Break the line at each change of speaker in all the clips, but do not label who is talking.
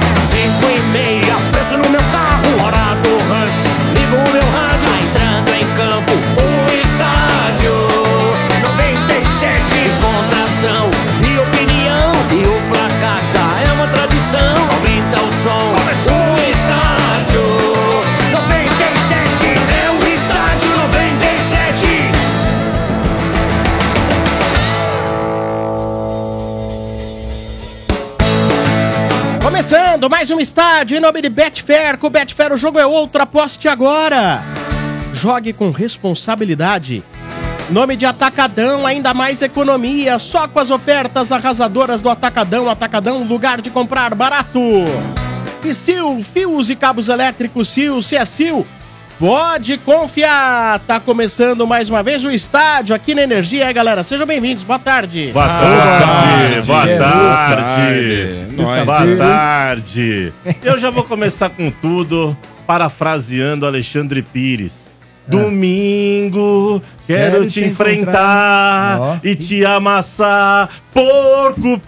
tá é é
Começando mais um estádio em nome de Betfair. Com o Betfair o jogo é outro, aposte agora. Jogue com responsabilidade. Nome de Atacadão, ainda mais economia, só com as ofertas arrasadoras do Atacadão. Atacadão, lugar de comprar barato. E Sil, fios e cabos elétricos, Sil, se é Sil, pode confiar. Tá começando mais uma vez o estádio aqui na Energia, é, galera. Sejam bem-vindos, boa tarde.
Boa tarde, boa tarde.
Boa tarde.
Boa tarde. Eu já vou começar com tudo, parafraseando Alexandre Pires. Domingo, quero,
Quero
te
te
enfrentar
encontrar.
e te amassar, porco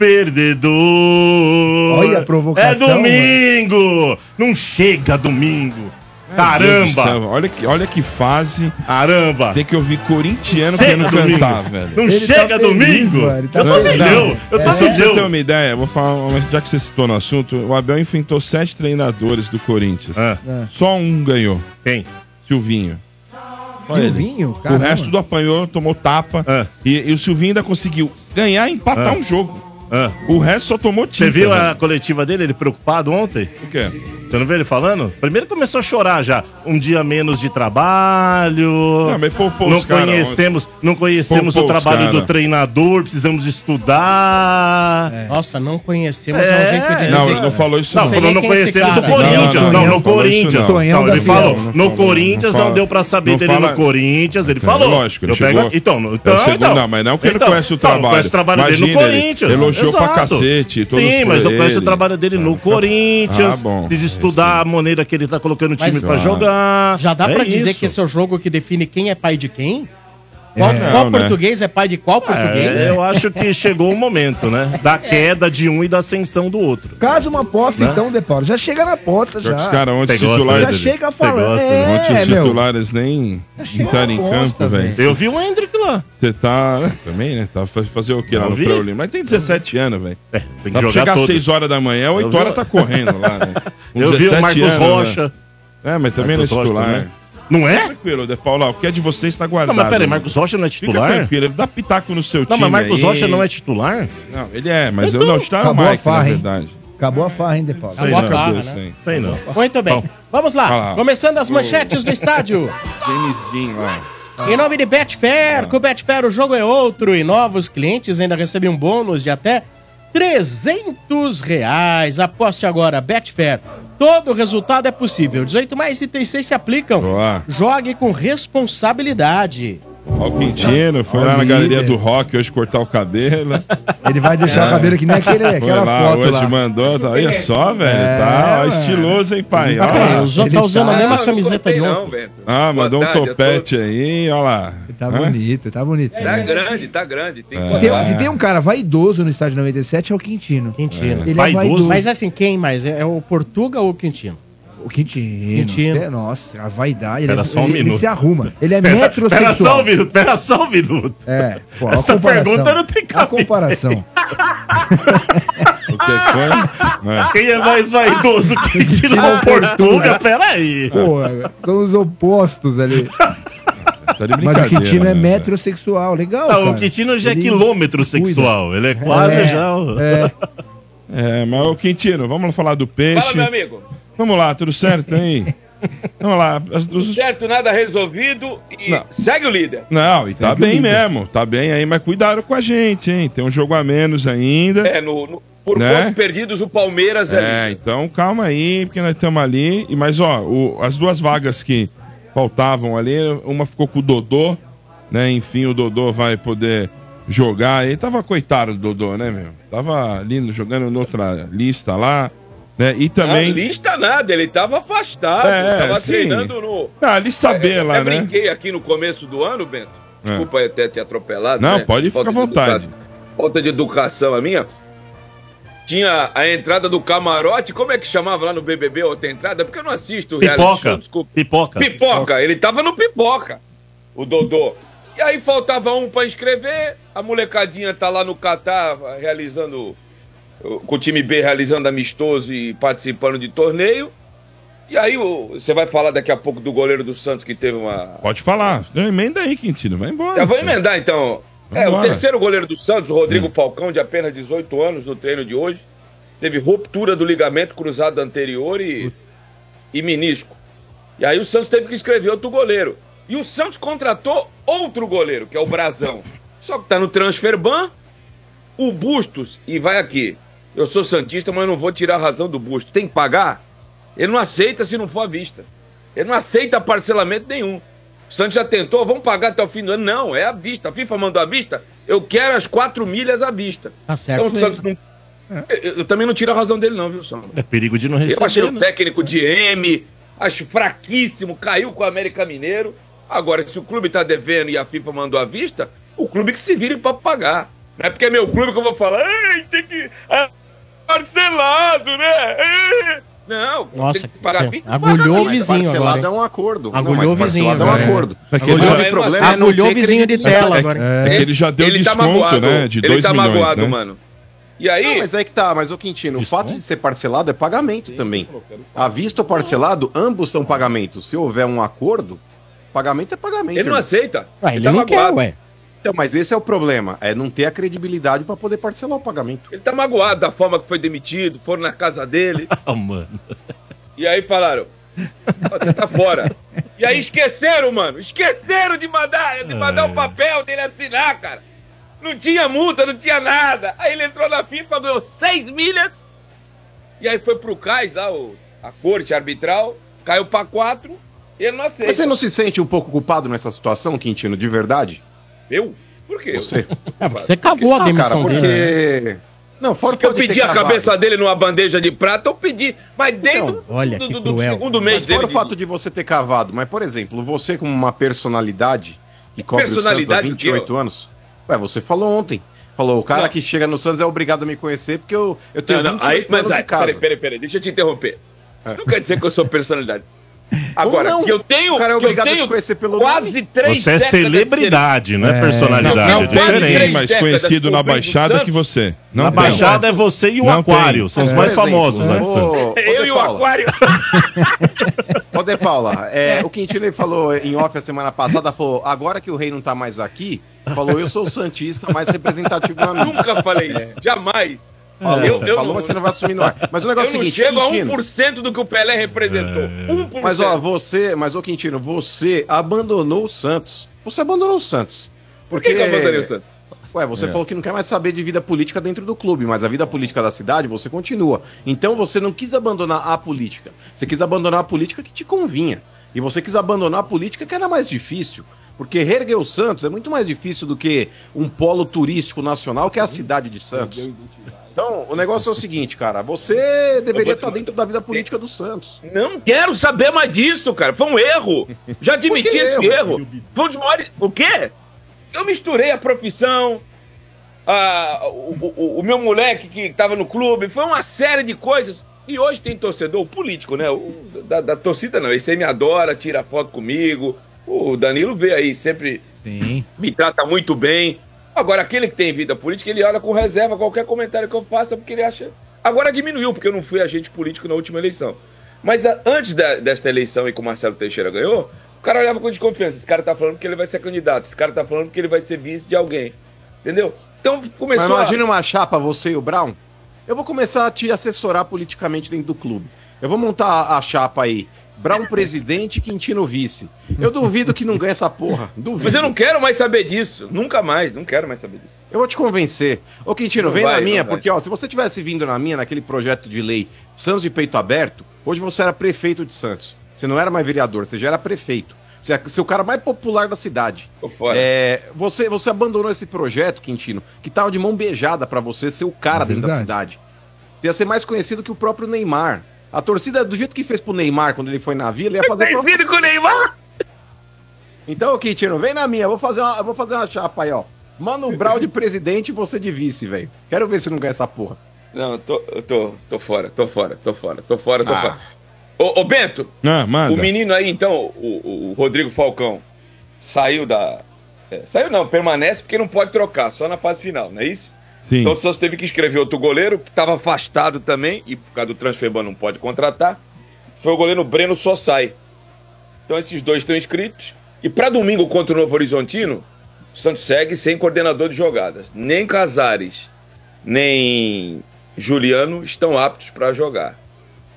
perdedor.
Olha a provocação,
É domingo, não chega domingo.
Deus do
Caramba,
céu, Olha que, olha que fase.
caramba.
Tem que ouvir corintiano
Chega
querendo
domingo.
cantar, velho.
Não
Ele tá
chega
feliz,
domingo?
mano, ele tá
eu tô
feliz.
milhão, eu tô
Só pra você ter
milhão.
uma ideia, eu vou falar, mas já que você citou no assunto, o Abel enfrentou sete treinadores do Corinthians.
Ah,
Só um ganhou,
quem?
Silvinho.
Silvinho,
O
caramba.
resto do apanhou, tá, tomou tapa.
Ah.
E, e o Silvinho ainda conseguiu ganhar e empatar
Ah.
um jogo.
Ah,
O resto só tomou tinta.
Você viu a
velho.
coletiva dele, ele preocupado ontem?
O quê?
Você não viu ele falando? Primeiro começou a chorar já. Um dia menos de trabalho.
Não, mas poupou
não
os cara
conhecemos, não conhecemos
Poupou
o trabalho
os cara. É.
do treinador, precisamos estudar.
Nossa, não conhecemos, é,
É,
um jeito de
Não,
dizer.
ele não falou isso
Não,
sei
falou
nem
não
quem é esse
conhecemos do
cara.
Corinthians.
Não,
Não, no
não, não falou isso,
Corinthians.
não.
Não, ele
Sonhão da
falou.
Fiel. Não
No
falou,
Corinthians
não
não
fala.
deu pra saber
Não
dele
fala-
no Corinthians. Ele
É,
falou.
lógico, ele
eu pego...
chegou-
Então,
é
não-
o
então,
segundo-
então.
não, mas não é que ele conhece o
Não,
trabalho.
conhece o trabalho dele no
Imagina, ele
Corinthians.
elogiou pra cacete, todos
Sim, mas
pra
não conhece o
ele.
trabalho dele no
Ah,
Corinthians.
ah, bom.
Precisa
É isso
estudar a maneira que ele tá colocando o time
Mas-
pra
Ah.
jogar.
Já dá
É
pra dizer
isso.
que esse é o jogo que define quem é pai de quem? Qual,
Não,
qual
né?
português é pai de qual português?
É, eu acho que chegou o momento, né?
É.
Da queda de um e da ascensão do outro.
Caso uma aposta,
Né?
então, Deparo. Já chega na aposta,
Pior que os
já.
caras ontem
Você gosta,
titulares.
Já
né,
chega
Você
falando.
gosta,
É,
né?
Ontem os
meu.
titulares nem
Achei
entraram
uma
em
bosta,
campo,
velho.
velho.
Eu vi um, o Hendrick lá.
Você tá. né, Também, né? Tá fa- fazer o quê lá
Eu
no
vi.
pré-olímpico? Mas tem 17 anos, velho.
É, tem
Dá
que
pra
jogar
chegar às
todos.
6 horas da manhã, 8
vi
horas
o-
tá correndo lá, né? Com
Eu vi o
17
Marcos
anos, né?
Rocha.
É, mas também
Marcos
não é
Rocha
titular.
também. Não é?
Tranquilo, De Paula, o que é de vocês tá guardado.
Não, mas peraí,
né?
Marcos Rocha não é
Fica
titular?
tranquilo, ele dá pitaco no seu
Não,
time.
mas Marcos
aí.
Rocha não é titular?
Não, ele é, mas eu
Então,
não estava
acabou a
mais, na
farra, hein?
verdade.
Acabou a farra, hein, Deparo?
Acabou a
Não,
farra,
cabeça,
né?
hein?
Sei não.
Muito bem.
Bom.
Vamos lá.
Vai lá.
Começando as manchetes do estádio.
James Dean lá.
Em nome de Betfair, com o Betfair o jogo é outro e novos clientes ainda recebem um bônus de até 300 reais. Aposte agora, Betfair. Todo resultado é possível. 18 mais e 36 se aplicam.
Boa.
Jogue com responsabilidade.
Ó, o Quintino, foi
Ó,
lá na
líder.
galeria do rock hoje cortar o cabelo. É.
Ele vai deixar o cabelo que nem aquele,
Foi
aquela
lá,
foto
hoje
lá.
mandou. tá- Olha só, velho.
É,
tá ó,
mano.
estiloso, hein, pai? Ó,
Ah, peraí, o Zô
ele
tá usando
tá-
a
Não,
mesma
não
camiseta
cortei,
de ontem.
não, Bento.
Ah, mandou
Boa
um
tarde a
topete aí, olha lá.
Tá
Hã?
bonito, tá bonito.
todos. Tá
é
grande, tá grande. Tem que
Se tem-
É.
falar.
se tem um cara vaidoso no estádio 97, é o Quintino.
Quintino.
Ele
Vaidoso?
é vaidoso.
Mas assim, quem mais? É o Portuga ou o Quintino?
O Quintino.
Quintino.
cê- é, nossa, a vaidade. Ele,
Pera
é-
só um
ele, ele
minuto.
se arruma. Ele é
Pera só
metrosexual.
um minuto, pera só um minuto.
É, pô, a
Essa
comparação.
pergunta não tem
A
cabimento.
comparação.
O que foi? É.
Quem é mais
Ah,
vaidoso que tirou o Portuga? Peraí.
é Pô, são os opostos ali.
Tá de
Mas
brincadeira.
o Quintino
né,
é metrosexual, legal.
Não, o
cara.
Quintino já é
Ele-
quilômetro sexual. Ele é quase
É.
já. o-
É,
velho? É, mas o Quintino, vamos falar do
Fala,
peixe.
meu amigo.
Vamos lá, tudo certo, hein? vamos lá. as- os-
Certo, nada resolvido e
Não.
segue o líder.
Não, e tá
Segue o
bem
líder.
mesmo. Tá bem aí, mas cuidado com a gente, hein? Tem um jogo a menos ainda.
É, no, no- por
Né?
pontos perdidos, o Palmeiras é,
É,
líder.
então calma aí, porque nós estamos ali. E, mas, ó, o- as duas vagas que faltavam ali, uma ficou com o Dodô, né? Enfim, o Dodô vai poder jogar. Ele tava coitado do Dodô, né, meu? Tava ali no- jogando noutra lista lá, né? E
Na
também.
lista nada, ele tava afastado.
É,
tava
sim.
treinando no. É,
Ah, lista B lá,
eu
né?
brinquei aqui no começo do ano, Bento. Desculpa até te atropelar.
Não,
né?
pode
Falta
ficar à
de educa-
vontade.
Falta de educação a minha. Tinha a entrada do camarote, como é que chamava lá no BBB outra entrada? Porque eu não assisto reality show,
Pipoca.
desculpa.
Pipoca.
Pipoca, ele tava no pipoca, o Dodô. E aí faltava um pra inscrever, a molecadinha tá lá no Catar realizando. Com o time B realizando amistoso e participando de torneio. E aí o- você vai falar daqui a pouco do goleiro do Santos que teve uma.
Pode falar. Então, Emenda aí, Quintino. Vai embora.
Já vou
filho.
emendar então. É, o
Vambora.
terceiro goleiro do Santos, o Rodrigo Falcão, de apenas 18 anos, no treino de hoje, teve ruptura do ligamento cruzado anterior e, e menisco. E aí o Santos teve que escrever outro goleiro. E o Santos contratou outro goleiro, que é o Brazão. Só que tá no transfer ban, o Bustos, e vai aqui. Eu sou Santista, mas eu não vou tirar a razão do Bustos. Tem que pagar? Ele não aceita se não for à vista. Ele não aceita parcelamento nenhum. O Santos já tentou, vamos pagar até o fim do ano. Não, é à vista. A FIFA mandou à vista, eu quero as quatro milhas à vista.
Tá certo
Então o Santos não... Eu, eu também não tiro a razão dele, não, viu, Sandro?
É perigo de não
Eu achei
receber.
o
né?
técnico de M, acho fraquíssimo, caiu com o América Mineiro. Agora, se o clube tá devendo e a FIFA mandou à vista, o clube que se vire pra pagar. Não é porque é meu clube que eu vou falar, "Ei, tem que. é parcelado, né? É." Não,
Nossa,
tem que pagar à
que-
vista,
agulhou
paga à
o
vista.
vizinho
parcelado
agora,
é um acordo.
Agulhou
mas
o vizinho né?
parcelado
agora,
é
hein?
um acordo.
É que ele
Agora
Agora,
é
o problema é não
Agulhou o
ter
vizinho de tela agora.
É que ele já deu
ele tá
desconto,
magoado.
né? De
ele
2
tá
milhões,
magoado,
né?
mano. E
Não,
aí,
mas é que tá, mas o Quintino, o fato de ser parcelado é pagamento também. À vista ou parcelado, ambos são pagamentos. Se houver um acordo, pagamento é pagamento.
ele não
irmão.
aceita.
Ué, Ah, ele
tá
não quer,
magoado.
ué.
Então, mas esse é o problema, é não ter a credibilidade para poder parcelar o pagamento.
Ele tá magoado da forma que foi demitido, foram na casa dele.
Ah, mano.
E aí falaram, "Ó, você tá fora. E aí esqueceram, mano. Esqueceram de mandar, de mandar o papel dele assinar, cara. Não tinha multa, não tinha nada. Aí ele entrou na FIFA, ganhou seis milhas. E aí foi pro CAIS lá, o, a corte arbitral. Caiu pra quatro. E ele não aceita.
Mas você não se sente um pouco culpado nessa situação, Quintino, de verdade?
Eu? Por quê?
Você?
É, você cavou a
Ah, cara,
demissão dele. né?
porque... Não, fora o
Porque eu
fato de ter
pedi a
cavado.
cabeça dele numa bandeja de prata, eu pedi. Mas dentro
é Então,
olha
tipo
que cruel.
segundo mês
Mas
dele.
fora o fato de você ter cavado, mas por exemplo, você como uma personalidade que cobre
Personalidade
o
o
Santos
quê,
há 28 anos, ué, você falou ontem. Falou, o cara
Não.
que chega no Santos é obrigado a me conhecer porque eu, eu tenho
Não, não,
28
aí, mas
anos
aí,
de casa. É.
peraí, peraí, peraí, deixa eu te interromper. Isso não quer dizer que eu sou personalidade.
Ou
Agora,
não,
que eu tenho,
o cara é
que eu
obrigado a te
tenho
conhecer pelo
quase
nome.
três
Você é
décadas de
celebridade, não é,
É.
personalidade.
Não,
é
Não, quase
tem
três
ninguém
diferente.
mais
décadas
conhecido na
cumprindo
Baixada
Santos.
que você. Não
Na
tem.
Baixada é você e o
Não tem. É.
Aquário. São os
Mas,
mais
por exemplo,
famosos. né, Santos?
ô- ô,
celebridade. Eu
De
e o
Paula,
Aquário.
Ô, De Paula, é, o Quintino ele falou em off a semana passada, falou, agora que o rei não tá mais aqui, falou, eu sou o Santista mais representativo na mídia.
Nunca falei isso. Jamais.
É. Falou,
Eu- eu
falou
não-
mas você não vai assumir no ar. Mas o
Eu
negócio é o
não
seguinte,
chego a
Quintino, É.
1% do que o Pelé representou. 1%.
Mas ó, você, mas ô Quintino, você abandonou o Santos. Você abandonou o Santos.
por que, que eu É. abandonaria o Santos?
Ué, você falou que não quer mais saber de vida política dentro do clube, mas a vida política da cidade você continua. Então você não quis abandonar a política. Você quis abandonar a política que te convinha. E você quis abandonar a política que era mais difícil. Porque reerguer o Santos é muito mais difícil do que um polo turístico nacional, que
Uhum.
é a cidade de Santos. Então, o negócio é o seguinte, cara. Você deveria estar dentro da vida política do Santos.
Não quero saber mais disso, cara. Foi um erro. Já admiti
Por que
esse
erro?
erro. Foi um dos maiores. O quê? Eu misturei a profissão, a- Ah, o, o- o meu moleque que tava no clube. Foi uma série de coisas. E hoje tem torcedor político, né? O, da, da torcida não. Esse aí me adora, tira foto comigo. O Danilo vê aí, sempre
Sim.
me trata muito bem. Agora, aquele que tem vida política, ele olha com reserva qualquer comentário que eu faça, porque ele acha. Agora diminuiu, porque eu não fui agente político na última eleição. Mas a- antes da- desta eleição e que o Marcelo Teixeira ganhou, o cara olhava com desconfiança. Esse cara tá falando que ele vai ser candidato, esse cara tá falando que ele vai ser vice de alguém. Entendeu? Então
Mas
começou
imagina uma chapa, você e o Brown. Eu vou começar a te assessorar politicamente dentro do clube. Eu vou montar a chapa aí. Brown presidente, Quintino vice. Eu duvido que não ganhe essa porra.
a.
Duvido.
Mas eu não quero mais saber disso. Nunca mais, não quero mais saber disso.
Eu vou te convencer. Ô, Quintino,
Não
vem
vai,
na
não
minha,
vai.
porque, ó, se você tivesse vindo na minha, naquele projeto de lei Santos de Peito Aberto, hoje você era prefeito de Santos. Você não era mais vereador, você já era prefeito. Você é você é o cara mais popular da cidade.
Tô fora.
É, você, você abandonou esse projeto, Quintino, que tava de mão beijada pra você ser o cara
É
dentro da
verdade.
cidade. Você ia ser mais conhecido que o próprio Neymar. A torcida, do jeito que fez pro Neymar quando ele foi na vila, ia fazer. pro-
Parecido com o Neymar!
Então, Quintino, vem na minha, eu vou fazer uma, eu vou fazer uma chapa aí, ó. Mano Brau de presidente e você de vice, velho. Quero ver se não ganha essa porra.
Não, eu tô, eu tô, tô fora, tô fora, tô fora, tô fora, tô
Ah.
fora. Ô, ô Bento,
Ah, manda.
O menino aí, então, o, o- o Rodrigo Falcão, saiu da. é, saiu não, permanece porque não pode trocar, só na fase final, não é isso?
Sim.
Então o Santos teve que escrever outro goleiro, que estava afastado também, e por causa do transferban não pode contratar. Foi o goleiro Breno Sossai. Então esses dois estão inscritos. E para domingo contra o Novo Horizontino, o Santos segue sem coordenador de jogadas. Nem Casares, nem Juliano estão aptos para jogar.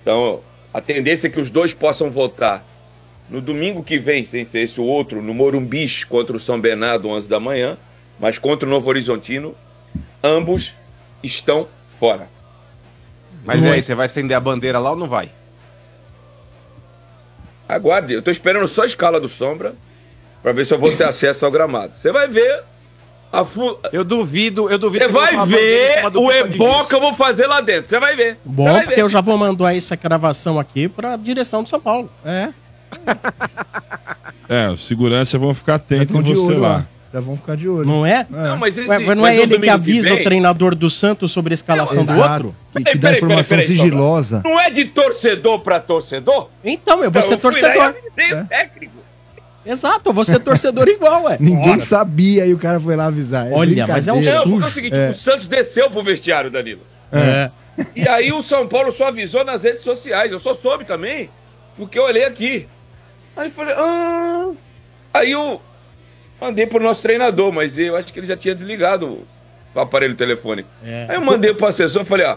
Então, a tendência é que os dois possam votar no domingo que vem, sem ser esse o outro, no Morumbis contra o São Bernardo, 11 da manhã, mas contra o Novo Horizontino, ambos estão fora.
Mas e aí, você vai estender a bandeira lá ou não vai?
Aguarde, eu tô esperando só a escala do Sombra para ver se eu vou ter acesso ao gramado. Você vai ver a fu-
Eu duvido, eu duvido.
Você
que eu
vai
vou falar bandeira em
ver
cima do
o
Copa de
ebó
Juiz.
que eu vou fazer lá dentro. Você vai ver. Você
"Ah, Bom,
vai ver.
porque eu já vou mandar essa gravação aqui pra direção de São Paulo. É.
É, os segurança vão ficar atentos
Estão
em
Tá de
você
olho
lá.
lá. Já vão ficar de olho.
Não é?
Não, mas esse,
Ué, mas não
mas
é
o
ele que
domingo
avisa
vem-
o treinador do Santos sobre a escalação do
Exato.
outro?
Que, que
Peraí,
dá
peraí,
informação
peraí, peraí,
um
sigilosa.
Não é de torcedor pra torcedor?
Então, eu vou ser
Então, eu fui lá e
torcedor. É.
avisei o técnico.
Exato, eu vou ser torcedor igual, ué.
Ninguém sabia e o cara foi lá avisar.
Olha, mas é
Não,
brincadeira.
um
porque é
Sujo.
o seguinte, o Santos desceu pro vestiário, Danilo.
É.
E aí o São Paulo só avisou nas redes sociais. Eu só soube também, porque eu olhei aqui. Aí falei, ah... Aí eu mandei pro nosso treinador, mas eu acho que ele já tinha desligado o aparelho telefônico.
É.
Aí eu mandei pro assessor e falei, ó,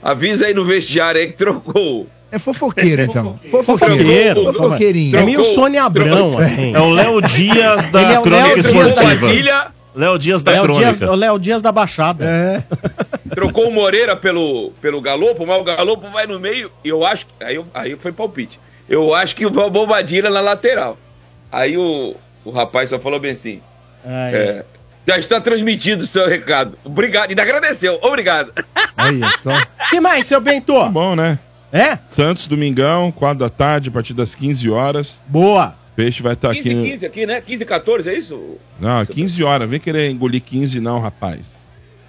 avisa aí no vestiário aí que trocou.
É fofoqueiro, então.
Fofoqueiro.
Trocou,
Fofoqueirinho.
É meio
trocou,
Sônia Abrão,
trocou.
assim.
É o Léo Dias
Ele é
da
o
Crônica
Léo Dias da-
Esportiva.
Padilha
Léo Dias da
Léo
Crônica.
Dias, o Léo Dias da Baixada.
É.
trocou o Moreira pelo, pelo Galopo, mas o Galopo vai no meio e eu acho. Aí, eu- aí foi palpite. Eu acho que o Bobadilha na lateral. Aí o, o rapaz só falou bem assim:
Ai.
é, já está transmitido o seu recado. Obrigado. Ainda agradeceu. Obrigado.
Olha só.
que mais, seu Bento?
Tá bom, né?
É?
Santos, domingão, 4 da tarde, a partir das 15 horas.
Boa.
Peixe vai estar
15
Tá aqui.
15 aqui, né? 15 14, é isso?
Não, 15 horas. Vem querer engolir 15, não, rapaz.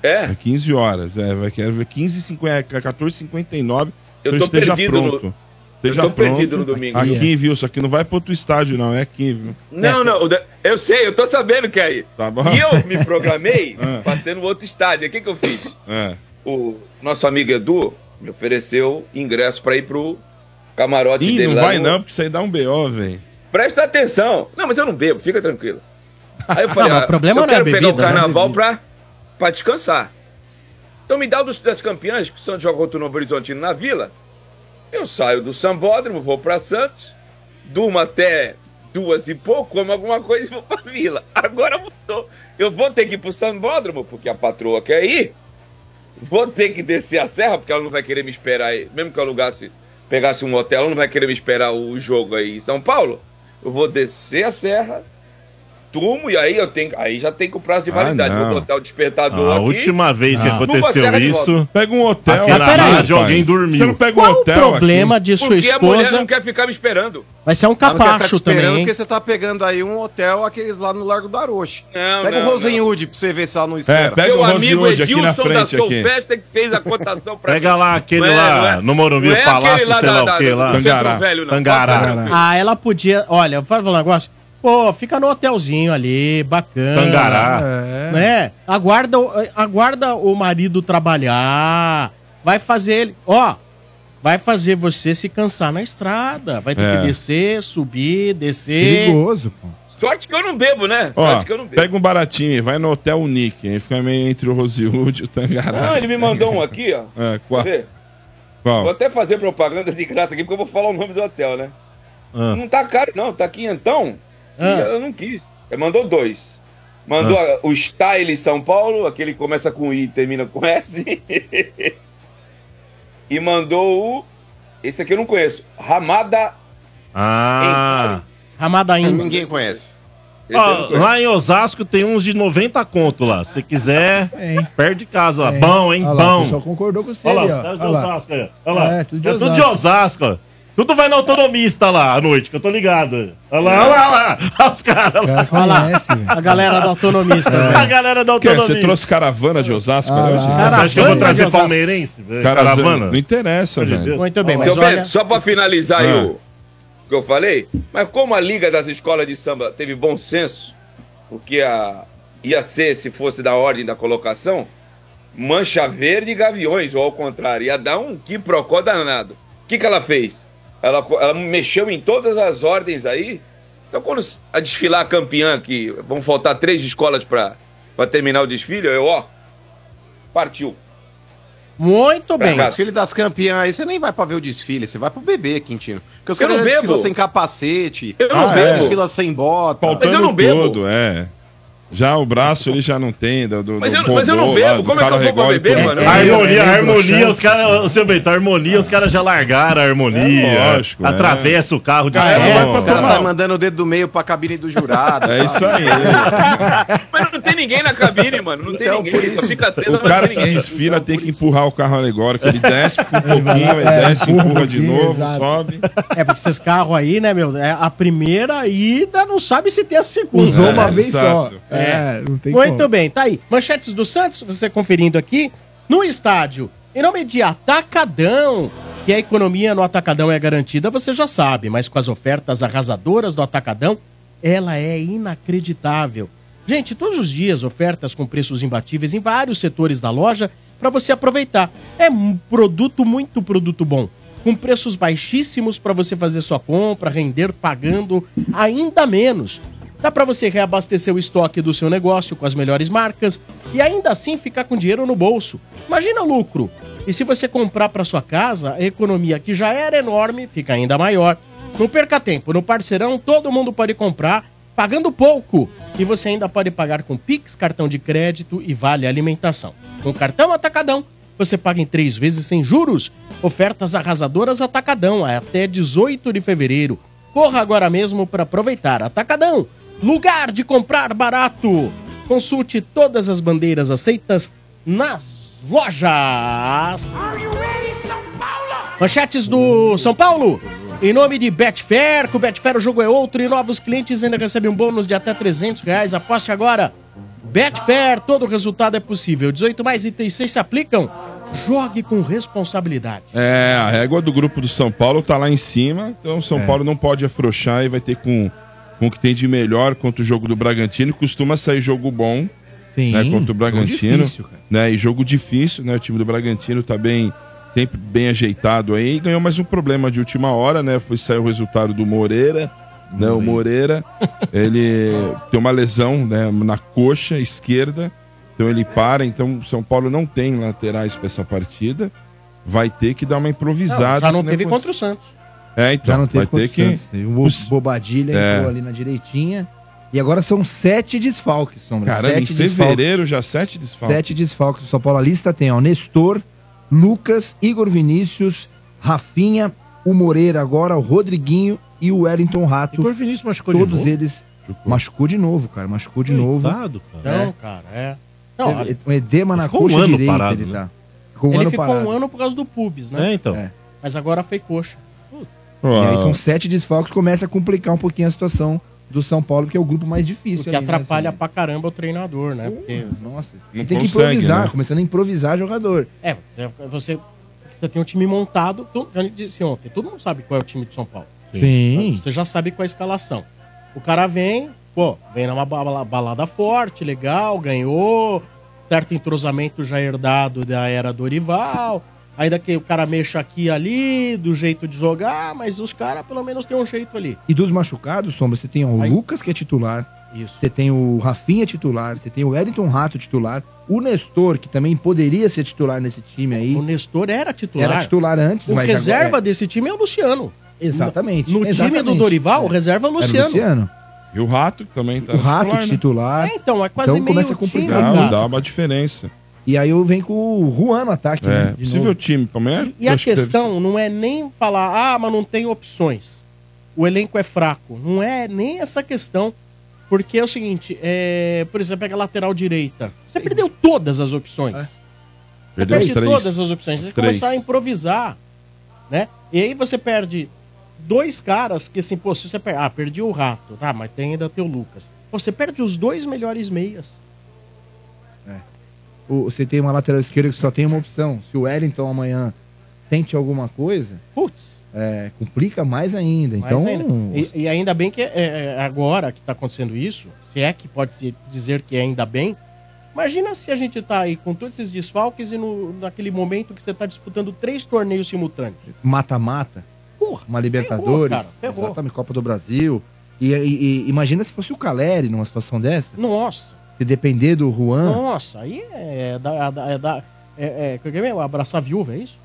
É.
É 15 horas. É, vai querer ver 15, 50, 14 59.
Eu
então
tô
esteja
perdido
pronto.
no-
Esteja
tô perdido no domingo.
Aqui, viu? Só que não vai pro outro estádio, não. É aqui, viu?
Não, não. o da- Eu sei, eu tô sabendo que é aí.
Tá bom.
E eu me programei
Ah.
passei no outro estádio. O que, que eu fiz?
É.
o nosso amigo Edu me ofereceu ingresso pra ir pro camarote
Ih,
dele
não
lá
vai
no-
não, porque isso aí dá um BO, velho.
Presta atenção. Não, mas eu não bebo, fica tranquilo. Aí eu
Não,
falei,
mas
ah,
o problema
eu
não é a
quero pegar o
bebida, né?
carnaval pra, pra descansar. Então me dá o dos, das campeãs, que o Santos joga contra o Novo Horizontino na Vila. Eu saio do Sambódromo, vou pra Santos, durmo até duas e pouco, como alguma coisa e vou pra Vila. Agora mudou. Eu vou ter que ir pro Sambódromo, porque a patroa quer ir. Vou ter que descer a serra, porque ela não vai querer me esperar aí. Mesmo que eu alugasse, pegasse um hotel, ela não vai querer me esperar o jogo aí em São Paulo. Eu vou descer a serra, turmo, e aí eu tenho. Aí já tem com prazo de
Ah,
validade.
não.
Vou botar o despertador
A
aqui.
última vez que
Ah.
aconteceu
Numa
isso,
Pega um hotel.
aqui na
Mas peraí,
rádio alguém
Você não
dormiu.
pega
Qual
um
o
hotel
problema
aqui?
de sua
Porque a mulher
esposa?
não quer ficar me esperando.
Vai ser um
Tá
Ela não quer ficar é tá te
capacho
esperando
também. hein?
Porque você tá pegando aí um hotel, aqueles lá no Largo do Aroche.
Não,
Pega
não,
o Rosenwood pra você ver se ela não
É,
espera.
pega
Meu
o
amigo
Rosewood aqui na
Edilson da
frente.
Soul
aqui.
Festa que fez a cotação pra
Pega
mim.
lá aquele
Não é,
lá,
não é-
no Morumbi,
não é
Palácio,
aquele lá
sei
da-
lá
da-
o que
do
lá.
Centro
Tangará.
Velho, não.
Tangará.
Pode ficar
Ah, ela podia. Olha, vai falar um negócio. Pô, fica no hotelzinho ali, bacana.
Tangará.
É.
Né? Aguarda, o- aguarda o marido trabalhar. Vai fazer ele. Ó, vai fazer você se cansar na estrada. Vai ter
É.
que descer, subir, descer.
Perigoso, pô.
tranquilo. Sorte que eu não bebo, né?
Ó,
Sorte que eu não bebo.
pega um baratinho e vai no Hotel Unique. Aí fica meio entre o Rosewood e o Tangará.
Não, ele me mandou um aqui, ó.
É, qual?
Vê. Vou
qual?
até fazer propaganda de graça aqui, porque eu vou falar o nome do hotel, né?
Ah.
Não tá caro, não. Tá quinhentão. E
Ah.
eu não quis. Ele mandou dois. Mandou a- o Style São Paulo, aquele que começa com I e termina com S. e mandou o. Esse aqui eu não conheço. Ramada.
Ah.
Ramada ainda.
Ninguém conhece.
Esse eu não
Ó,
conheço.
lá em Osasco tem uns de 90 conto lá. Se quiser,
Tem.
perde casa lá. Bom, hein?
Olha lá, O pessoal
Bom.
concordou com você.
Olha lá,
ali, ó.
cidade de
Olha lá.
Osasco aí. Olha lá.
É,
É
tudo
tudo
de
de Osasco. ó. Tudo vai na autonomista lá à noite, que eu tô ligado. Olha lá, olha lá, olha lá. Os caras
O cara
lá.
Olha lá,
conhece, velho.
a galera da autonomista.
A galera da
Que é, você
autonomia.
trouxe caravana de Osasco
Ah,
né,
lá.
hoje?
Você acha que eu vou
Caravana de
trazer
Osasco.
palmeirense? velho?
Cara,
Caravana?
Não interessa,
Meu
velho.
Deus.
Muito bem, mas
Seu
olha.
Bento, só pra finalizar aí
Ah.
o o que eu falei, mas como a Liga das Escolas de Samba teve bom senso, o que a- ia ser se fosse da ordem da colocação, Mancha Verde e Gaviões, ou ao contrário, ia dar um que procó danado. O que, que ela fez? Ela, co- ela mexeu em todas as ordens aí. Então, quando s- a desfilar a campeã, que vão faltar três escolas pra pra terminar o desfile, eu, ó, partiu.
Muito bem.
Bem, desfile das campeãs aí, você nem vai pra ver o desfile, você vai pra beber, Quintino. Porque os
Eu
caras
não
já desfilam
bebo.
sem capacete,
Eu não
os
bebo.
caras desfilam sem bota.
Ah, é? Faltando
eu não bebo.
tudo, é. Já o braço ele já não tem. Do, do,
Mas
do
eu- mas eu não
robô
bebo,
do
como é que eu vou pra
carregola e
beber,
tudo.
mano?
É,
A harmonia,
é
a
meio
harmonia,
broxante,
os caras. Seu Bento, a harmonia, os caras já largaram a harmonia.
É lógico, é.
atravessa o carro de
Ah, é, vai
som.
pra
Os caras
tomar.
saem mandando o dedo do meio pra cabine do jurado.
É isso aí.
Mas não tem ninguém na cabine, mano. Não tem
Então, por
ninguém. Só
isso.
fica cedo,
O
não vai
cara
ter
que
ninguém.
desfila tem que empurrar o carro alegórico. Ele desce um pouquinho, ele
É,
desce,
empurra um
empurra de
pouquinho,
novo,
exato.
sobe.
É, porque esses carros aí, né, meu? É a primeira ida não sabe se tem a segunda.
Usou
É,
uma vez
exato.
só. É, não tem
Muito
como.
bem, tá aí. Manchetes do Santos, você conferindo aqui, no estádio, em nome de Atacadão, que a economia no Atacadão é garantida, você já sabe, mas com as ofertas arrasadoras do Atacadão, ela é inacreditável. Gente, todos os dias ofertas com preços imbatíveis em vários setores da loja para você aproveitar. É um produto muito produto bom, com preços baixíssimos para você fazer sua compra, render pagando ainda menos. Dá para você reabastecer o estoque do seu negócio com as melhores marcas e ainda assim ficar com dinheiro no bolso. Imagina o lucro! E se você comprar para sua casa, a economia que já era enorme fica ainda maior. Não perca tempo, no Parceirão todo mundo pode comprar pagando pouco e você ainda pode pagar com Pix, cartão de crédito e vale alimentação. Com cartão Atacadão, você paga em três vezes sem juros. Ofertas arrasadoras Atacadão até 18 de fevereiro. Corra agora mesmo para aproveitar. Atacadão, lugar de comprar barato. Consulte todas as bandeiras aceitas nas lojas. Manchetes do São Paulo. Em nome de Betfair, com Betfair o jogo é outro e novos clientes ainda recebem um bônus de até 300 reais. Aposte agora. Betfair, todo resultado é possível. 18 mais itens 6 se aplicam. Jogue com responsabilidade.
É, a régua do grupo do São Paulo tá lá em cima, então o
É.
São Paulo não pode afrouxar e vai ter com, com o que tem de melhor contra o jogo do Bragantino. Costuma sair jogo bom,
Sim,
né, contra o Bragantino,
difícil, cara.
né? E jogo difícil, né? O time do Bragantino tá bem, sempre bem ajeitado aí. E ganhou mais um problema de última hora, né? Foi sair o resultado do Moreira, né? O Moreira, ele tem uma lesão, né? Na coxa esquerda, então ele para. Então o São Paulo não tem laterais para essa partida. Vai ter que dar uma improvisada.
Já não
né,
teve
com-
contra o Santos.
É, então.
Já não teve
vai ter
quantos
que.
Santos, teve um bo-
Os-
Bobadilha
É.
entrou ali na direitinha. E agora são sete desfalques, Sombra.
Caramba, em
sete
fevereiro já sete desfalques.
Sete desfalques do São Paulo. A lista tem, ó, Nestor, Lucas, Igor Vinícius, Rafinha, o Moreira agora, o Rodriguinho e o Wellington Rato.
Igor Vinícius machucou de
Todos
novo.
eles machucou de novo, cara. Machucou de novo.
Coitado, cara.
Então, cara, é. Não,
Teve Um edema na
Ficou um
coxa
ano
direita
parado,
ele
né?
tá. Ficou um
ele
ano
ficou
parado.
um ano por causa do pubis, né?
É, então.
É.
Mas agora foi coxa.
Ó,
E aí são sete desfalques, começa a complicar um pouquinho a situação do São Paulo, que é o grupo mais difícil.
O que
ali, né,
atrapalha
assim.
pra caramba o treinador, né? Porque,
Nossa,
Não
tem
consegue,
que improvisar,
né?
começando a improvisar jogador.
é, você, você, você tem um time montado. Tu, eu disse ontem, todo mundo sabe qual é o time de São Paulo.
Sim.
Você já sabe qual é a escalação. O cara vem, pô, vem numa bala- balada forte, legal, ganhou. Certo entrosamento já herdado da era Dorival. Ainda que o cara mexa aqui e ali, do jeito de jogar, mas os caras pelo menos têm um jeito ali.
E dos machucados, Sombra, você tem ó, o
Aí.
Lucas, que é titular,
Isso.
você tem o Rafinha titular, você tem o Wellington Rato titular, o Nestor, que também poderia ser titular nesse time aí.
O Nestor era titular.
Era é titular antes,
O
mas agora-
reserva desse time é o Luciano.
é, exatamente.
No time do
exatamente.
Dorival, o
É.
reserva é o
Era
Luciano.
E o Rato que também tá.
O Rato
titular, né?
titular.
É, então, é quase
Então
meio
começa a
time,
complicar,
Dá,
cara.
dá uma diferença.
E aí eu venho com o Juan no ataque.
É,
né, de
possível
novo.
time, Palmeiras.
E a
é? acho que deve-
questão não é nem falar, ah, mas não tem opções. O elenco é fraco. Não é nem essa questão. Porque é o seguinte, é, por exemplo, pega a lateral direita. Você perdeu todas as opções.
É.
Você
Perdeu os
perde
três.
todas as opções. Você
Os três.
começar a improvisar, né? E aí você perde dois caras que, assim, pô, se você perde... Ah, perdi o Rato. Ah, mas tem ainda tem o Lucas. Pô, Você perde os dois melhores meias.
O- Você tem uma lateral esquerda que só tem uma opção. Se o Wellington amanhã sente alguma coisa,
Putz.
é, complica mais ainda.
Mais
Então,
ainda. E, e ainda bem que é, é, agora que está acontecendo isso, se é que pode se dizer que é ainda bem, imagina se a gente tá aí com todos esses desfalques e no, naquele momento que você tá disputando três torneios simultâneos.
mata-mata,
Porra,
uma Libertadores,
cara, ferrou.
exatamente, Copa do Brasil. E, e- e imagina se fosse o Caleri numa situação dessa,
nossa,
Ah. se depender do Juan.
nossa, aí é, da, da- é da- É, é, que é mesmo? Abraçar a viúva, é isso?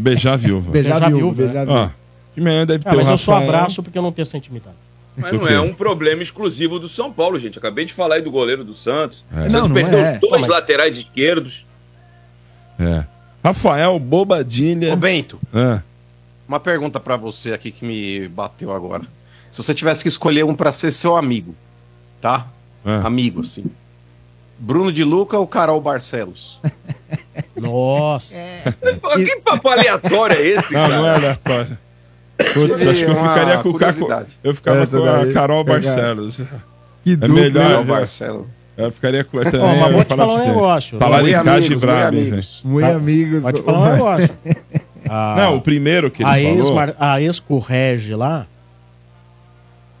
Beijar a viúva.
Beijar a viúva, beijar a viúva.
Ah, que merda deve ter
Ah, mas
o
eu só
Rafael.
abraço porque eu não tenho essa intimidade.
Mas não
Ok.
é um problema exclusivo do São Paulo, gente. Acabei de falar aí do goleiro do Santos.
É.
O
Não,
Santos
não
perdeu
é.
dois
Mas-
laterais esquerdos.
É. Rafael Bobadilha.
Ô, Bento,
Ah,
uma pergunta pra você aqui que me bateu agora. Se você tivesse que escolher um pra ser seu amigo, tá?
ah.
Amigo, assim. Bruno de Luca ou Carol Barcelos? É.
Nossa.
Que papo aleatório é esse,
Não,
cara?
não é aleatório. Putz, acho que eu
Uma
ficaria com o Caco.
curiosidade.
Eu ficava
Essa
com
daí,
a Carol
pegar.
Barcelos.
Que
É
dupla,
melhor.
Carol Barcelos.
Eu ficaria com também,
Ó, mas
eu
vou te
falar
falar um
pra você.
negócio.
Talaricagem
Muito
braba, hein, velho.
amigos.
Muito amigos.
Vou te falar um negócio. Ah,
Não, o primeiro que ele
a, ex,
falou...
Mar- a ex-correge lá,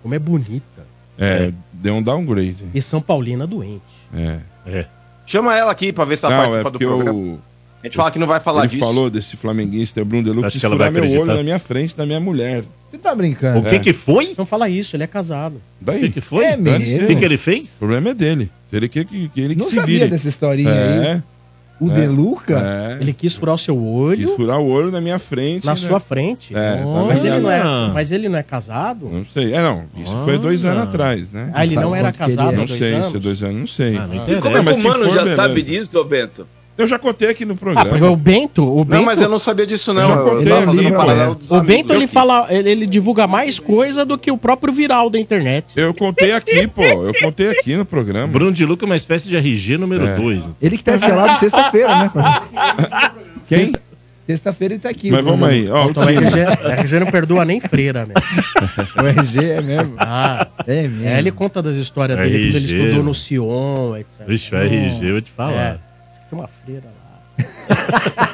como é bonita.
É, deu um downgrade.
E São Paulina doente.
É.
Chama ela aqui pra ver se ela
Não, é
participa do
porque
programa.
o...
A gente fala que não vai falar
ele
disso.
falou desse flamenguista, é o Bruno Deluca,
Acho
que
que ela vai
estourar meu olho
acreditar.
na minha frente, na minha mulher.
Você tá
O
brincando?
que que foi?
é. Não fala isso, ele é casado.
Daí,
O que que foi?
É mesmo?
O que que ele
o
fez?
problema é dele. Ele que, que, que ele que
Não
se
sabia
vire.
dessa historinha aí.
É,
O
é,
De Luca?
é.
Ele quis furar o seu olho
Quis furar o olho na minha frente.
na
né?
sua frente.
É, tá
mas, ele
vendo?
não é,
Ah.
mas ele não é casado?
Não sei. É, não. Isso foi dois anos atrás, né?
Ah, ele
Sabe
não era
quanto que ele
casado há
não
dois
sei
anos?
se é dois anos, não sei.
Ah, não
E
interessa.
como é que
mas
o
se
Mano
for,
já
beleza.
sabe disso, ô Bento?
Eu já contei aqui no
Ah, porque
programa.
o Bento, o Bento,
Não, mas eu não sabia disso, não.
Já
Eu,
contei né?
tava
ali,
fazendo
pô.
paralelo dos
o
amigos.
Bento ele fala, ele, ele divulga mais coisa do que o próprio viral da internet.
Eu contei aqui, pô. Eu contei aqui no programa.
Bruno de Luca é uma espécie de RG
É.
número 2.
Ele que tá escalado sexta-feira, né?
Quem?
Sexta-feira ele tá aqui.
Mas vamos aí. Ó, o
tá
Então, o
time.
RG,
é.
o RG não perdoa nem freira, né?
O RG é mesmo.
Ah,
É mesmo.
é, ele conta das histórias dele,
RG,
quando ele estudou no
mano.
Sion, etc.
Vixe, o RG, eu vou te
É,
falar.
tem uma freira lá.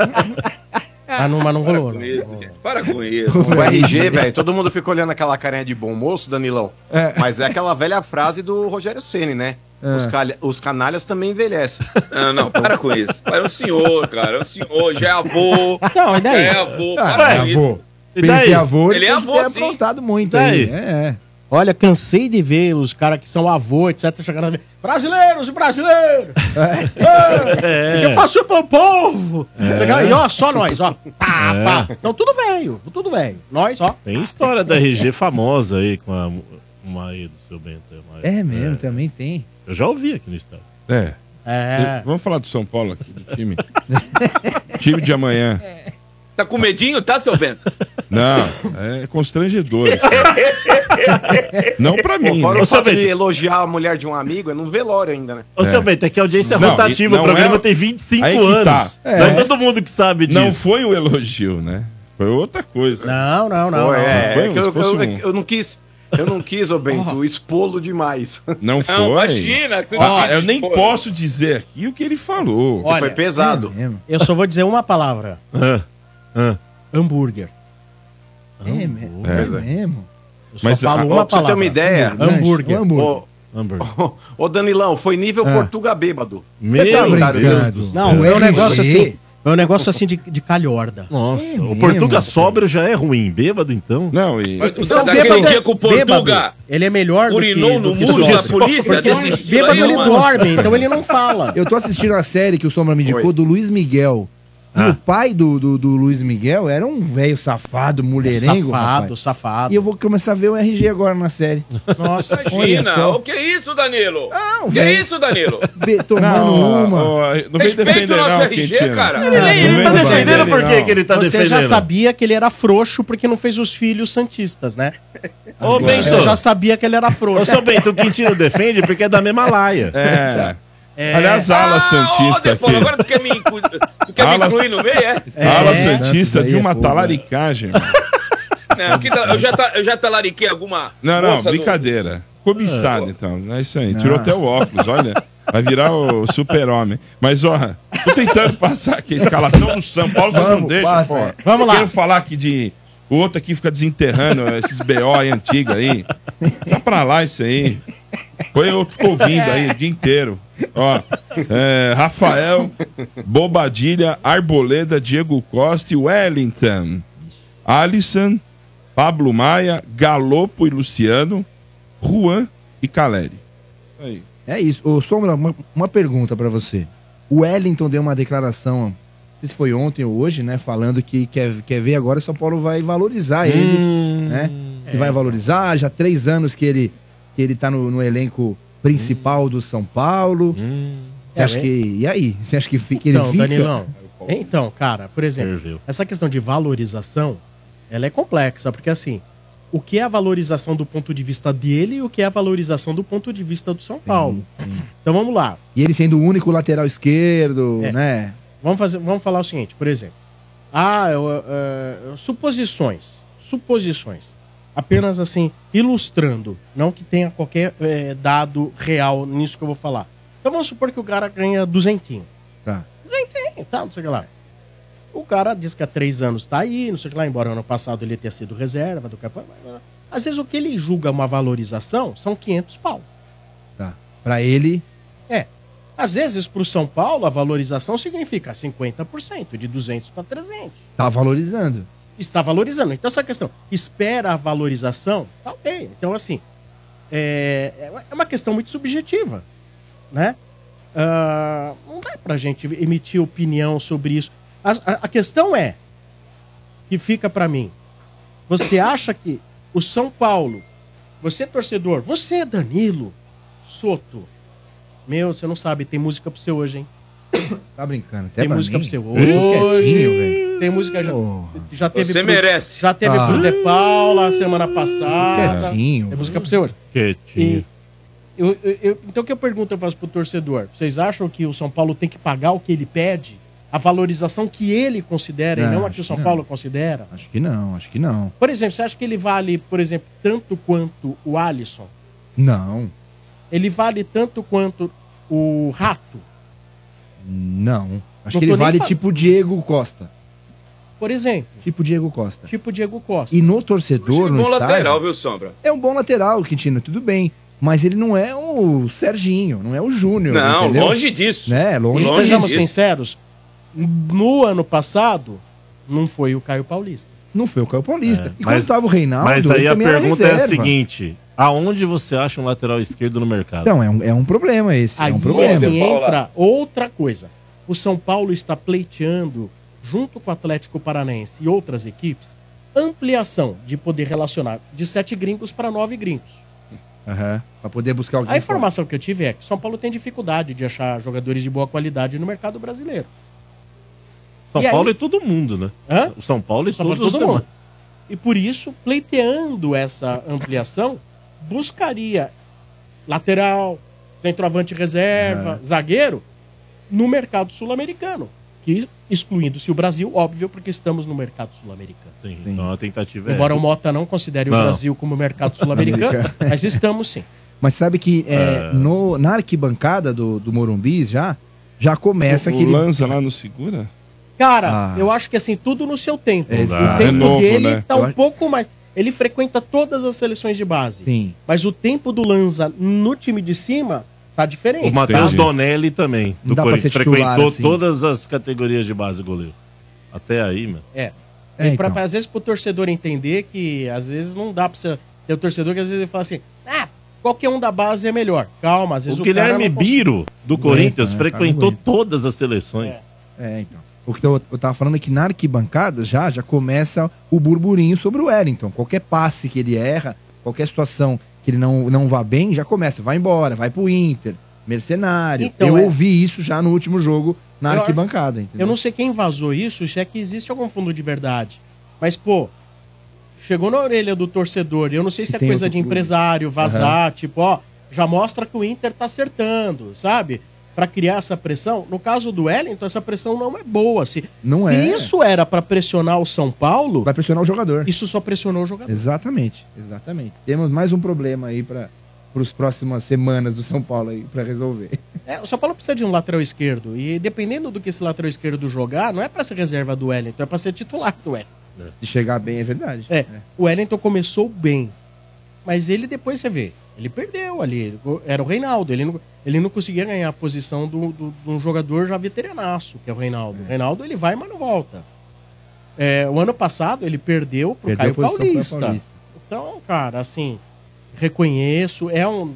ah, não, mas não
Para
rolou,
com
não.
isso, gente. Para com isso.
É.
O RG, velho, todo mundo fica olhando aquela carinha de bom moço, Danilão.
É.
Mas é aquela velha frase do Rogério Ceni, né? Os, calha- os canalhas também envelhecem.
Não, não, para com isso. É um senhor, cara. É um senhor, já é avô.
Não,
Já
e daí?
é avô.
Ah,
Para com isso.
avô.
E
Pra
daí?
esse avô,
Ele é
tem que
avô,
ter
sim.
aprontado muito
E
aí.
daí?
É, é.
Olha, cansei de ver os caras que são avô, etc, chegando a ver, brasileiros, e brasileiros! É. Que eu faço pro povo! E ó, só nós, ó. Pá,
É.
pá. Então tudo velho, tudo velho. Nós, ó.
Tem história da RG famosa aí com a uma aí do seu Bento. uma-
É mesmo, também tem.
Eu já ouvi aqui no estado.
É.
É.
Vamos falar do São Paulo aqui, do time. time de amanhã.
É.
Tá com medinho, tá, seu Bento?
Não, é constrangedor. isso. Não pra mim.
Fora
né?
o
Ô,
fato
Sabete.
de elogiar a mulher de um amigo, é num velório ainda, né?
Ô, seu Bento, é que a audiência é
Não,
rotativa.
e- não
o programa
é-
tem 25
Aí que
anos.
tá.
Não é todo mundo que sabe disso.
Não foi o elogio, né? Foi outra coisa.
Não, não, não.
Pô,
não.
é,
foi,
é que eu,
se fosse
eu-
um-
eu não quis, eu não quis, ô Bento, expô-lo demais.
Não,
Não,
foi.
imagina. que-
Ah, eu nem
Pô,
posso dizer aqui o que ele falou.
Olha,
Foi pesado.
É mesmo.
eu só vou dizer uma palavra:
Ah, ah.
hambúrguer.
É mesmo.
É.
É mesmo.
Eu
Mas,
só falo
ah,
uma né?
Ó, pra você ter
palavra.
uma ideia,
Hambúrguer.
Um hambúrguer.
ô,
Hambúrguer.
ô Danilão, foi nível Portuga bêbado.
Meu Deus
tá brincando?
do céu.
Não,
O
é um negócio
RG.
assim. É um negócio assim de, de calhorda.
Nossa,
É
o
mesmo,
Portuga
cara.
sóbrio já é ruim. Bêbado, então? é
Não, e.
Mas tu
Então,
sabe daquele
bêbado-
dia que o Portuga
bêbado, Ele é melhor
urinou
do
no
que, do que
muro
sóbrio.
da polícia?
Porque um
Desse estilo
bêbado
é
aí,
ele
mano.
dorme, então ele não fala.
Eu tô assistindo a série que o Sombra me indicou
Oi.
do Luiz Miguel. E
Ah.
o pai do, do, do Luiz Miguel era um velho safado, mulherengo.
safado,
rapaz.
safado.
E eu vou começar a ver o RG agora na série.
Nossa,
Olha
Imagina.
só.
O que é isso, Danilo?
Não,
Que é
velho.
isso, Danilo?
Be- Tomando
Não,
uma.
ó, não vem
Respeita
defender,
o nosso
não,
RG,
Ah,
Quintino.
Ele,
cara.
não
ele tá
vem defender
defendendo
ele,
por que
não.
que ele tá
Você
defendendo?
já sabia que ele era frouxo porque não fez os filhos santistas, né?
Ô,
Você
Benção.
já sabia que ele era
Ô,
frouxo.
seu Bento, o Quintino defende porque é da mesma laia.
É.
É.
Aliás, a ala Santista
Ah, olha,
aqui.
pô, Agora tu quer me, inclu- tu quer me
Alas-
incluir no meio, é?
A ala
É.
Santista
Santos
de
aí é
uma
fogo,
talaricagem.
Não, aqui tá- eu, já ta- eu já talariquei alguma.
Não, não,
moça no-
brincadeira.
Ah,
Cobiçado, então. É isso aí. Tirou até o óculos, olha. Vai virar o super-homem. Mas, ó, tô tentando passar aqui a escalação do São Paulo, mas não
Vamos,
deixa,
passa.
pô.
Vamos lá.
Quero falar aqui de... O outro aqui fica desenterrando esses BO aí antigos aí. Tá pra lá isso aí. Foi eu que fico ouvindo aí o dia inteiro. Ó, é, Rafael, Bobadilha, Arboleda, Diego Costa e Wellington. Alisson, Pablo Maia, Galopo e Luciano, Juan e Caleri. Aí.
É isso. Ô, Sombra, uma, uma pergunta pra você. O Wellington deu uma declaração, não sei se foi ontem ou hoje, né? Falando que quer, quer ver agora se o São Paulo vai valorizar ele,
Hum.
né? Que vai valorizar, já há três anos que ele, que ele tá no, no elenco principal do São Paulo.
Hum.
Você acha
É,
que. E aí? Você acha que, fi- que ele
Então,
fica?
Danilão. Então, cara, por exemplo,
Ferveu.
essa questão de valorização, ela é complexa, porque assim, o que é a valorização do ponto de vista dele e o que é a valorização do ponto de vista do São
Uhum.
Paulo.
Hum.
Então vamos lá.
E ele sendo o único lateral esquerdo,
É.
né?
Vamos, fazer, vamos falar o seguinte, por exemplo. Ah, eu, eh, suposições. Suposições. Apenas assim, ilustrando. Não que tenha qualquer eh, dado real nisso que eu vou falar. Então vamos supor que o cara ganha duzentinho.
Tá.
Duzentinho, tá, não sei o que lá. O cara diz que há três anos tá aí, não sei o que lá, embora ano passado ele tenha sido reserva do campeonato. Às vezes o que ele julga uma valorização são 500 pau.
Tá. Pra ele.
É. Às vezes, para o São Paulo, a valorização significa 50%, de 200
é
para 300.
Tá valorizando.
Está valorizando. Então, essa questão, espera a valorização? Tá ok. Então, assim, é, é uma questão muito subjetiva, né? Ah, não dá para gente emitir opinião sobre isso. A, a- a questão é, que fica para mim, você acha que o São Paulo, você é torcedor, você Danilo Soto, meu, você não sabe, tem música pro seu hoje, hein?
Tá brincando. Até
Tem
pra
música
mim.
pro seu hoje.
Ficou quietinho, velho.
Tem música já,
Porra.
já teve
Você
pro-
merece.
Já teve
Ah.
pro De Paula semana passada.
Quietinho.
Tem música pro seu hoje.
Quietinho.
Eu- eu- eu- então, o que eu pergunto, eu faço pro torcedor. Vocês acham que o São Paulo tem que pagar o que ele pede? A valorização que ele considera e
Não,
não a
acho
que o
que
São
não.
Paulo considera?
Acho que não, acho que não.
Por exemplo, você acha que ele vale, por exemplo, tanto quanto o Alisson?
Não.
Ele vale tanto quanto o Rato?
Não. Acho
Não
que ele
tô nem
vale
fal-
tipo Diego Costa.
Por exemplo,
Tipo Diego Costa.
tipo o Diego Costa.
E no
Bom
torcedor, no estádio,
lateral, viu, Sombra?
é um bom lateral, Quintino, tudo bem. Mas ele não é o Serginho, não é o Júnior.
Não,
entendeu?
longe disso.
Né? Longe,
E
Longe
sejamos
disso.
sinceros, no ano passado, não foi o Caio Paulista.
Não foi o Caio Paulista. e quando
mas-
tava o Reinaldo,
Mas
ele
aí a
também era
pergunta é a
reserva.
seguinte: aonde você acha um lateral esquerdo no mercado?
Então, é um, é um problema esse.
Aí
é um problema.
que
Paula.
entra outra coisa. O São Paulo está pleiteando, junto com o Atlético Paranaense e outras equipes, ampliação de poder relacionar de sete gringos para nove gringos.
Aham. Pra poder buscar alguém.
A informação que eu tive é que São Paulo tem dificuldade de achar jogadores de boa qualidade no mercado brasileiro.
São
E aí-
Paulo e todo mundo, né?
Hã?
O São Paulo e
Só para
todos os
todo
demais.
mundo. E por isso, pleiteando essa ampliação, buscaria lateral, centroavante reserva, zagueiro, no mercado sul-americano. Que excluindo-se o Brasil, óbvio, porque estamos no mercado sul-americano.
Sim, Então a tentativa
Embora
é.
o Mota não considere o
Não.
Brasil como mercado sul-americano, mas estamos sim.
Mas sabe que
Ah.
é, no, na arquibancada do, do Morumbi já, já começa
o
aquele.
Lanza lá não segura?
Cara,
Ah.
eu acho que assim, tudo no seu tempo.
É,
o
exato.
tempo
É novo,
dele
né?
tá
Eu
um
acho-
pouco mais. Ele frequenta todas as seleções de base.
Sim.
Mas o tempo do Lanza no time de cima tá diferente.
O Matheus
Entendi.
Donelli também, do
Não dá pra
Corinthians.
ser titular,
Frequentou
assim.
todas as categorias de base goleiro. Até aí, mano.
É.
É,
E pra-
então.
pra- às vezes pro torcedor entender que às vezes não dá pra você. Tem o torcedor que às vezes ele fala assim: ah, qualquer um da base é melhor. Calma, às vezes
O
o,
Guilherme
cara não consegue.
Biro, do Corinthians,
né?
frequentou
Cara, não
todas as seleções.
É, então. O que eu, eu tava falando é que na arquibancada já, já começa o burburinho sobre o Wellington. Qualquer passe que ele erra, qualquer situação que ele não, não vá bem, já começa. Vai embora, vai pro Inter, mercenário.
Então,
eu
é.
ouvi isso já no último jogo na
Eu-
arquibancada, entendeu?
Eu não sei quem vazou isso, se é que existe algum fundo de verdade. Mas, pô, chegou na orelha do torcedor. Eu não sei se
E
é
tem
coisa
outro
de
clube.
empresário, vazar, tipo, ó, já mostra que o Inter tá acertando, sabe? Pra criar essa pressão. No caso do Wellington, essa pressão não é boa. Se,
Não
se
é.
isso era pra pressionar o São Paulo,
Vai pressionar o jogador.
isso só pressionou o jogador.
Exatamente, exatamente. Temos mais um problema aí para os próximas semanas do São Paulo aí para resolver.
É, o São Paulo precisa de um lateral esquerdo. E dependendo do que esse lateral esquerdo jogar, não é pra ser reserva do Wellington, é pra ser titular do Wellington.
De chegar bem é verdade.
É, o Wellington começou bem. Mas ele depois você vê, ele perdeu ali. ele go- Era o Reinaldo. Ele não, ele não conseguia ganhar a posição do, do, de um jogador já veteranaço, que é o Reinaldo. O Reinaldo ele vai, mas não volta. É, o ano passado ele perdeu pro
Perdeu a
Caio
posição pro
Paulista. Então, cara, assim, reconheço, é um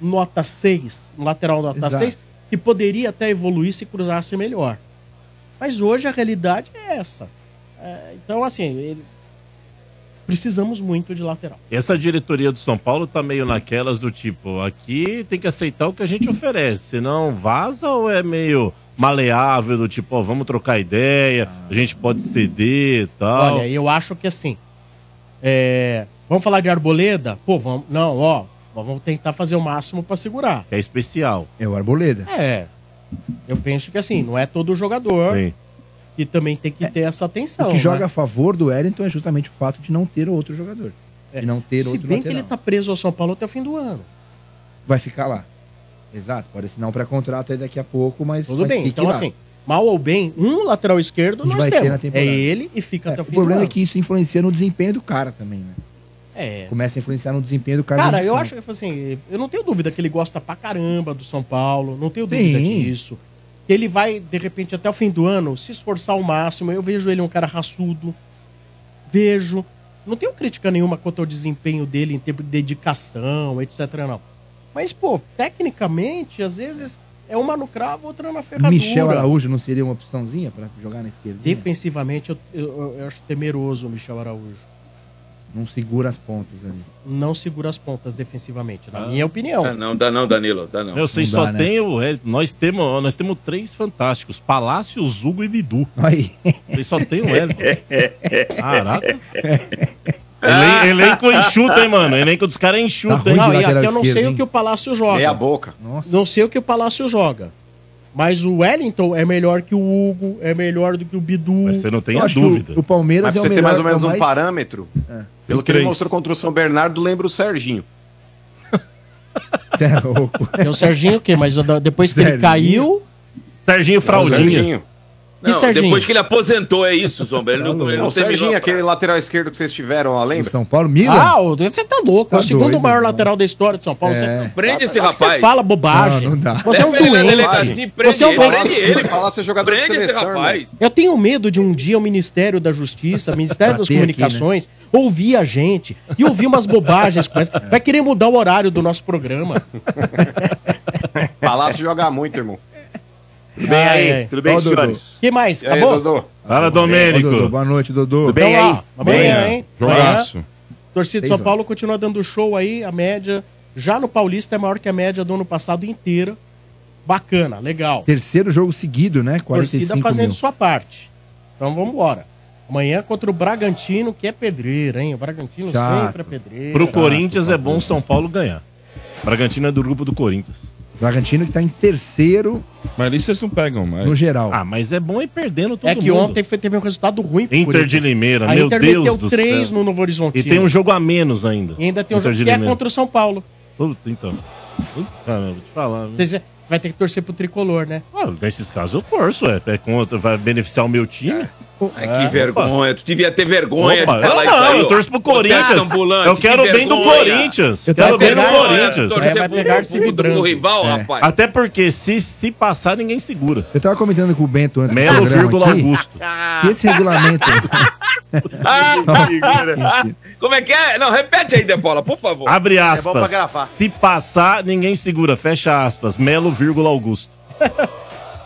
nota 6, um lateral nota
Exato.
6, que poderia até evoluir se cruzasse melhor. Mas hoje a realidade é essa. É, então, assim, ele- precisamos muito de lateral.
Essa diretoria do São Paulo tá meio naquelas do tipo, aqui tem que aceitar o que a gente oferece, senão vaza ou é meio maleável, do tipo, ó, vamos trocar ideia, a gente pode ceder e tal.
Olha, eu acho que assim. é, vamos falar de arboleda? Pô, vamos. Não, ó. nós Vamos tentar fazer o máximo pra segurar.
É especial.
É o Arboleda.
É. Eu penso que assim, não é todo jogador.
Sim.
E também tem que ter essa atenção.
É, O que
né?
joga a favor do Wellington é justamente o fato de não ter outro jogador.
É.
De não ter
Se
outro
bem que
lateral.
ele tá preso ao São Paulo até o fim do ano.
Vai ficar lá. Exato, pode assinar um pré-contrato aí daqui a pouco, mas.
Tudo
mas
bem.
fique
Então,
lá.
assim, mal ou bem, um lateral esquerdo
A gente
nós
vai ter na
temos. É
temporada.
ele e fica
É,
até o
o
fim
problema
do
é
ano.
que isso influencia no desempenho do cara também, né?
É.
Começa a influenciar no desempenho do cara.
Cara,
dentro de
eu
campo.
acho que assim, eu não tenho dúvida que ele gosta pra caramba do São Paulo, não tenho
Sim.
dúvida disso. Que ele vai, de repente, até o fim do ano, se esforçar ao máximo. Eu vejo ele um cara raçudo. Vejo. Não tenho crítica nenhuma quanto ao desempenho dele em termos de dedicação, etc. Não. Mas, pô, tecnicamente, às vezes é uma no cravo, outra na ferradura.
Michel Araújo não seria uma opçãozinha pra jogar na esquerda?
Defensivamente, eu, eu- eu acho temeroso o Michel Araújo.
Não segura as pontas né? ali.
Não segura as pontas defensivamente, na
Ah.
minha é opinião.
Dá Ah, não, dá não, Danilo, dá não.
Eu sei,
Não
só
dá, né?
tem o. é, nós, temos, nós temos três fantásticos: Palácio, Zugo e Bidu.
Aí.
Vocês só tem o Wellington. Caraca. Elen- elenco enxuto, hein, mano? Elenco dos caras é
Tá
enxuto,
ruim
hein?
Não, e
lateral
aqui eu não
esquerdo,
sei
hein?
o que o Palácio
Meia
joga.
boca.
Nossa.
Não sei o que o Palácio joga. Mas o Wellington é melhor que o Hugo, é melhor do que o Bidu.
Mas você não tem
Eu
a
acho que o-
dúvida.
O, Palmeiras
Mas pra
é o
você
melhor.
ter mais ou menos
é o
um parâmetro, pelo
Tem
que ele
três.
mostrou contra o São Bernardo, lembra o Serginho.
Você é louco.
Tem o Serginho o quê? Mas da- depois que ele
Serginho?
caiu...
Serginho Fraldinha.
E Serginho?
depois que ele aposentou, é isso, Sombra. Ele não, ele
Não,
não
o Serginho, é
terminou.
aquele lateral esquerdo que vocês tiveram lá,
O
lembra?
São Paulo, Milan?
Ah, o- você tá louco. é o
Tá
segundo
doido,
maior
não.
lateral da história de São Paulo.
É.
Você, tá-
Prende esse
você
rapaz.
fala bobagem.
Não, não dá.
Você é um
Leva ele na
doente.
delegacia e prende
você é um
ele.
doente.
Prende ele,
Ele fala ser jogador
Prende
de
esse
seleção,
rapaz.
irmão.
né? Eu tenho medo de um dia o Ministério da Justiça, o Ministério das
Bater aqui, né?
Comunicações, ouvir a gente e ouvir umas bobagens com essa. Vai querer mudar o horário do nosso programa.
Palácio joga né? muito, irmão.
Tudo bem
Tudo
Ó,
bem,
Dudu.
senhores?
que mais?
E aí,
Acabou?
Dodô?
Tá
Fala,
Ô, Dudu,
Domênico.
boa noite, Dudu.
Tudo bem
Então,
aí?
ó, amanhã,
Bem,
hein?
Jogaço.
Torcida de
Seis
São
horas.
Paulo continua dando show aí, a média já no Paulista é maior que a média do ano passado inteira. Bacana, legal.
Terceiro jogo seguido, né? 45
Torcida fazendo
mil.
sua parte. Então vamos embora. Amanhã contra o Bragantino, que é pedreira, hein? O Bragantino
Chato.
sempre é pedreira.
Pro Corinthians é bom o São Paulo ganhar. Bragantino é do grupo do Corinthians.
Bragantino que tá em terceiro
Mas ali vocês não pegam mais.
no geral.
Ah, mas é bom ir perdendo todo
É que
mundo.
ontem foi- teve um resultado ruim pro
Inter de
Corinthians.
Limeira,
A
meu
Inter
Deus
meteu
do
três
céu.
no Novo Horizonte.
E tem um jogo a menos ainda.
E ainda tem um
Inter
jogo
de
que é
Limeira.
contra o São Paulo.
Puta, então. Puta, Cara, eu vou te falar. viu?
Vocês- Vai ter que torcer pro tricolor, né?
Ah, nesses casos eu torço, é. é contra, vai beneficiar o meu time. É,
Ai, que vergonha. Tu devia ter vergonha
Opa,
de falar
não,
isso aí,
eu
ó.
torço pro Corinthians.
Protesto ambulante,
Eu quero
que
bem do
vergonha.
Corinthians.
Eu
Quero
tava
bem do
pegando-
Corinthians.
Torcer
Vai
pro-
pegar esse
pro-
vibrante.
pro
rival,
É.
rapaz.
Até porque se, se passar, ninguém segura.
Eu tava comentando com o Bento antes
Melo,
programa
vírgula
aqui,
Augusto.
que esse regulamento...
Ah, Como é que é? Não, repete aí, Debola, por favor.
Abre
É bom pra
aspas.
gravar.
se passar, ninguém segura. Fecha aspas. Melo, vírgula Augusto.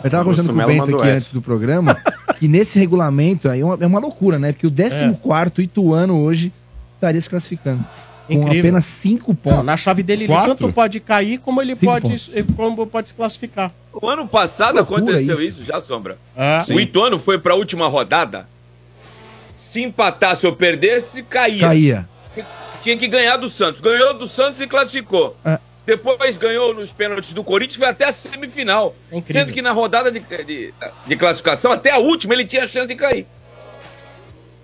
Eu tava
Augusto
conversando com o
Melo
Bento
mandou
aqui
essa.
antes do programa que nesse regulamento aí é uma, é uma loucura, né? Porque o
É.
14º Ituano hoje estaria se classificando. Com
Incrível.
apenas 5
Não,
pontos.
na chave dele ele
Quatro?
tanto pode cair como ele
Cinco
pode,
pontos.
como pode se classificar.
O ano passado
Loucura
aconteceu
isso.
isso. já, Sombra.
Ah,
O Ituano foi pra última rodada. Se empatasse ou perdesse, caía.
Caía.
Tinha que ganhar do Santos. Ganhou do Santos e classificou.
É.
Depois ganhou nos pênaltis do Corinthians, foi até a semifinal.
É incrível.
Sendo que na rodada de, de, de classificação, até a última, ele tinha chance de cair.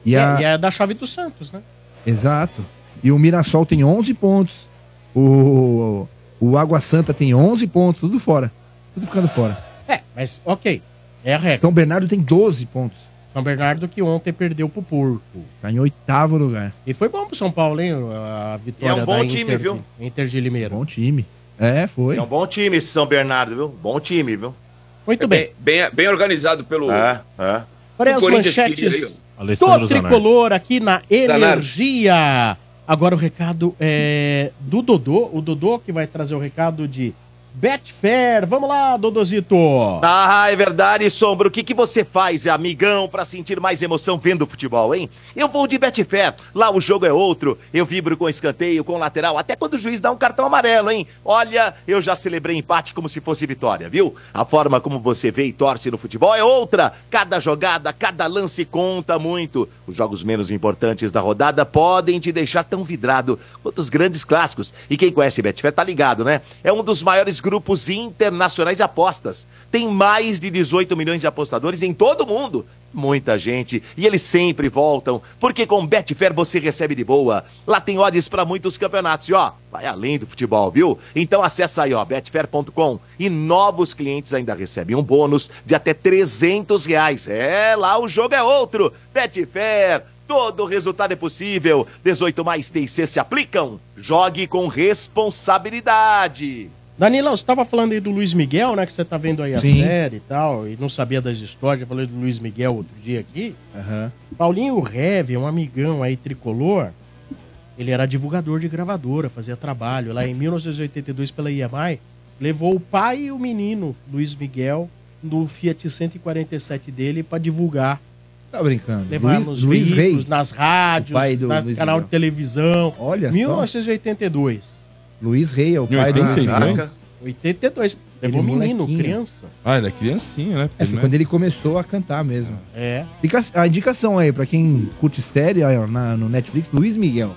E
e,
a-
é, e é da chave do Santos, né?
É. Exato. E o Mirassol tem 11 pontos. O, o Água Santa tem 11 pontos. Tudo fora. Tudo ficando fora.
É, mas ok. É a regra.
São Bernardo tem 12 pontos.
São Bernardo que ontem perdeu pro Porco.
Tá em oitavo lugar.
E foi bom pro São Paulo, hein? A vitória
E é um bom
da
time,
Inter,
viu?
Inter de Limeira.
Bom time. É, foi.
É um bom time esse São Bernardo, viu? Bom time, viu?
Muito bem.
Bem, É bem, bem organizado pelo.
É, é.
Para as
Corinthians que diria
manchetes
eu.
Alessandro
do
Zanardi.
Tricolor aqui na
Zanardi.
Energia. Agora o recado é do Dodô. O Dodô que vai trazer o recado de Betfair. Vamos lá, Dodozito.
Ah, é verdade, Sombra. O que, que você faz, amigão, pra sentir mais emoção vendo futebol, hein? Eu vou de Betfair. Lá o jogo é outro. Eu vibro com escanteio, com lateral, até quando o juiz dá um cartão amarelo, hein? Olha, eu já celebrei empate como se fosse vitória, viu? A forma como você vê e torce no futebol é outra. Cada jogada, cada lance conta muito. Os jogos menos importantes da rodada podem te deixar tão vidrado quanto os grandes clássicos. E quem conhece Betfair tá ligado, né? É um dos maiores grupos internacionais de apostas. Tem mais de 18 milhões de apostadores em todo o mundo. Muita gente, e eles sempre voltam, porque com Betfair você recebe de boa. Lá tem odds para muitos campeonatos, e ó, vai além do futebol, viu? Então acessa aí, ó, betfair.com, e novos clientes ainda recebem um bônus de até 300 reais. É, lá o jogo é outro. Betfair, Todo resultado é possível. 18 mais TIC se aplicam. Jogue com responsabilidade.
Danilão, você tava falando aí do Luiz Miguel, né? Que você tá vendo aí a
Sim.
série e tal, e não sabia das histórias. Eu falei do Luiz Miguel outro dia aqui. Paulinho Reve, um amigão aí tricolor, ele era divulgador de gravadora, fazia trabalho lá em 1982 pela IMI. Levou o pai e o menino, Luiz Miguel, no Fiat 147 dele para divulgar.
Tá brincando.
Levar nos
Luiz
veículos,
Rei.
nas rádios,
O pai do
nas
Luiz
canal
Miguel.
de televisão.
Olha só.
1982.
Luiz Rei é o
Em
pai do Luiz
82?
Miguel.
82. Levou
Ele é
menino,
molequinho.
criança.
Ah, ele é criancinha, né?
É, foi quando ele começou a cantar mesmo.
É.
Fica a indicação aí, pra quem curte série aí, ó, na- no Netflix, Luiz Miguel.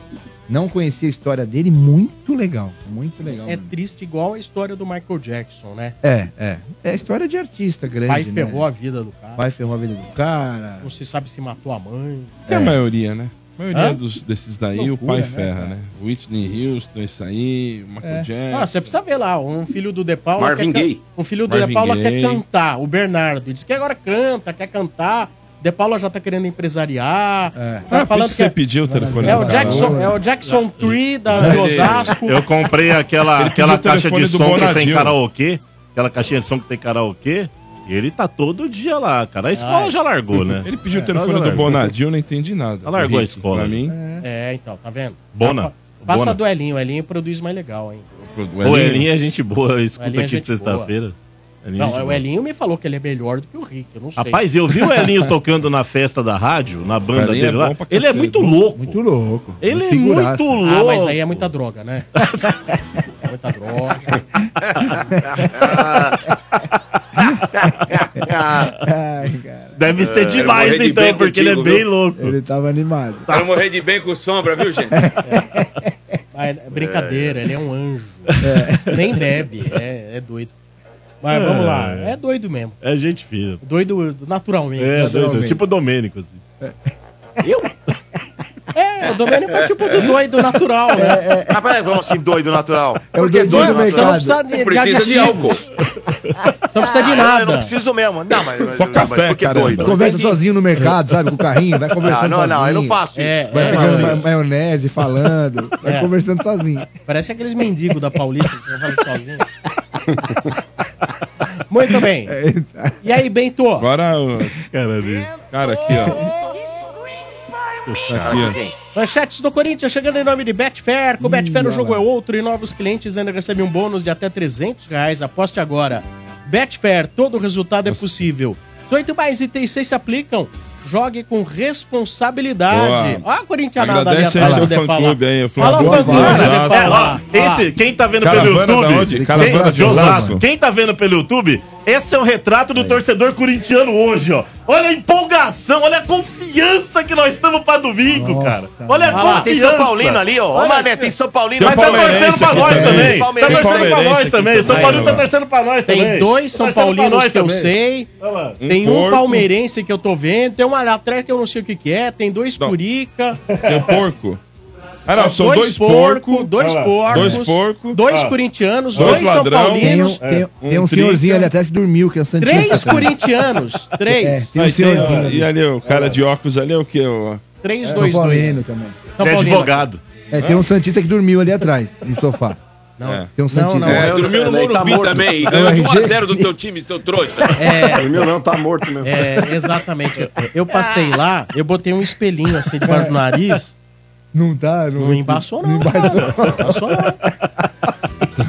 Não conhecia a história dele, muito legal. Muito legal.
É
mesmo.
triste igual a história do Michael Jackson, né?
É, é. É a história de artista grande.
Pai
né?
ferrou a vida do cara.
Pai ferrou a vida do cara.
Não se sabe se matou a mãe.
É a maioria, né? A maioria
Hã?
dos, desses daí, o
Loucura,
pai
né,
ferra,
cara?
né? Whitney Houston, isso aí, Michael
É.
Jackson.
Ah, você precisa ver lá, um filho do De Paula.
Marvin
quer can-
Gaye.
Um filho do
Marvin
De Paula quer
Gaye.
cantar, o Bernardo. Diz que agora canta, quer cantar. De Paula já tá querendo empresariar.
É.
Tá
Ah, né? Tá por
falando
isso
que
você
é,
pediu o telefone
é
do
o
cara.
Jackson, é o Jackson Tree da de Osasco.
Eu comprei aquela,
Ele pediu
aquela
o
caixa
telefone
de
do
som que tem
Bonadil.
karaokê. Aquela caixinha de som que tem karaokê. E ele tá todo dia lá, cara. A escola
Ai.
já largou, né?
Ele pediu o
ela
telefone do
largou.
Bonadinho, eu não entendi nada.
Ela largou a
Rick,
escola.
Pra mim,
É, então, tá vendo?
Bona.
Passa
Bona.
do Elinho, o Elinho produz mais legal, hein?
o
O
Elinho-
Elinho é gente boa,
O
escuta
Elinho é
aqui de
gente
sexta-feira. Elinho é gente
Não, o
boa.
Elinho me falou que ele é melhor do que o Rick, eu não sei.
Rapaz, eu vi o Elinho tocando na festa da rádio, na banda
Elinho é
dele
bom
lá.
pra
Ele é
cacete.
muito louco.
Muito louco.
Ele é
Figuraça.
muito louco.
ah, mas aí é muita droga, né? é muita droga.
Ai, cara.
Deve ser
eu
demais,
morri de
então,
bem
porque ele é
contigo,
bem
viu? Tá,
louco.
Ele tava animado.
Pra não morrer de bem com sombra, viu, gente?
Mas é brincadeira, ele é um anjo. Nem bebe, é, é doido. Mas vamos lá, é doido mesmo.
É gente fina.
Doido naturalmente.
É, doido.
Naturalmente.
Tipo o Domênico, assim.
É, o Domênico é tipo do doido natural, né?
Ah, peraí, como assim, doido natural?
É o
Por que
doidinho do
Você
mercado.
não precisa de,
Não
de
precisa de
adjetivos,
álcool.
Você não precisa de
Ah, eu não
nada.
preciso mesmo. Não, mas, mas,
Só
mas
café,
por que
caramba.
doido?
Conversa sozinho no mercado, sabe? Com o carrinho, vai
Ah,
conversando
não, não, eu não
sozinho.
faço
É,
isso.
Vai
é,
pegando
mas-
ma- maionese, falando, vai
É.
conversando sozinho.
Parece aqueles mendigos da Paulista que eu falando sozinho. Muito bem. E aí, Bento?
Agora, o
Cara dele.
cara aqui, ó.
Cara,
Aqui, ó.
quem?
Manchetes do Corinthians chegando em nome de Betfair. Com Betfair o jogo é outro e novos clientes ainda recebem um bônus de até 300 reais. Aposte agora. Betfair, todo resultado é possível. 18 mais e 36 se aplicam. Jogue com responsabilidade.
Boa.
Ó a corintianada ali
Agradece
atrás
aí
é
seu
do De Paula.
fã-clube aí, o
Olha lá o
Flamengo.
fã-clube.
Osasco.
Vai
É, ó,
lá.
esse, quem tá vendo
Caravana
pelo YouTube.
da onde?
Quem-
Caravana
de
de
Osasco.
Osasco.
Quem tá vendo pelo YouTube, esse é o retrato do torcedor corintiano hoje, ó. Olha a empolgação, olha a confiança que nós estamos pra domingo,
Nossa.
cara. Olha a
Ah, lá,
confiança.
tem São Paulino ali, ó. Ô, Mané, tem São Paulino.
Mas
Tem
tá
Palmeirense
torcendo pra
aqui
nós
também.
também. Tá
Palmeirense.
torcendo pra
Palmeirense
nós
aqui
também. São
também, né?
Paulino tá
ó.
torcendo pra nós também.
Tem dois São
Tá torcendo pra
Paulinos
nós
que eu
também.
sei.
Olha lá.
Tem um
porco.
palmeirense que eu tô vendo. Tem um Alatré que eu não sei o que, que é. Tem dois
Não.
Curica.
Tem um porco. Ah, não, são dois porcos.
Dois
Olha lá.
porcos.
Dois porco.
Dois
Ah.
corintianos.
Dois
Dois São
ladrão.
Tem um,
Paulinos.
tem,
um
tem um
trinta.
senhorzinho ali atrás que dormiu, que é o Santista.
Três
cara.
corintianos.
É,
Três.
tem um
Aí tem, ó,
senhorzinho ali.
e ali, o cara de óculos ali é o quê? ó?
Três,
São
dois,
Paulino
dois.
também.
São
Ele é
Paulino.
advogado.
É, tem um Santista que dormiu ali atrás, no sofá.
Não.
É.
Tem um Santista. um
não,
Você
é.
dormiu no
Ele tá
Morumbi
morto.
também. E ganhou de
RG?
1x0 do teu time, seu trouxa.
É,
O meu não, tá morto mesmo.
é, exatamente. Eu passei lá, eu botei um espelhinho assim debaixo do nariz.
Não tá, não.
Não embaçou, não.
Não
cara. Não embaçou, não.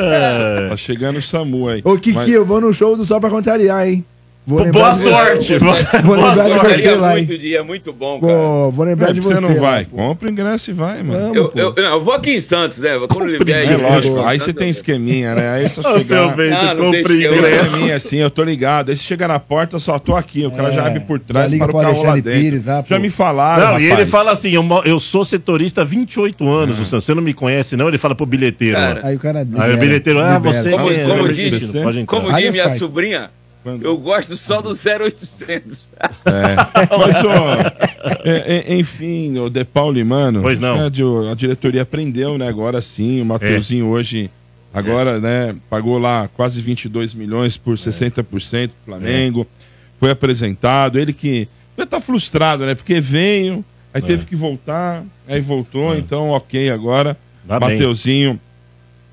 É.
Tá chegando o SAMU aí.
um- Ô, Kiki,
Mas-
eu vou no show do Só Pra Contrariar, hein? Vou
Pô,
lembrar
Boa
de-
sorte!
Vou
Boa
lembrar de
sorte!
você
Gostaria
lá, hein?
muito de ir, é muito bom, cara.
Vou, vou lembrar
É,
de
você
você.
não
lá,
vai.
pô.
Compra o ingresso e vai, mano.
Vamos,
Eu,
pô.
eu, não, eu vou aqui em Santos, né? Quando ele vier
É lógico.
eu-
Aí você tem esqueminha, né? Aí é só
Ô, seu
chegar.
Bento,
Ah, não
compre
deixa eu-
Tem
ingresso.
esqueminha assim, eu tô ligado. Aí você chega na porta, eu só tô aqui. O cara
É.
já abre por
Já
trás
liga
para o
pro
carro lá
Alexandre
dentro.
Pires lá, pô.
já me falaram,
Não, e ele
rapaz.
fala assim: eu, mo- eu sou setorista há 28 anos, o Sam, você não me conhece, não? Ele fala pro bilheteiro.
Cara.
ó.
Aí o cara.
Aí
libera,
o bilheteiro, ah,
libera.
você
Como-
é
como
membro
diz- né?
argentino, pode entrar.
Como
Aí
diz minha
faz.
sobrinha,
Quando-
eu gosto só do 0800.
É. Mas, ó, é, é, enfim, o De Pauli, mano.
Pois não.
né, de- a diretoria prendeu, né? Agora sim, o Mateuzinho hoje, agora, né? Pagou lá quase 22 milhões por 60% do Flamengo.
É.
Foi apresentado. Ele que já tá frustrado, né? Porque veio, aí teve que voltar, aí voltou. Então, ok, agora.
Vá É. Tá bem.
Mateuzinho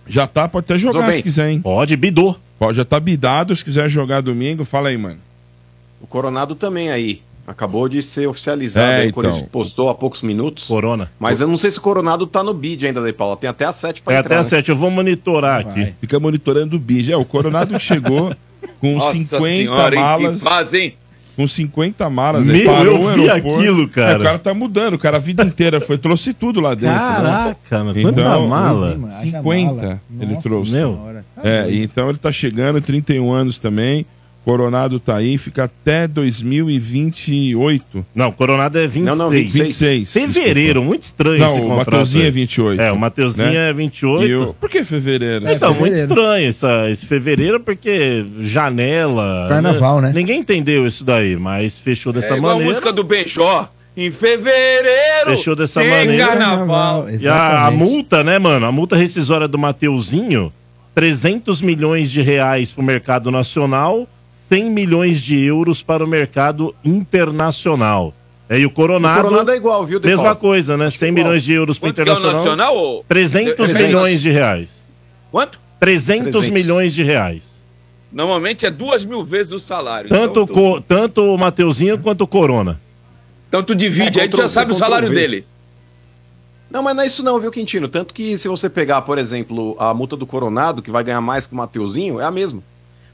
já tá, pode até jogar
bem.
se quiser, hein?
Pode, bidô.
Pode, já tá bidado, se quiser jogar domingo, fala aí, mano.
O Coronado também aí. Acabou de ser oficializado
É,
aí, quando
então.
ele postou há poucos minutos.
Corona.
Mas eu não sei se o Coronado tá no bid ainda, De Paula. Tem até a 7 pra
É
entrar.
até
né?
às 7, eu vou monitorar aqui.
Fica monitorando o bicho. É, o Coronado chegou com 50
hein,
malas.
Que fase, hein?
Com 50 malas.
Meu,
ele parou
eu
o
vi
aeroporto.
aquilo, cara.
O cara tá mudando, o cara a vida inteira foi, trouxe tudo lá dentro. né?
Caraca, mano,
Então,
quanta mala.
Sim, mano, haja
50
mala.
ele
Nossa
trouxe.
meu.
Senhora. Tá
É,
doido.
e então ele tá chegando, 31 anos também. Coronado tá aí, fica até 2028.
Não, Coronado é 26.
Não, não, 26.
26.
Fevereiro, muito estranho
Não,
esse
o
contrato.
Mateuzinho é
aí.
28.
É, o Mateuzinho
né?
é 28.
E o- Por que fevereiro?
Então, muito
É fevereiro.
estranho essa- esse fevereiro, porque janela.
Carnaval, né?
Ninguém entendeu isso daí, mas fechou dessa
É igual a
maneira.
música do Benjó. Em fevereiro
Fechou dessa
tem
maneira.
carnaval.
E a, a
exatamente.
multa, né, mano? A multa rescisória do Mateuzinho, 300 milhões de reais para o mercado nacional, 100 milhões de euros para o mercado internacional. É, E o Coronado,
O Coronado é igual, viu, De
mesma
Paula? Tipo,
coisa, né? 100 milhões de euros para o
Quanto que é o
internacional,
nacional? ô?
300
300.
milhões de reais.
Quanto?
300,
300.
milhões de reais.
Normalmente é duas mil vezes o salário.
Tanto,
então,
o
tu-
co- tanto o Mateuzinho quanto o Corona.
Então tu divide,
É,
aí tu já
Ctrl-C,
sabe o salário
Ctrl-V.
dele.
Não, mas não é isso não, viu, Quintino? Tanto que se você pegar, por exemplo, a multa do Coronado, que vai ganhar mais que o Mateuzinho, é a mesma.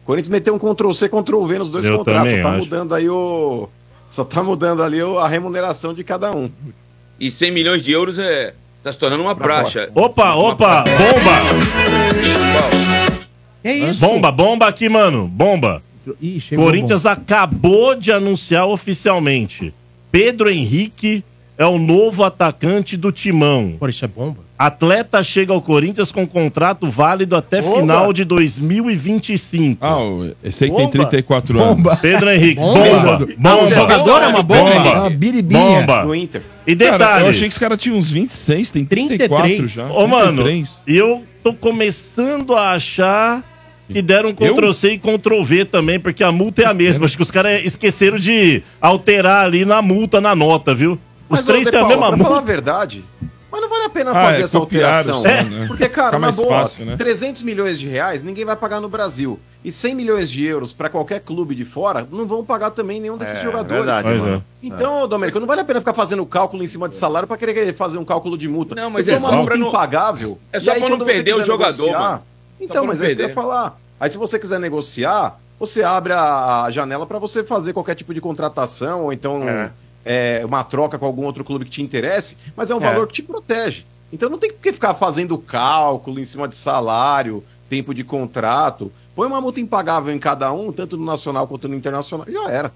O Corinthians meteu um Ctrl-C, Ctrl-V nos dois
Eu
contratos. Só
também
tá
acho.
mudando aí o... Só tá mudando ali o- a remuneração de cada um.
E 100 milhões de euros é. Tá se tornando uma praxa.
Opa, opa, bomba!
É isso.
Bomba, bomba aqui, mano. Bomba.
Ih, chegou o
Corinthians acabou de anunciar oficialmente. Pedro Henrique é o novo atacante do Timão.
Por isso é bomba.
Atleta chega ao Corinthians com contrato válido até final de 2025.
Ah, o- esse aí tem 34 anos.
bomba.
Pedro Henrique, bomba.
Bomba.
Bomba.
Ah, o jogador é uma bomba.
Uma
Bomba.
biribinha.
Bomba.
No Inter.
E
Cara, eu
detalhe,
achei que esse cara tinha uns 26, tem 34
33.
já.
ô mano,
33.
eu tô começando a achar que deram um Ctrl C e Ctrl V também, porque a multa é a mesma. Acho que os caras esqueceram de alterar ali na multa, na nota, viu? Os
Mas, ô,
três
De
têm a
Paula,
mesma
pra
multa.
falar a verdade, mas não vale a pena
Ah,
fazer
é,
essa
copiaram
alteração.
só, né?
Porque,
Fica
cara, na
mais
boa,
fácil, né?
300 milhões de reais ninguém vai pagar no Brasil. E 100 milhões de euros pra qualquer clube de fora não vão pagar também nenhum desses
É,
jogadores.
verdade,
Pois
mano. Então,
É.
ô, Domênico, não vale a pena ficar fazendo cálculo em cima de salário pra querer fazer um cálculo de multa.
Não, mas
Você
é
tem uma
só
multa
pra não-
impagável.
é
e
só
aí,
pra não
quando você
perder o
quiser
jogador,
negociar-
mano. pra
Então,
não
mas é isso que eu ia
perder.
falar. Aí se você quiser negociar, você abre a, a janela pra você fazer qualquer tipo de contratação ou então é, uma troca com algum outro clube que te interesse, mas é um valor que te protege. Então não tem por que ficar fazendo cálculo em cima de salário, tempo de contrato. Põe uma multa impagável em cada um, tanto no nacional quanto no internacional. e Já era.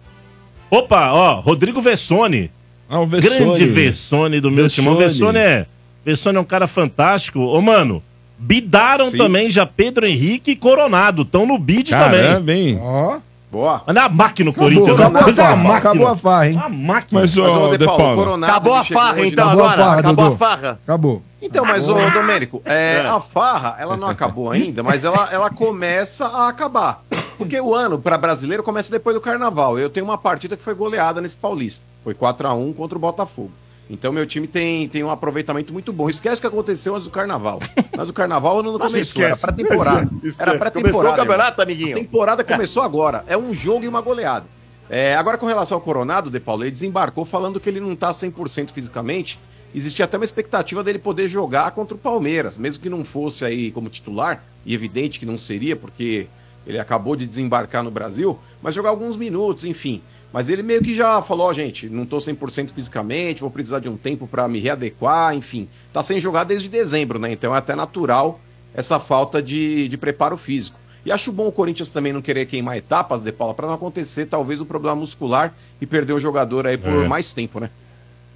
Opa, ó, Rodrigo Vessone.
Ah, o Vessone.
Grande Vessone do meu
Vessone.
timão. Vessone é, Vessone é um cara fantástico. Ô, mano, bidaram também já Pedro Henrique e Coronado. Estão no bid também.
Caramba, hein?
Ó.
Boa.
Olha é a máquina, o Corinthians. é
acabou,
Uma
a
coisa, uma
farra, acabou a
máquina.
farra, hein?
Uma máquina.
Mas,
Mas,
ô,
ô,
De
Paulo, o
Paulo,
Coronado
Acabou a
chegou
farra,
hoje
então,
na-
Acabou a
agora.
farra,
Acabou a
Dudu.
farra.
Acabou.
Então, mas, ô, Domênico, é, a farra, ela não acabou ainda, mas ela, ela começa a acabar. Porque o ano, para brasileiro, começa depois do carnaval. Eu tenho uma partida que foi goleada nesse Paulista. Foi 4 a 1 contra o Botafogo. Então, meu time tem, tem um aproveitamento muito bom. Esquece o que aconteceu antes do carnaval. Mas o carnaval eu não começou,
esquece.
era pré-temporada. Era
Começou o
pré-temporada. irmão.
campeonato,
A
amiguinho.
temporada começou agora. É um jogo e uma goleada. É, agora, com relação ao Coronado, De Paulo, ele desembarcou falando que ele não tá 100% fisicamente existia até uma expectativa dele poder jogar contra o Palmeiras, mesmo que não fosse aí como titular, e evidente que não seria, porque ele acabou de desembarcar no Brasil, mas jogar alguns minutos, enfim. Mas ele meio que já falou, ó, gente, não tô 100% fisicamente, vou precisar de um tempo para me readequar, enfim. Tá sem jogar desde dezembro, né? Então é até natural essa falta de, de preparo físico. E acho bom o Corinthians também não querer queimar etapas, De Paula, para não acontecer talvez o problema muscular e perder o jogador aí por
É.
mais tempo, né?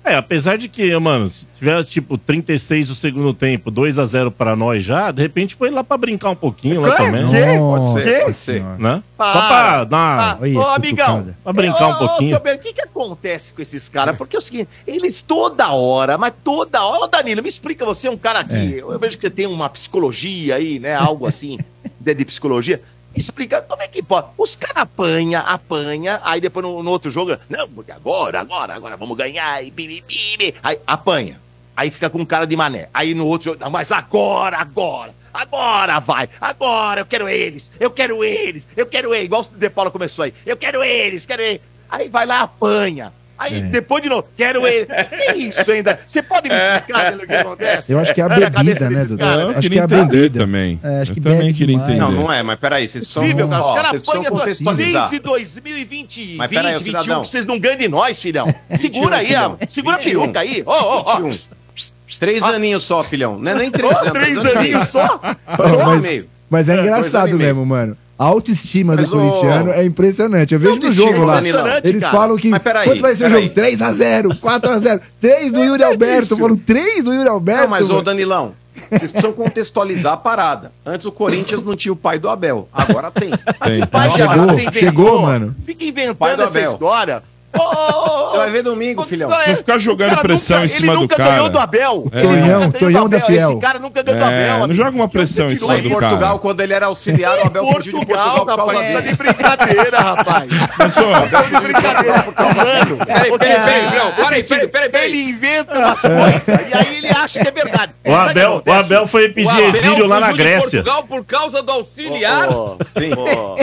É, apesar de que, mano, se tivesse tipo 36 do segundo tempo, 2 a 0 pra nós já, de repente põe lá pra brincar um pouquinho lá
Claro
também.
que-
Pode ser,
que?
pode ser.
Né?
Para.
Só pra dar.
Ah, Ô, amigão,
Pra brincar um
ô, ô,
pouquinho.
seu Bento, O que, que acontece com esses caras? Porque é o seguinte, eles toda hora, mas toda hora. Ô, Danilo, me explica, você é um cara que. Eu vejo que você tem uma psicologia aí, né? Algo assim, de, de psicologia. Me Explica como é que pode. Os caras apanha, apanha, aí depois no, no outro jogo, não, porque agora, agora, agora vamos ganhar, e bibibibi. Aí apanha. Aí fica com cara de mané. Aí no outro jogo, não, mas agora, agora. Agora vai, agora eu quero eles, eu quero eles, eu quero eles. Igual o De Paula começou aí, eu quero eles, quero eles. Aí vai lá, apanha. Aí depois de novo, quero eles. Que isso ainda? Você pode me explicar Danilo, o que acontece?
Eu acho que é a
Na cabeça
bebida, né,
desses
Dudu?
caras,
Eu
Acho que é
queria
a
entender
bebida.
também.
É, acho
eu
que
também
bebe
queria
demais.
entender.
Não, não é, mas peraí, vocês são.
Possível, cara. Os
Ó,
caras
vocês precisam
apanham do-
contextualizar.
desde 2020,
Mas peraí, ô,
2021,
cidadão. um,
que um, vocês não ganham de nós, filhão. Segura aí,
filhão.
ó, segura a
21.
peruca aí. Ó, ó, ó.
21. Três aninhos só, filhão. um. Não é nem três
Ó,
anos.
Ah. Três
dois anos e meio.
aninhos só.
Ah, Dois
Não,
anos e
mas,
meio.
mas é
É, dois
engraçado
anos e meio.
mesmo, mano. A autoestima
Mas,
do
ô,
corintiano é impressionante. Eu vejo no
autoestima,
jogo lá.
Danilão.
Eles
cara.
falam que.
Mas peraí,
quanto vai ser o
peraí. É
jogo? 3x0, 4x0. 3 do Yuri Alberto. Foram 3 do Yuri Alberto.
Não, mas, ô
mano.
Danilão, vocês precisam contextualizar a parada. Antes o Corinthians não tinha o pai do Abel. Agora tem.
Mas que
Tem.
pai de
Chegou,
Abel você
chegou,
inventou?
mano.
assim, Fica
Pai
inventando
do
essa
Abel.
história. Ô, ô, ô,
Você vai ver domingo,
Qual que
filhão.
isso é?
Não ficar jogando
Cara,
pressão em cima
ele
do
nunca
cara.
ganhou do Abel.
É.
Ele nunca
Tonhão,
ganhou
Tonhão
do
da
Abel.
Fiel.
Esse cara nunca ganhou do
É,
Abel.
não
amigo.
joga uma
Nunca
pressão em
tirou
cima
Lá
isso.
em
do
Portugal,
cara.
quando ele era auxiliar, o Abel fugiu de
Portugal,
Portugal por
rapaz,
causa
você tá de
dele.
brincadeira, rapaz.
Mas, ó,
Tá de brincadeira. Mano,
Peraí, peraí, peraí, Filhão, peraí, peraí, peraí, É.
ele
peraí.
inventa umas coisas e aí ele acha que é verdade.
O
Sabe
Abel, o
que acontece?
Abel foi pedir
Uau,
exílio lá na
fugiu de
Grécia.
Portugal por causa do auxiliar.
Ô, ô,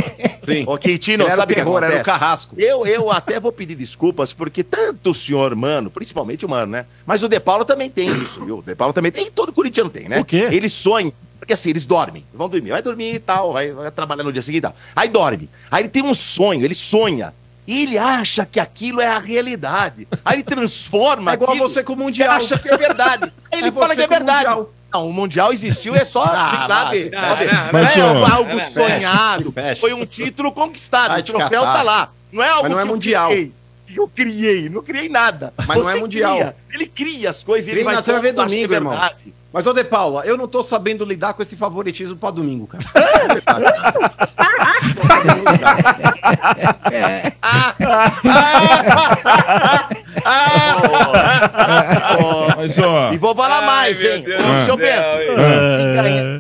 Sim.
Ô, Quintino,
Ele era
sabe o
o
que
terror,
acontece?
era o carrasco.
Eu, eu até vou pedir desculpas, porque tanto o senhor Mano, principalmente o Mano, né? Mas o De Paulo também tem isso, viu? O De Paulo também tem, e todo corintiano tem, né?
O quê?
Eles sonham, porque assim, eles dormem, vão dormir, vai dormir e tal, vai, vai trabalhar no dia seguinte e tal. Aí dorme, aí ele tem um sonho, ele sonha, e ele acha que aquilo é a realidade. Aí ele transforma
É igual
aquilo,
você com o
ele
Mundial.
acha que é verdade. Aí ele
É
fala
você
que é
com o
verdade.
Mundial.
Não, o Mundial existiu, é só ah,
mas-
ver. só ver.
não,
Não
mas,
é
senhor-
algo
Fecha,
sonhado,
se fecha.
foi um título conquistado,
Vai
o
te
troféu
catar.
tá lá. Não é algo
não é
que
mundial.
eu criei. que Eu criei, não criei nada.
Mas não é
Você
mundial.
cria, ele cria as coisas e ele
Cria
vai
nada, você vai ver
pondo, acha que é
domingo, irmão.
verdade.
Mas, ô De Paula, eu não tô sabendo lidar com esse favoritismo pra domingo, cara.
É.
É.
Ah, ah.
mas, ó, é.
E vou falar
Ai,
mais,
meu
hein?
Deus
Ô,
do
seu
céu,
Bento,
hein?
se ganha-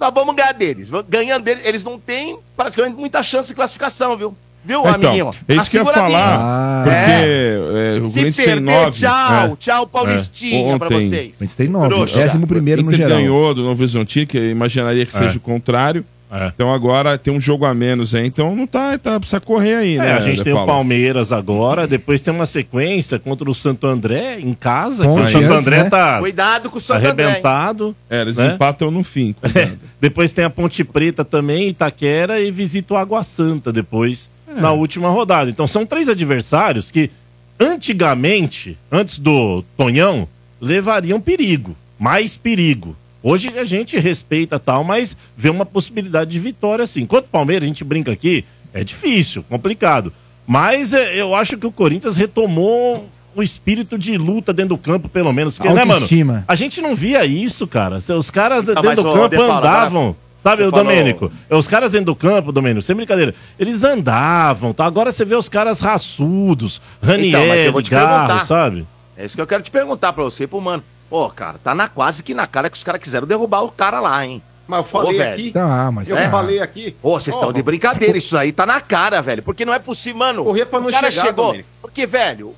nós vamos ganhar deles. Ganhando deles, eles não têm praticamente muita chance de classificação, viu? Viu, amiguinho?
então, é isso que eu ia
Assegura a minha.
Ah.
falar. Porque é, o
Se
Corinthians tem
perder,
nove.
tchau.
é.
Tchau, Paulistinha, pra
Ontem.
vocês.
Mas tem 9.
Trouxa.
11 no
Inter
geral.
ganhou do Novo Horizontino, que eu imaginaria que seja o contrário.
É.
Então agora tem um jogo a menos aí, então não tá, tá precisa correr aí,
É,
né?
a gente
De
tem o
Paula?
Palmeiras agora, depois tem uma sequência contra o Santo André em casa, que o
Ponte
Santo
antes,
André
né?
tá
Cuidado com o Santo André, hein?
arrebentado.
É, eles
né?
empatam no fim.
Depois tem a Ponte Preta também, Itaquera, e visita o Água Santa depois,
É.
na última rodada. Então são três adversários que, antigamente, antes do Tonhão, levariam perigo, mais perigo. Hoje a gente respeita tal, mas vê uma possibilidade de vitória assim. Enquanto o Palmeiras, a gente brinca aqui, é difícil, complicado. Mas é, eu acho que o Corinthians retomou o espírito de luta dentro do campo, pelo menos. Porque, né, mano?
Autoestima.
A gente não via isso, cara. Os caras
Ah,
dentro
mas,
do
ô,
campo
De Paula,
andavam. Sabe,
você
o
falou-
Domênico? É, Os caras dentro do campo, Domênico, sem brincadeira, eles andavam, tá? Agora você vê os caras raçudos, Raniel,
Então, mas eu vou te
Garro,
perguntar.
sabe?
É isso que eu quero te perguntar pra você e pro mano. Ô, cara, tá na quase que na cara que os caras quiseram derrubar o cara lá, hein?
Mas eu falei
Ô, velho.
aqui.
Tá, mas.
Eu
tá.
falei aqui.
Ô, vocês estão de brincadeira, isso aí tá na cara, velho. Porque não é possível, mano.
Corria pra
o
não
cara
chegar,
chegou.
Domênico.
Porque, velho,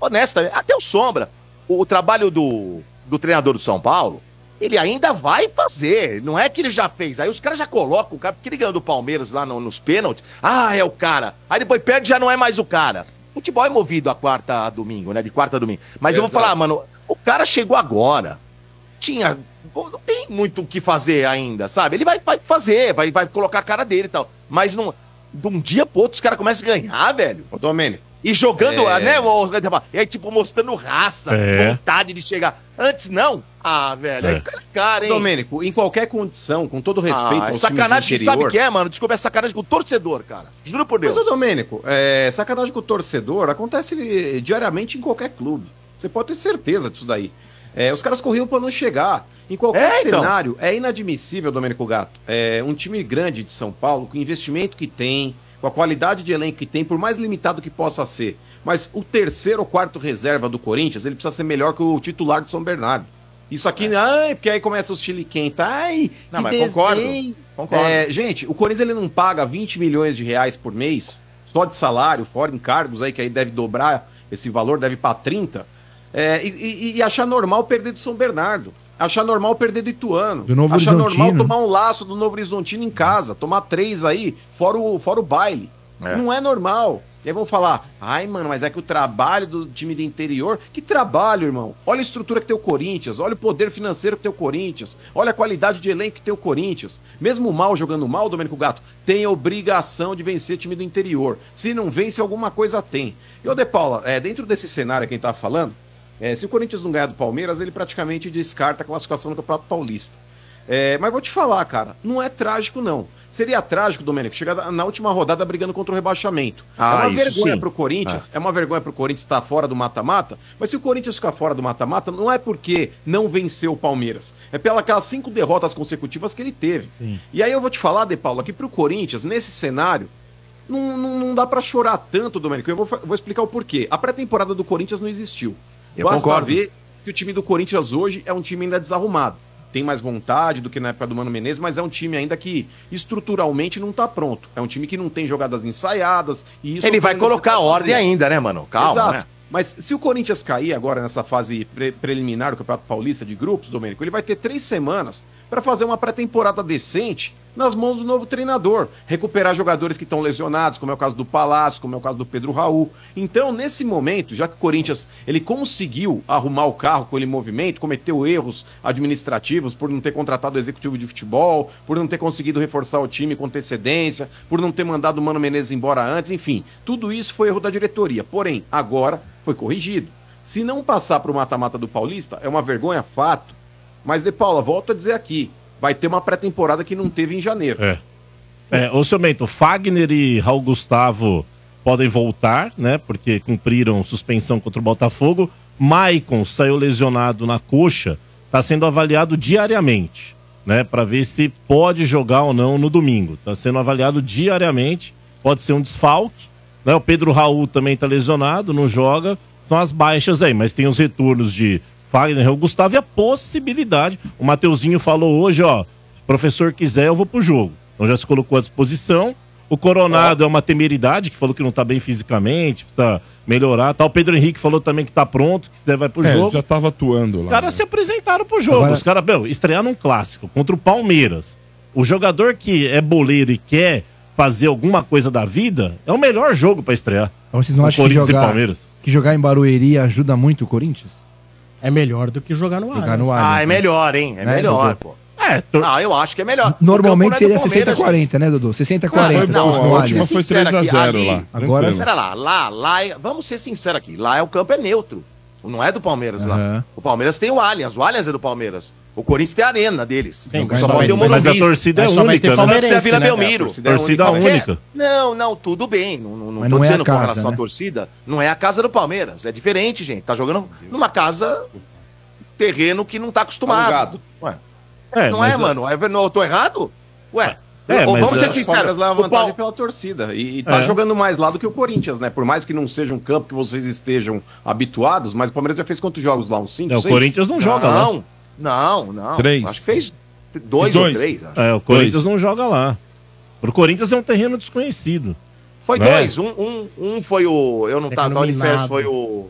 honestamente, até o Sombra, o, o trabalho do, do treinador do São Paulo, ele ainda vai fazer. Não é que ele já fez. Aí os caras já colocam o cara, porque ele ganhou do Palmeiras lá no- nos pênaltis. Ah, é o cara. Aí depois perde já não é mais o cara. Futebol é movido a quarta a domingo, né? De quarta a domingo. Mas eu vou falar, mano, O cara chegou agora. Tinha. pô, Não tem muito o que fazer ainda, sabe? Ele vai, vai fazer, vai, vai colocar a cara dele e tal. Mas não, de um dia pro outro, os caras começam a ganhar, velho.
Ô, Domênico,
E jogando,
É.
né? o- É tipo mostrando raça,
É.
vontade de chegar. Antes não. Ah, velho.
É.
Aí cara, cara, hein?
Domênico, em qualquer condição, com todo respeito
ah, é
aos
sacanagem,
times do
sabe o
interior,
que é, mano? Desculpa, é sacanagem com o torcedor, cara. Juro por Deus.
Mas, ô Domênico, é, sacanagem com o torcedor acontece eh, diariamente em qualquer clube. Você pode ter certeza disso daí. É, os caras corriam pra não chegar. Em qualquer
É, então.
cenário, é inadmissível, Domênico Gato. É, um time grande de São Paulo, com o investimento que tem, com a qualidade de elenco que tem, por mais limitado que possa ser. Mas o terceiro ou quarto reserva do Corinthians, ele precisa ser melhor que o titular do São Bernardo. Isso aqui, ai, porque aí começa os chiliquenta. Ai,
É. Não, mas concordo.
desdém.
Concordo.
É, gente, o Corinthians ele não paga 20 milhões de reais por mês, só de salário, fora encargos aí, que aí deve dobrar esse valor, deve ir pra 30. É, e, e- e achar normal perder do São Bernardo. Achar normal perder do Ituano.
Do Novo
achar
Horizontino.
normal tomar um laço do Novo Horizontino em casa. Tomar três aí, fora o, fora o baile. Não é normal. E aí vão falar, ai, mano, mas é que o trabalho do time do interior. Que trabalho, irmão. Olha a estrutura que tem o Corinthians, olha o poder financeiro que tem o Corinthians, olha a qualidade de elenco que tem o Corinthians. Mesmo mal jogando mal, Domênico Gato, tem a obrigação de vencer time do interior. Se não vence, alguma coisa tem. E ô De Paula, é, dentro desse cenário que a gente tava falando, é, se o Corinthians não ganhar do Palmeiras, ele praticamente descarta a classificação do Campeonato Paulista. É, mas vou te falar, cara, não é trágico, não. Seria trágico, Domênico, chegar na- na última rodada brigando contra o rebaixamento.
Ah,
é uma
isso
vergonha
sim. Ah.
pro Corinthians, é. uma vergonha pro Corinthians estar fora do mata-mata, mas se o Corinthians ficar fora do mata-mata, não é porque não venceu o Palmeiras. É pelas cinco derrotas consecutivas que ele teve. E aí eu vou te falar, De Paula, que pro Corinthians, nesse cenário, não, não, não dá pra chorar tanto, Domênico. Eu vou, fa- vou explicar o porquê. A pré-temporada do Corinthians não existiu.
Eu concordo.
ver que o time do Corinthians hoje é um time ainda desarrumado. Tem mais vontade do que na época do Mano Menezes, mas é um time ainda que estruturalmente não tá pronto. É um time que não tem jogadas ensaiadas e isso
Ele
é o
vai
Corinthians
colocar
tá
ordem
fazendo.
ainda, né, mano? Calma,
Exato.
né?
Mas se o Corinthians cair agora nessa fase pre- preliminar do Campeonato Paulista de grupos, Domênico, ele vai ter três semanas para fazer uma pré-temporada decente nas mãos do novo treinador, recuperar jogadores que estão lesionados, como é o caso do Palácio, como é o caso do Pedro Raul. Então, nesse momento, já que o Corinthians ele conseguiu arrumar o carro com ele em movimento, cometeu erros administrativos por não ter contratado o executivo de futebol, por não ter conseguido reforçar o time com antecedência, por não ter mandado o Mano Menezes embora antes, enfim, tudo isso foi erro da diretoria. Porém, agora foi corrigido. Se não passar para o mata-mata do Paulista, é uma vergonha, fato. Mas, De Paula, volto a dizer aqui, vai ter uma pré-temporada que não teve em janeiro.
É. É, ô seu Bento, Fagner e Raul Gustavo podem voltar, né? Porque cumpriram suspensão contra o Botafogo. Maicon saiu lesionado na coxa, está sendo avaliado diariamente, né? Para ver se pode jogar ou não no domingo. Está sendo avaliado diariamente, pode ser um desfalque, né? O Pedro Raul também está lesionado, não joga. São as baixas aí, mas tem os retornos de Fagner, Raul Gustavo e a possibilidade. O Mateuzinho falou hoje, ó, professor quiser, eu vou pro jogo. Então já se colocou à disposição. O Coronado é uma temeridade, que falou que não tá bem fisicamente, precisa melhorar. Tá, o Pedro Henrique falou também que tá pronto, que quiser vai pro
É,
jogo.
já tava atuando lá.
Os caras
né?
se apresentaram pro jogo.
Agora-
Os caras, meu, estrearam um clássico contra o Palmeiras. O jogador que é boleiro e quer fazer alguma coisa da vida, é o melhor jogo pra estrear.
Então vocês não
O
acham que
Corinthians e
jogar,
Palmeiras.
que jogar em Barueri ajuda muito o Corinthians?
É melhor do que jogar no ar.
Jogar no
Ah, é
ar. né?
melhor, hein? É
Né,
melhor,
Dodô?
pô.
É, tor-
Ah, eu acho que é melhor.
Normalmente
O campo não
seria
é do Palmeiras,
60-40, né, Dudu? 60-40,
Ah,
a
se fosse
não,
no
vamos
última
Allianz.
ser
foi
sincero
3 a 0
aqui,
lá.
ali-
Agora-
Tranquilo.
Pera lá, lá, lá, é- vamos ser sinceros aqui, lá é o campo é neutro. Não é do Palmeiras lá.
Aham.
O Palmeiras tem o Allianz, o Allianz é do Palmeiras. O Corinthians tem a arena deles.
Tem,
só
só
pode
vai-
ter o
mas
Morumbi.
a torcida é
Aí só vai
única,
ter
né?
Palmeiras.
Santos é a Vila
né?
Belmiro.
Torcida
Qualquer-
única.
Não, não, tudo bem. Não, não, não
Mas
tô
não é a
dizendo com
casa,
relação à
né?
torcida. Não é a casa do Palmeiras. É diferente, gente. Tá jogando numa casa, terreno que não tá acostumado.
Alugado.
Ué,
é,
não é,
mas-
mano? É, não, eu tô errado? Ué.
É,
Ou
mas
vamos
é-
ser
O Palmeiras
sinceros.
leva
O
vantagem
Pal-
pela torcida. E, e tá
É.
jogando mais lá do que o Corinthians, né? Por mais que não seja um campo que vocês estejam habituados, mas o Palmeiras já fez quantos jogos lá? Uns 5,
É, o Corinthians não joga né? lá.
não, né? não, não.
Três.
Acho que fez dois,
Dois.
ou três. acho.
É, o Corinthians
Dois.
não joga lá. Pro Corinthians é um terreno desconhecido.
Foi
Né?
dois. Um, um, um foi o. Eu não
É
tava na
Economizado.
Unifest, foi o.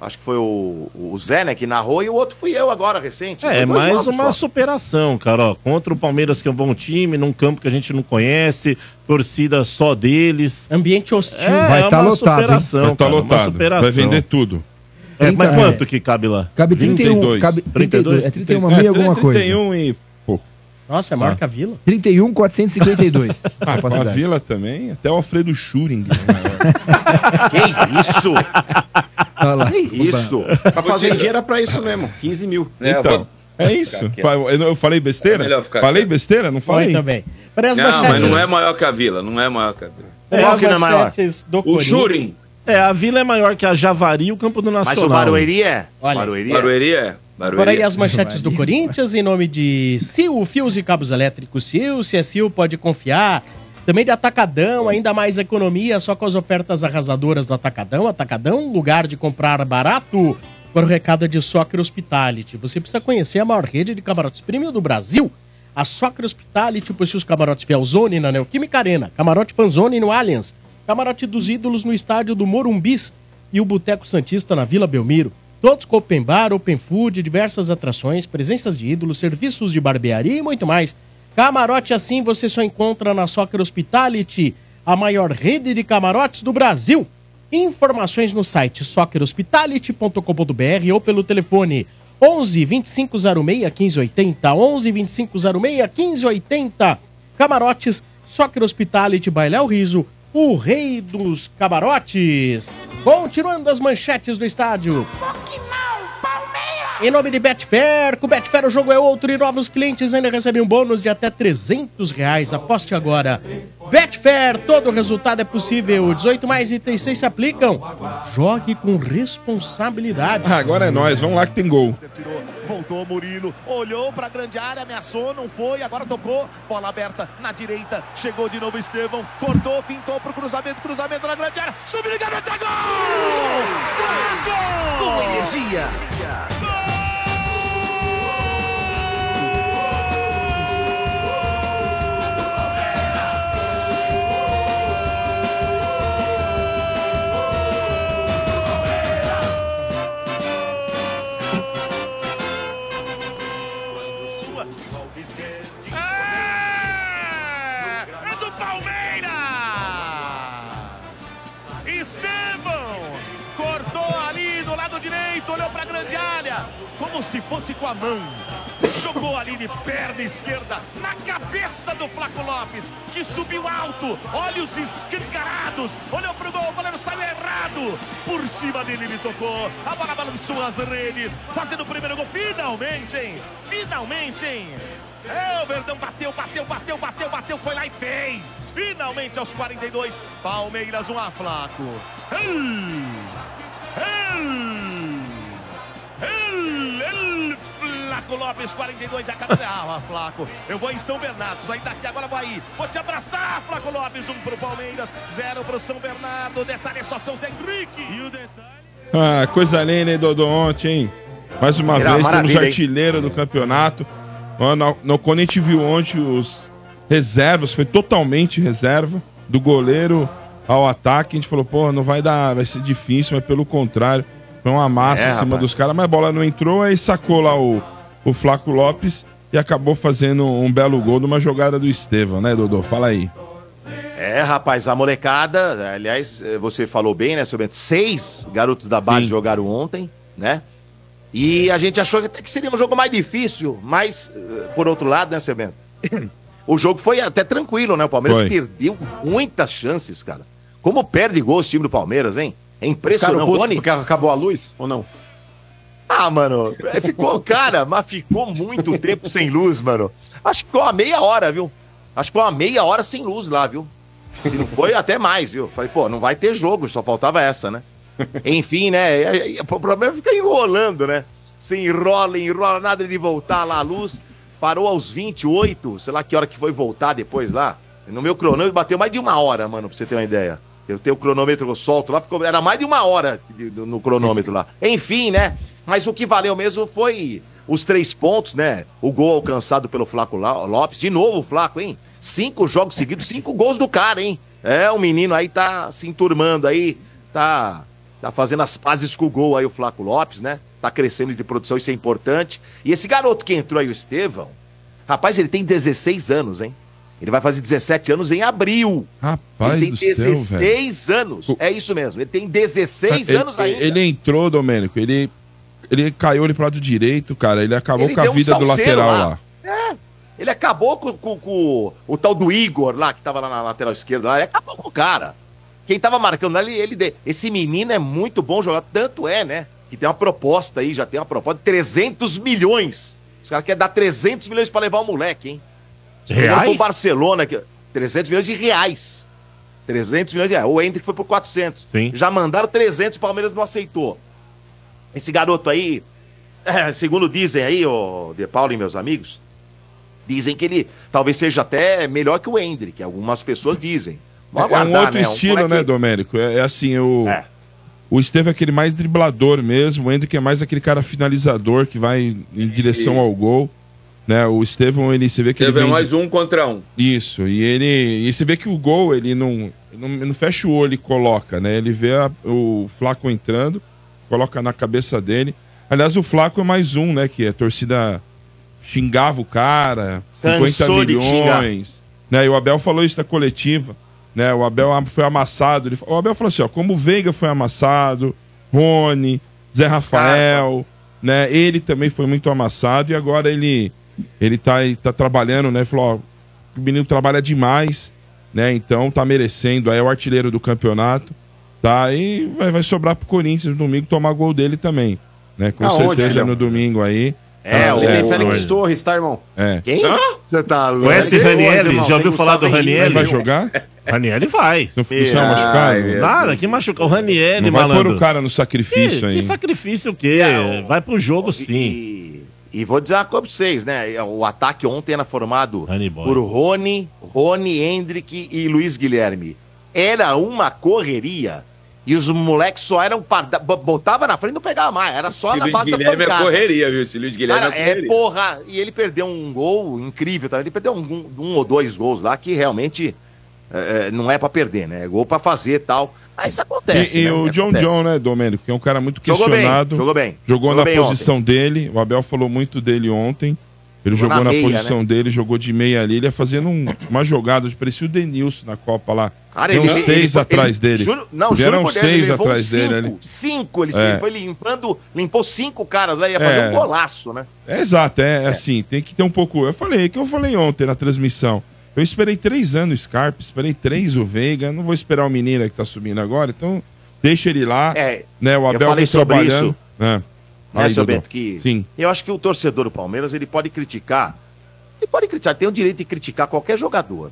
Acho que foi o, o Zé, né, que narrou, e o outro fui eu agora, recente.
É, é
Foi dois
mais
jogos
uma
só.
superação, cara. Ó, contra o Palmeiras, que é um bom time, num campo que a gente não conhece, torcida só deles.
Ambiente hostil.
É,
Vai
é
tá
uma
lotado, hein?
superação,
Vai tá
cara, é uma
lotado.
superação.
Vai vender tudo.
É, mas
30,
quanto que cabe lá?
Cabe 31.
32.
Cabe 32. É 31
É,
mil alguma coisa. Ah.
31 e pouco.
Nossa, é maior que a vila.
31, 452.
Ah, com a
Capacidade.
vila também, até o Alfredo Schuring.
Que isso?
Tá
Olha lá.
Que isso?
Pra fazendinha era pra isso mesmo, 15 mil.
né?
então,
Vou-
é isso.
Ficar
Fa- Eu eu falei besteira?
É melhor ficar
falei
quieto.
besteira? Não
Foi
falei.
também. Para as
Não, mas
manchetes,
não é maior que a vila, não é maior que a vila.
para
Qual
as
que não é maior?
manchetes um. do
O
Corinthians.
Churin,
É, a vila é maior que a Javari e o Campo do
Mas o
Nacional.
Barueri é?
Olha,
Barueri é?
Barueri é. Barueri.
Por aí as manchetes do Corinthians, em nome de Sil, Fios e Cabos Elétricos Sil, se é Sil pode confiar. Também de Atacadão, ainda mais economia, só com as ofertas arrasadoras do Atacadão. Atacadão, lugar de comprar barato. Para o recado é de Soccer Hospitality. Você precisa conhecer a maior rede de camarotes premium do Brasil. A Soccer Hospitality possui os camarotes Felzone na Neoquímica Arena, camarote Fanzone no Allianz, camarote dos ídolos no estádio do Morumbis e o Boteco Santista na Vila Belmiro. Todos com open bar, open food, diversas atrações, presenças de ídolos, serviços de barbearia e muito mais. Camarote assim você só encontra na Soccer Hospitality, a maior rede de camarotes do Brasil. Informações no site soccerhospitality.com.br ou pelo telefone 11 2506 1580, 11 2506 1580. Camarotes Soccer Hospitality Bailéu Riso, o rei dos camarotes. Continuando as manchetes do estádio. Em nome de Betfair, com Betfair o jogo é outro e novos clientes ainda recebem um bônus de até 300 reais. Aposte agora. Betfair, todo resultado é possível. 18 mais itens 6 se aplicam. Jogue com responsabilidade.
Ah, agora é nós, vamos lá que tem gol.
Tirou, voltou Murilo, olhou pra grande área, ameaçou, não foi, agora tocou, bola aberta na direita, chegou de novo Estevão, cortou, fintou pro cruzamento, cruzamento na grande área, subiu e cabeça, gol! Gol! Com energia! É, é do Palmeiras! Estevão cortou ali do lado direito, olhou pra grande área, como se fosse com a mão. Jogou ali de perna esquerda, na cabeça do Flaco Lopes, que subiu alto, olhos escancarados, olhou pro gol, o goleiro saiu errado, por cima dele ele tocou, a bola balançou as redes, fazendo o primeiro gol, finalmente, hein? Finalmente, hein? É, o Verdão bateu, bateu, bateu, bateu, bateu, foi lá e fez. Finalmente aos 42, Palmeiras 1 a Flaco. Flaco Lopes, 42, a camisa. Ah, Flaco, eu vou em São Bernardo, saí daqui agora vou aí. Vou te abraçar, Flaco Lopes, um pro Palmeiras, zero pro São Bernardo. O detalhe é só São Zé Henrique. E o detalhe...
Ah, coisa linda, hein, Dodô, ontem, hein? Mais uma
Era uma
vez, temos
maravilha, hein?
artilheiro do campeonato. Ó, No, no- quando a gente viu ontem os reservas, foi totalmente reserva, do goleiro ao ataque, a gente falou, pô, não vai dar, vai ser difícil, mas pelo contrário, foi uma massa
É,
em cima
rapaz.
dos caras, mas a bola não entrou, aí sacou lá o, o Flaco Lopes e acabou fazendo um belo gol numa jogada do Estevão, né, Dodô? Fala aí.
É, rapaz, a molecada, aliás, eh, você falou bem, né, sobre seis garotos da base
Sim.
jogaram ontem, né? E a gente achou até que seria um jogo mais difícil, mas, eh, por outro lado, né, seu Bento? O jogo foi até tranquilo, né? O Palmeiras
Foi.
perdeu muitas chances, cara. Como perde gol esse time do Palmeiras, hein? É impressionante.
Cara, o
O
rosto
Rony-
porque acabou a luz ou não?
ah, mano, é, ficou, cara, mas ficou muito tempo sem luz, mano. Acho que ficou uma meia hora, viu? Acho que ficou uma meia hora sem luz lá, viu? Se não foi, até mais, viu? Falei, pô, não vai ter jogo, só faltava essa, né? Enfim, né? e- e- O problema é ficar enrolando, né? Você enrola, enrola, nada de voltar lá a luz. Parou aos 28, sei lá que hora que foi voltar depois lá. No meu cronômetro bateu mais de uma hora, mano, pra você ter uma ideia. Eu tenho o cronômetro que eu solto lá, ficou, era mais de uma hora de- do- no cronômetro lá. Enfim, né? Mas o que valeu mesmo foi os três pontos, né? O gol alcançado pelo Flaco Lá- Lopes. De novo o Flaco, hein? Cinco jogos seguidos, cinco gols do cara, hein? É, o menino aí tá se enturmando aí, tá Tá fazendo as pazes com o gol aí o Flaco Lopes, né? Tá crescendo de produção, isso é importante. E esse garoto que entrou aí, o Estevão, rapaz, ele tem 16 anos, hein? Ele vai fazer 17 anos em abril.
Rapaz
ele tem
do céu, velho.
16 anos. É isso mesmo. Ele tem 16
Ele-
anos ainda.
Ele entrou, Domênico, ele, ele caiu ele pro lado direito, cara. Ele acabou
Ele
com a
deu um
vida do
salseiro
lateral lá.
É. Ele acabou com, com- com o tal do Igor lá, que tava lá na lateral esquerda. Lá. Ele acabou com o cara. Quem tava marcando ali, ele. De... Esse menino é muito bom jogar. Tanto é, né? Que tem uma proposta aí, já tem uma proposta de 300 milhões. Os caras querem dar 300 milhões pra levar o moleque, hein? Se não me engano,
Reais?
Foi o Barcelona, que... 300 milhões de reais. 300 milhões de reais. O Hendrick foi por 400.
Sim.
Já mandaram 300, o Palmeiras não aceitou. Esse garoto aí, é, segundo dizem aí, o De Paulo e meus amigos, dizem que ele talvez seja até melhor que o Hendrick. Algumas pessoas dizem. Vamos
é um
aguardar,
outro estilo,
moleque-
né, Domênico? É, é assim, o,
É.
o Esteve é aquele mais driblador mesmo, o Hendrick é mais aquele cara finalizador que vai em direção ao gol. Né, o Estevão, ele você vê que
Teve
ele vem
mais um contra um.
isso, e ele. E você vê que o gol, ele não, não, não fecha o olho e coloca, né? Ele vê a- o Flaco entrando, coloca na cabeça dele. Aliás, o Flaco é mais um, né? Que a torcida xingava o cara, 50
Cansou de
milhões. Né? E o Abel falou isso na coletiva. Né? O Abel am- foi amassado. Ele, fa- o Abel falou assim: ó, como o Veiga foi amassado, Rony, Zé Rafael, né? Ele também foi muito amassado e agora ele, ele tá, ele tá trabalhando, né? Falou, ó, o menino trabalha demais, né? Então tá merecendo, aí é o artilheiro do campeonato, tá? E vai, vai sobrar pro Corinthians no domingo tomar gol dele também, né? Com
Aonde,
certeza
filhão?
no domingo aí.
É,
Ah,
o-
Ele
é,
tem Félix
o-
Torres, tá, irmão?
é.
Quem?
Você tá louco.
Conhece
Ele tem
Ranieri?
irmão.
Já ouviu
Tem
falar
Gustavo
do
Henrique. né?
Ranieri?
Vai jogar?
Ranieri vai.
Não funciona
Ai,
machucado?
meu
Nada, que machuca. O
Não
Ranieri,
vai pôr
malandro.
o cara no
que,
sacrifício
que
aí.
sacrifício o quê?
É, o-
Vai pro jogo
E-
sim.
E, e vou dizer uma coisa pra vocês, né? O ataque ontem era formado
Rony Boy.
por Rony, Rony, Hendrick e Luiz Guilherme. Era uma correria. E os moleques só eram. par- bo- Botava na frente e não pegava mais. Era só
Esse
na
Luiz
base
Guilherme
da
é
pancada.
correria, viu? Esse Luiz Guilherme
Cara,
é
é
correria.
porra. E ele perdeu um gol incrível também. Ele perdeu um, um- um ou dois gols lá que realmente é, é, não é pra perder, né? É gol pra fazer e tal. Mas isso acontece.
E, e
né?
o John
Acontece.
John, né, Domênico? Que é um cara muito
Jogou bem,
questionado.
jogou bem.
Jogou na
Jogou bem
posição dele. O Abel falou muito dele ontem. Ele
Jogou
jogou,
na
na,
meia, né?
posição dele, jogou de meia ali. Ele ia fazendo um- uma jogada. Parecia o Denilson na Copa lá.
Cara,
Deu
ele,
uns
ele-
seis
ele-
atrás
ele-
dele.
Juro, não,
Vieram
juro por Deus,
seis
ele levou
atrás
cinco,
dele ali.
Cinco, ele
É.
se- foi limpando, limpou cinco caras lá, ia fazer
É.
um golaço, né?
É exato, é, é assim, tem que ter um pouco. Eu falei, que eu falei ontem na transmissão. Eu esperei três anos o Scarpa, esperei três o Veiga, não vou esperar o menino que tá subindo agora, então deixa ele lá.
É,
né, o
eu
Abel
falei
vem
sobre
trabalhando.
isso.
É.
né,
Aí,
seu
Dodô.
Bento, que
Sim.
eu acho que o torcedor do Palmeiras, ele pode criticar, ele pode criticar, tem o direito de criticar qualquer jogador,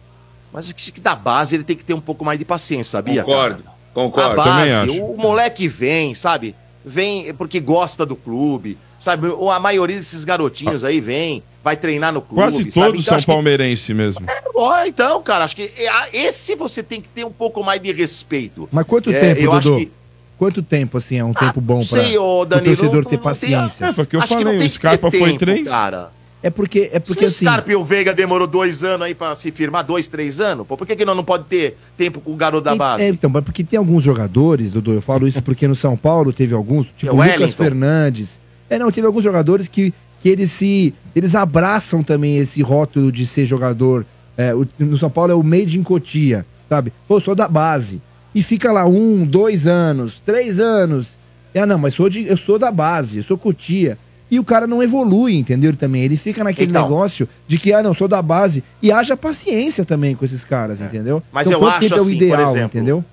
mas acho que da base ele tem que ter um pouco mais de paciência, sabia?
Concordo,
cara? A
concordo.
base,
também acho.
o moleque vem, sabe? Vem porque gosta do clube, sabe? Ou a maioria desses garotinhos aí vem, vai treinar no clube,
Ah. Quase
sabe?
todos
Então,
são
acho que
palmeirense mesmo.
Ó, então, cara, acho que é, a- esse você tem que ter um pouco mais de respeito.
Mas quanto
É,
tempo,
eu
Dodô?
acho que-
Quanto tempo, assim, é um tempo bom
não
pra
sei, ô,
o
Danilo,
torcedor ter
não- não tem-
paciência?
É, foi o que eu
acho que não
falei,
tem
o
que
Scarpa
ter
foi
tempo,
três.
Cara.
É porque, é porque
se
assim...
o Scarpa e o Veiga demorou dois anos aí pra se firmar, dois, três anos, pô, por que, que nós não pode ter tempo com o garoto da
E-
base?
É, então, mas porque tem alguns jogadores, Dudu, eu falo isso porque no São Paulo teve alguns, tipo
É o
Lucas
Wellington.
Fernandes. É, não, teve alguns jogadores que, que eles se. Eles abraçam também esse rótulo de ser jogador. é, o- no São Paulo é o meio de encotia, sabe? Pô, sou da base. E fica lá um, dois anos, três anos. E, ah, não, mas sou de, eu sou da base, eu sou cotia. E o cara não evolui, entendeu? Também. Ele fica naquele
Então.
negócio de que, ah, não, sou da base. E haja paciência também com esses caras,
É.
entendeu?
Mas eu
quanto
acho
tempo é o
assim, por
ideal,
exemplo,
entendeu?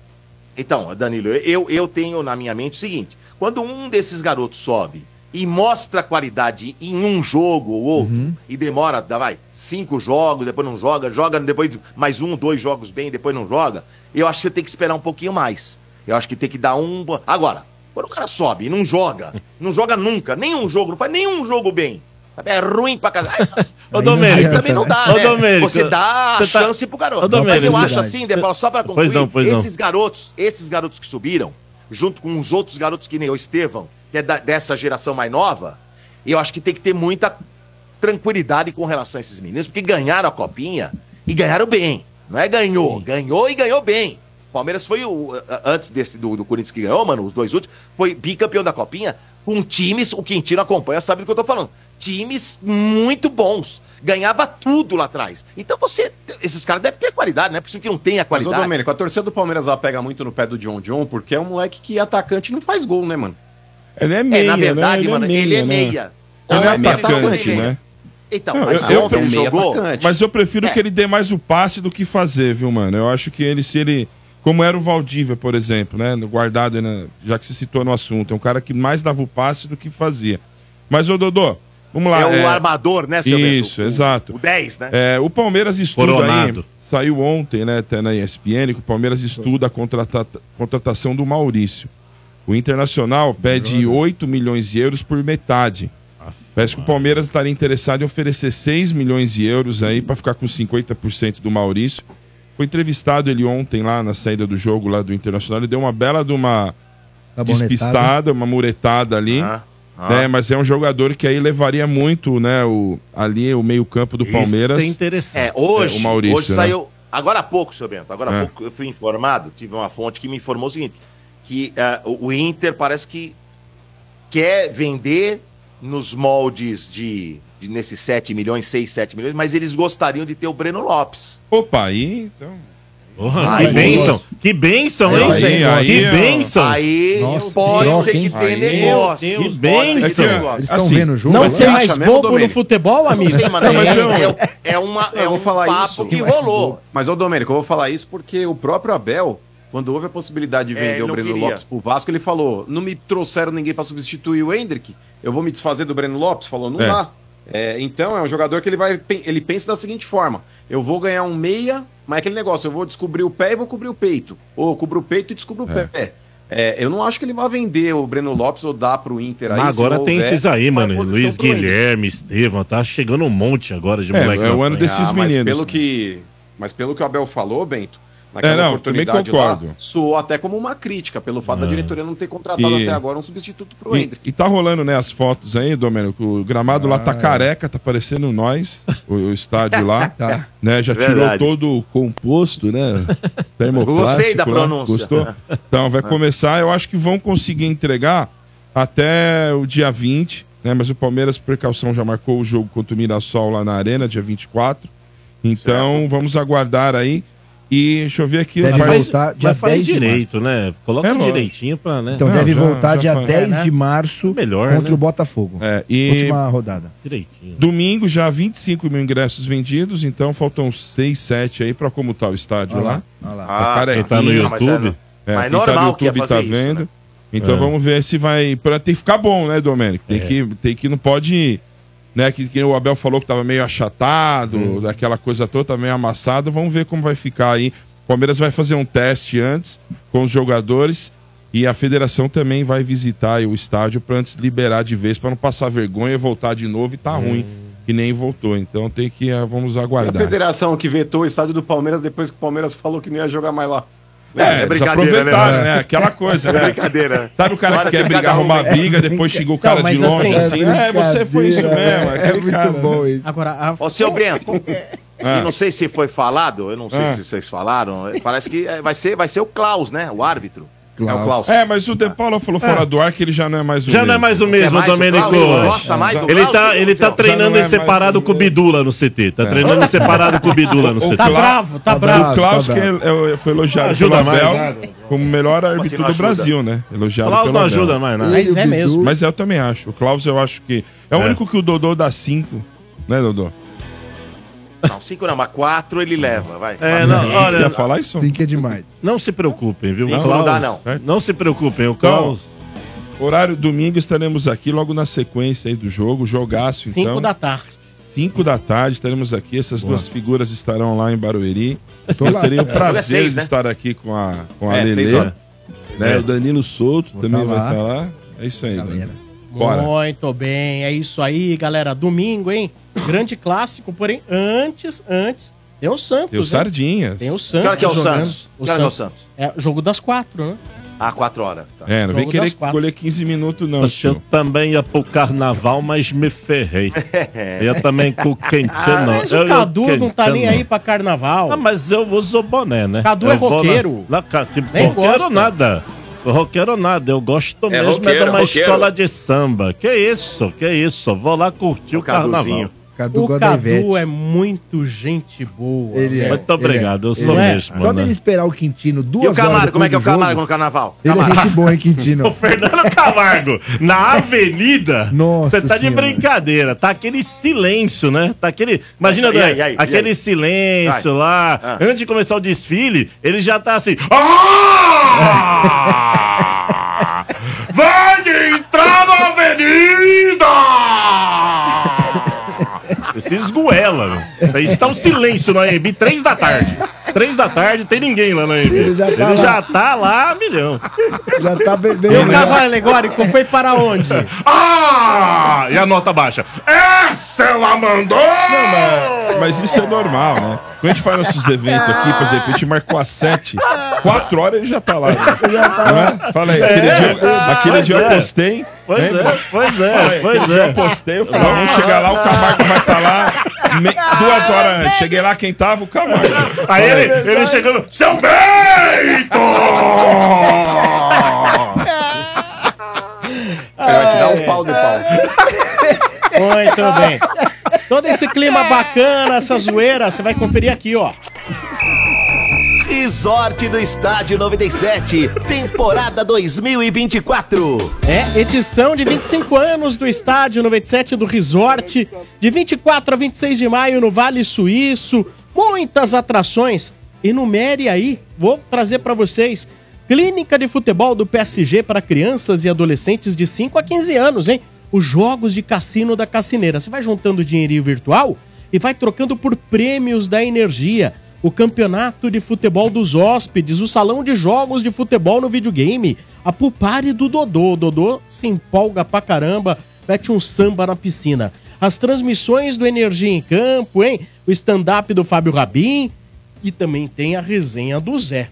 Então, Danilo, eu, eu tenho na minha mente o seguinte: quando um desses garotos sobe e mostra qualidade em um jogo ou outro,
Uhum.
e demora, dá, vai, cinco jogos, depois não joga, joga depois mais um, dois jogos bem, depois não joga, eu acho que você tem que esperar um pouquinho mais. Eu acho que tem que dar um. Agora, quando o cara sobe e não joga, não joga nunca, nenhum jogo, não faz nenhum jogo bem. sabe? É ruim pra casa.
Ô,
Aí não
Aí
Domênico.
adianta,
também não dá,
Ô,
né?
Domênico,
Você dá a
você tá-
chance pro garoto.
Ô, Domênico,
Mas eu
você-
acho assim, Depau, só pra concluir,
Pois não, pois não.
esses garotos, esses garotos que subiram, junto com os outros garotos que nem o Estevão, que é da- dessa geração mais nova, eu acho que tem que ter muita tranquilidade com relação a esses meninos, porque ganharam a copinha e ganharam bem. Não é ganhou, ganhou e ganhou bem. O Palmeiras foi o. a- Antes desse do, do Corinthians que ganhou, mano, os dois últimos, foi bicampeão da copinha, com times, o Quintino acompanha, sabe do que eu tô falando. times muito bons. Ganhava tudo lá atrás. Então você. Esses caras devem ter qualidade, não é possível que não tenha
Mas, ô
qualidade.
Domênico, a torcida do Palmeiras ela pega muito no pé do John John, porque é um moleque que atacante não faz gol, né, mano?
Ele é
é,
meia,
na verdade,
né?
mano, ele é
né?
meia.
Ele
Ou
Ele
é
é
lateral ou
atacante,
meia.
né?
Então,
Não,
mas
eu- eu
ontem
um
ele
meia
jogou.
atacante.
Mas eu prefiro
É.
que ele dê mais o passe do que fazer, viu, mano? Eu acho que ele, se ele. Como era o Valdívia, por exemplo, né? no- Guardado, aí na- já que se citou no assunto. É um cara que mais dava o passe do que fazia. Mas, ô Dodô, vamos lá.
É
é,
o armador, né, seu Bento?
Isso,
O-
exato.
O 10, né?
É, o Palmeiras estuda
Coronado.
aí, saiu ontem, né, até na ESPN, que o Palmeiras estuda a contrata- contratação do Maurício. O Internacional pede 8 milhões de euros por metade. Parece que o Palmeiras estaria interessado em oferecer 6 milhões de euros aí para ficar com 50% do Maurício. Foi entrevistado ele ontem lá na saída do jogo lá do Internacional, ele deu uma bela de uma
Tá bom, Netado.
despistada, uma muretada ali.
Ah, ah.
Né, mas é um jogador que aí levaria muito, né, o, ali o meio-campo do Palmeiras.
Isso é interessante.
É, hoje,
É, o Maurício,
hoje
né?
saiu. Agora há pouco, seu Bento, agora há
É.
pouco eu fui informado, tive uma fonte que me informou o seguinte: que ah, o o Inter parece que quer vender nos moldes de, de nesses 7 milhões, 6, 7 milhões, mas eles gostariam de ter o Breno Lopes.
Opa, aí então.
Porra,
Aí,
que bênção. Que bênção, hein?
Aí,
Zé?
aí,
que
ó.
bênção.
Aí
Nossa,
pode
que
ser que
troca,
tenha
hein?
negócio.
Meu Deus,
Pode ser
Aqui,
bênção.
tenha
ó,
negócio.
Eles estão
Assim,
vendo o jogo? né?
Não
lá?
ser
acha
mais
mesmo,
bobo no
Domênico?
futebol,
Não
amigo?
sei, mano, é,
Não, mas eu-
é- é uma, é
Eu vou
um
falar
papo
isso.
que rolou.
Mas, ô Domênico, eu vou falar isso porque o próprio Abel, quando houve a possibilidade de
É,
vender
ele
o
não
Breno
queria.
Lopes pro Vasco, ele falou: não me trouxeram ninguém pra substituir o Hendrick, eu vou me desfazer do Breno Lopes. Falou, não
É.
dá. É, então é um jogador que ele vai. pen- Ele pensa da seguinte forma: eu vou ganhar um meia, mas é aquele negócio, eu vou descobrir o pé e vou cobrir o peito. Ou eu cubro o peito e descubro o pé. É, eu não acho que ele vai vender o Breno Lopes ou dar pro Inter aí.
Mas
se
agora
não
tem
houver
esses aí,
uma
mano.
posição
Luiz
pro Hendrick.
Guilherme, Estevam, tá chegando um monte agora de
É,
moleque.
é
na
o ano
frente.
desses
Ah, mas
meninos.
Pelo que, mas pelo que o Abel falou, Bento, naquela
É, não,
oportunidade
também concordo. É.
lá, soou até como uma crítica pelo fato da diretoria não ter contratado
E-
até agora um substituto pro
E,
Hendrick.
e tá rolando, né, as fotos aí, Domênico. O gramado lá tá careca, tá parecendo nós, o, o estádio lá.
Tá.
Né,
É
já
É
tirou
Verdade.
todo o composto, né? termoplástico
Gostei da
lá.
pronúncia. É.
Gostou? Então, vai começar. Eu acho que vão conseguir entregar até o dia 20, né? Mas o Palmeiras, precaução, já marcou o jogo contra o Mirassol lá na Arena, dia 24. Então, vamos aguardar aí. E deixa eu ver aqui.
Deve
o
vai
Mas,
parceiro-
voltar
mas
dia
faz
10 de
direito, né? Coloca
É lógico.
direitinho pra, né?
Então
Não,
deve
já-
voltar
já
dia
foi.
10
É, né?
de março
Melhor,
contra
né?
o Botafogo.
É, e...
Última rodada.
Direitinho.
Domingo já 25 mil ingressos vendidos, então faltam 6, 7 aí pra como tá o estádio
Olha
lá.
lá. Olha lá.
Tá carequinho.
quem tá no
mas é-
YouTube?
É,
Ah, mas é
quem tá no
normal que ia
YouTube
fazer isso, né?
Então
É.
vamos ver se vai. Pra, tem que ficar bom, né, Domênico? Tem, que, tem que não pode. Né, que, que o Abel falou que tava meio achatado,
Hum.
daquela coisa toda, tava meio amassado. Vamos ver como vai ficar aí. O Palmeiras vai fazer um teste antes com os jogadores e a federação também vai visitar aí o estádio pra antes liberar de vez, pra não passar vergonha, voltar de novo e tá
Hum.
ruim, que nem voltou. Então tem que. ah, Vamos
E a
É
aguardar.
federação que vetou o estádio do Palmeiras depois que o Palmeiras falou que não ia jogar mais lá. Né?
É,
É
eles
brincadeira,
aproveitaram,
né?
né? Aquela
É
coisa, né?
Brincadeira.
Sabe o cara
Olha,
que quer
que
brigar,
cada
né?
um
arrumar
é-
briga, depois xingou o cara
Não,
de
mas
longe, assim,
assim,
é, você foi isso mesmo.
É
aquele
muito
cara,
bom isso.
Agora, a... É,
Ô, seu Bento,
Ah.
e É não sei se foi falado, eu não sei
Ah.
se vocês falaram, eh, parece que eh, vai ser, vai ser o Klaus, né? O árbitro. É o Klaus.
É, mas o De Paula falou fora do ar que ele já não é mais o
Já não é mais o
É
mesmo,
mais o
Domênico.
Klaus? Ele gosta mais do
Ele
Klaus
tá,
que do
ele tá
João.
Já não
treinando
é
e separado
mais o
com o
mesmo.
Bidula no CT. Tá treinando e separado com o Bidula no
O
CT.
Klaus-
Tá bravo, tá
Tá
bravo.
O Klaus,
tá
que
bravo.
é- é- foi elogiado pelo
Ajuda mais,
Abel como o melhor
Assim,
árbitro
não
do
ajuda.
Brasil, né? Elogiado
Klaus
pelo
não
Abel.
ajuda mais nada.
Mas é
Ele, o
mesmo.
Mas eu também acho. O Klaus, eu acho que. É o
É.
único que o Dodô dá cinco, né, Dodô?
Não, cinco não, mas quatro ele leva, vai.
É, não,
Você ia
olha,
falar isso?
Sim que é demais.
não se preocupem, viu?
Cinco
Klaus? é?
não dá, não.
Certo?
Não se preocupem, o
Então,
Klaus.
Horário domingo estaremos aqui logo na sequência aí do jogo, jogaço
5
então.
da tarde.
5 da tarde estaremos aqui. Essas duas figuras estarão lá em Barueri.
Tô
Eu
lá.
terei o
Jogo é
prazer
seis,
de
né?
estar aqui com a, com a
É, seis
Lele.
horas.
É.
né? O Danilo Souto
Vou
também
tá
vai
lá.
estar lá. É isso aí,
Galera.
Danilo. Bora.
Muito bem, é isso aí, galera. Domingo, hein? Grande clássico, porém, antes, antes, tem o Santos.
Tem o
hein?
Sardinhas.
Tem o
Que
Santos.
hora que é o
jogando.
Santos?
O
Que hora que é o
Santos. É
Santos?
jogo das quatro, né?
Ah, quatro horas. tá.
É, não vem
Jogo das
querer
quatro.
colher 15 minutos, não,
Mas eu
senhor.
também ia pro carnaval, mas me ferrei. Eu também com o quentinho, não.
Ah, Mas
Eu-
o
eu
Cadu não tá
quentinho,
nem
não.
aí pra carnaval.
Ah, mas eu uso boné, né?
Cadu
Eu
é
vou na-
roqueiro.
Na, ca- que
Nem
roqueiro
gosta.
nada. Roqueiro nada, eu gosto
É,
mesmo é
roqueiro,
de uma
roqueiro.
escola de samba. Que isso, que isso. Vou lá curtir o, carnaval.
Caduzinho.
Cadu
O
gosta da
Cadu
Ivete.
é muito gente boa. né?
Ele é.
velho.
Muito obrigado, eu sou
Ele é.
mesmo.
Quando
né?
ele esperar o Quintino duas
E o
horas
Camargo,
depois
como é que é o
do jogo,
Camargo no carnaval?
Ele é
Camargo.
gente boa, hein, Quintino?
O Fernando Camargo, na avenida,
Nossa
você tá de
Senhora.
brincadeira. Tá aquele silêncio, né? Tá aquele. Imagina,
E aí,
Dani,
e aí, e
aquele
aí?
silêncio
Ai.
lá.
Ah.
Antes de começar o desfile, ele já tá assim. "Ah! Vai entrar na avenida! Esse esgoela, meu. Aí está um silêncio na AMB, três da tarde. Três da tarde, tem ninguém lá na AMB.
Ele
Ele
já
já
tá
tá,
lá.
lá a milhão.
Já tá bebendo.
E o cavalo alegórico foi para onde?
Ah! E a nota baixa. Essa ela mandou!
Mas isso é normal, né? Quando a gente faz nossos eventos aqui, por exemplo, a gente marcou às 7, 4 horas ele já tá lá. Né? Não é? Fala aí, aquele dia, aquele
pois
dia
é.
eu postei.
Pois
lembra?
é, pois é, pois
Eu
é.
postei, eu falei, ó, vamos chegar lá, o Camargo vai estar lá me- duas horas antes. Cheguei lá, quem tava? O Camargo.
Aí ele, ele chegando, seu peito!
Ele vai te dar
Ah, é.
um pau de pau.
Muito bem. Todo esse clima bacana, essa zoeira, você vai conferir aqui, ó.
Resort do Estádio 97, temporada 2024.
É, edição de 25 anos do estádio 97 do Resort, de 24 a 26 de maio no Vale Suíço. Muitas atrações. Enumere aí, vou trazer para vocês. Clínica de futebol do PSG para crianças e adolescentes de 5 a 15 anos, hein? Os jogos de cassino da Cassineira. Você vai juntando dinheirinho virtual e vai trocando por prêmios da energia. O campeonato de futebol dos hóspedes, o salão de jogos de futebol no videogame, a pulpare do Dodô. O Dodô se empolga pra caramba, mete um samba na piscina. As transmissões do Energia em Campo, hein? O stand-up do Fábio Rabin e também tem a resenha do Zé.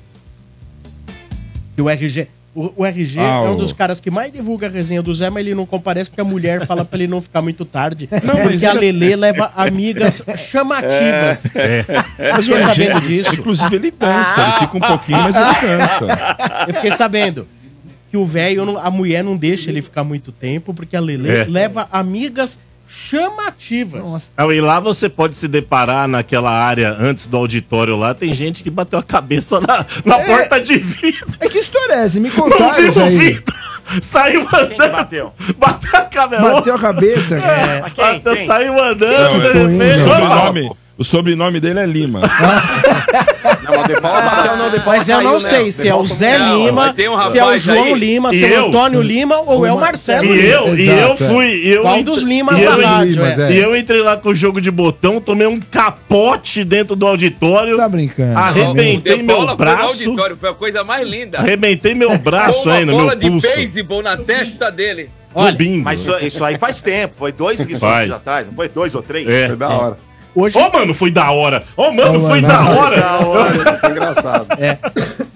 E o RG. O, o RG
Ah,
é um
o-
dos caras que mais divulga a resenha do Zé, mas ele não comparece porque a mulher fala pra ele não ficar muito tarde.
Não, mas
porque a
ele-
Lelê leva amigas chamativas.
É.
É.
Eu fiquei sabendo disso.
Inclusive, ele dança. Ele fica um pouquinho, mas ele dança.
Eu fiquei sabendo que o velho, não- a mulher não deixa ele ficar muito tempo, porque a Lelê
É.
leva amigas chamativas.
Não, e lá você pode se deparar naquela área antes do auditório lá, tem gente que bateu a cabeça na, na porta de vidro.
É que história é essa? Me
Não
contaram
vi,
isso
não
É. aí.
vi. Saiu
Quem que
andando.
bateu?
Bateu a cabeça.
Bateu a cabeça. É.
Mas quem?
Até
Quem?
saiu andando,
Não,
de
é-
repente.
O
Não.
opa,
sobrenome, o sobrenome dele é Lima.
Não, mas o de pau bateu, não, o de pau
Mas eu
caiu,
não
né?
sei
O
se
de
é
pau
o Zé
Não,
Lima,
mas tem um
se é o
rapaz
João
aí.
Lima,
E
se é o
eu?
Antônio Lima ou é o Marcelo
E
Lima.
eu, e eu
Exato, é.
fui. e Eu
Qual
ent-
dos Limas
e
da
eu,
rádio,
Limas,
é.
é.
E eu entrei lá com o jogo de botão, tomei um capote dentro do auditório.
Tá brincando.
É. Arrebentei
O
meu
Debola foi no
braçço.
auditório, foi a coisa mais linda.
Arrebentei meu braço
Com uma
ainda,
bola
meu
de
pulso.
beisebol na testa dele. Né?
No
Olha,
bingo.
Mas isso, isso aí faz tempo, foi dois
Faz.
resorts atrás, não foi dois ou três?
É.
Foi da hora.
hoje...
Ô, mano, foi da hora. Ô, mano,
Ô,
foi
mano,
da
foi
hora.
Da hora.
Foi engraçado.
É.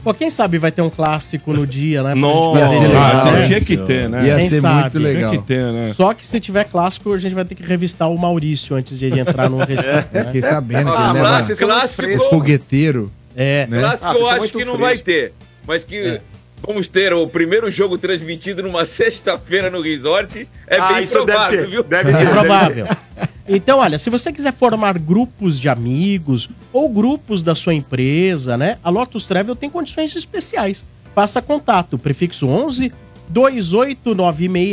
Pô, quem sabe vai ter um clássico no dia, né? pra
Nossa.
gente fazer de
Ah,
legal,
novo,
tem-
né?
tinha que ter, né?
Ia
Quem
ser
sabe?
muito
Tinha
legal.
que ter, né?
Só que se tiver clássico, a gente vai ter que revistar o Maurício antes de ele entrar no recinto, né?
Fiquei
É,
sabendo que
Ah,
ele leva
clássico,
vocês são muito
clássico,
frescos.
fogueteiro.
É.
Né?
clássico
Ah, vocês
eu
são
acho
muito
que não
frescos.
vai ter. Mas que
É.
vamos ter o primeiro jogo transmitido numa sexta-feira no resort. É
Ah,
bem
isso deve
provável,
ter.
viu?
Deve
É
ter.
provável. Então, olha, se você quiser formar grupos de amigos ou grupos da sua empresa, né? A Lotus Travel tem condições especiais. Faça contato, prefixo 11 28964665.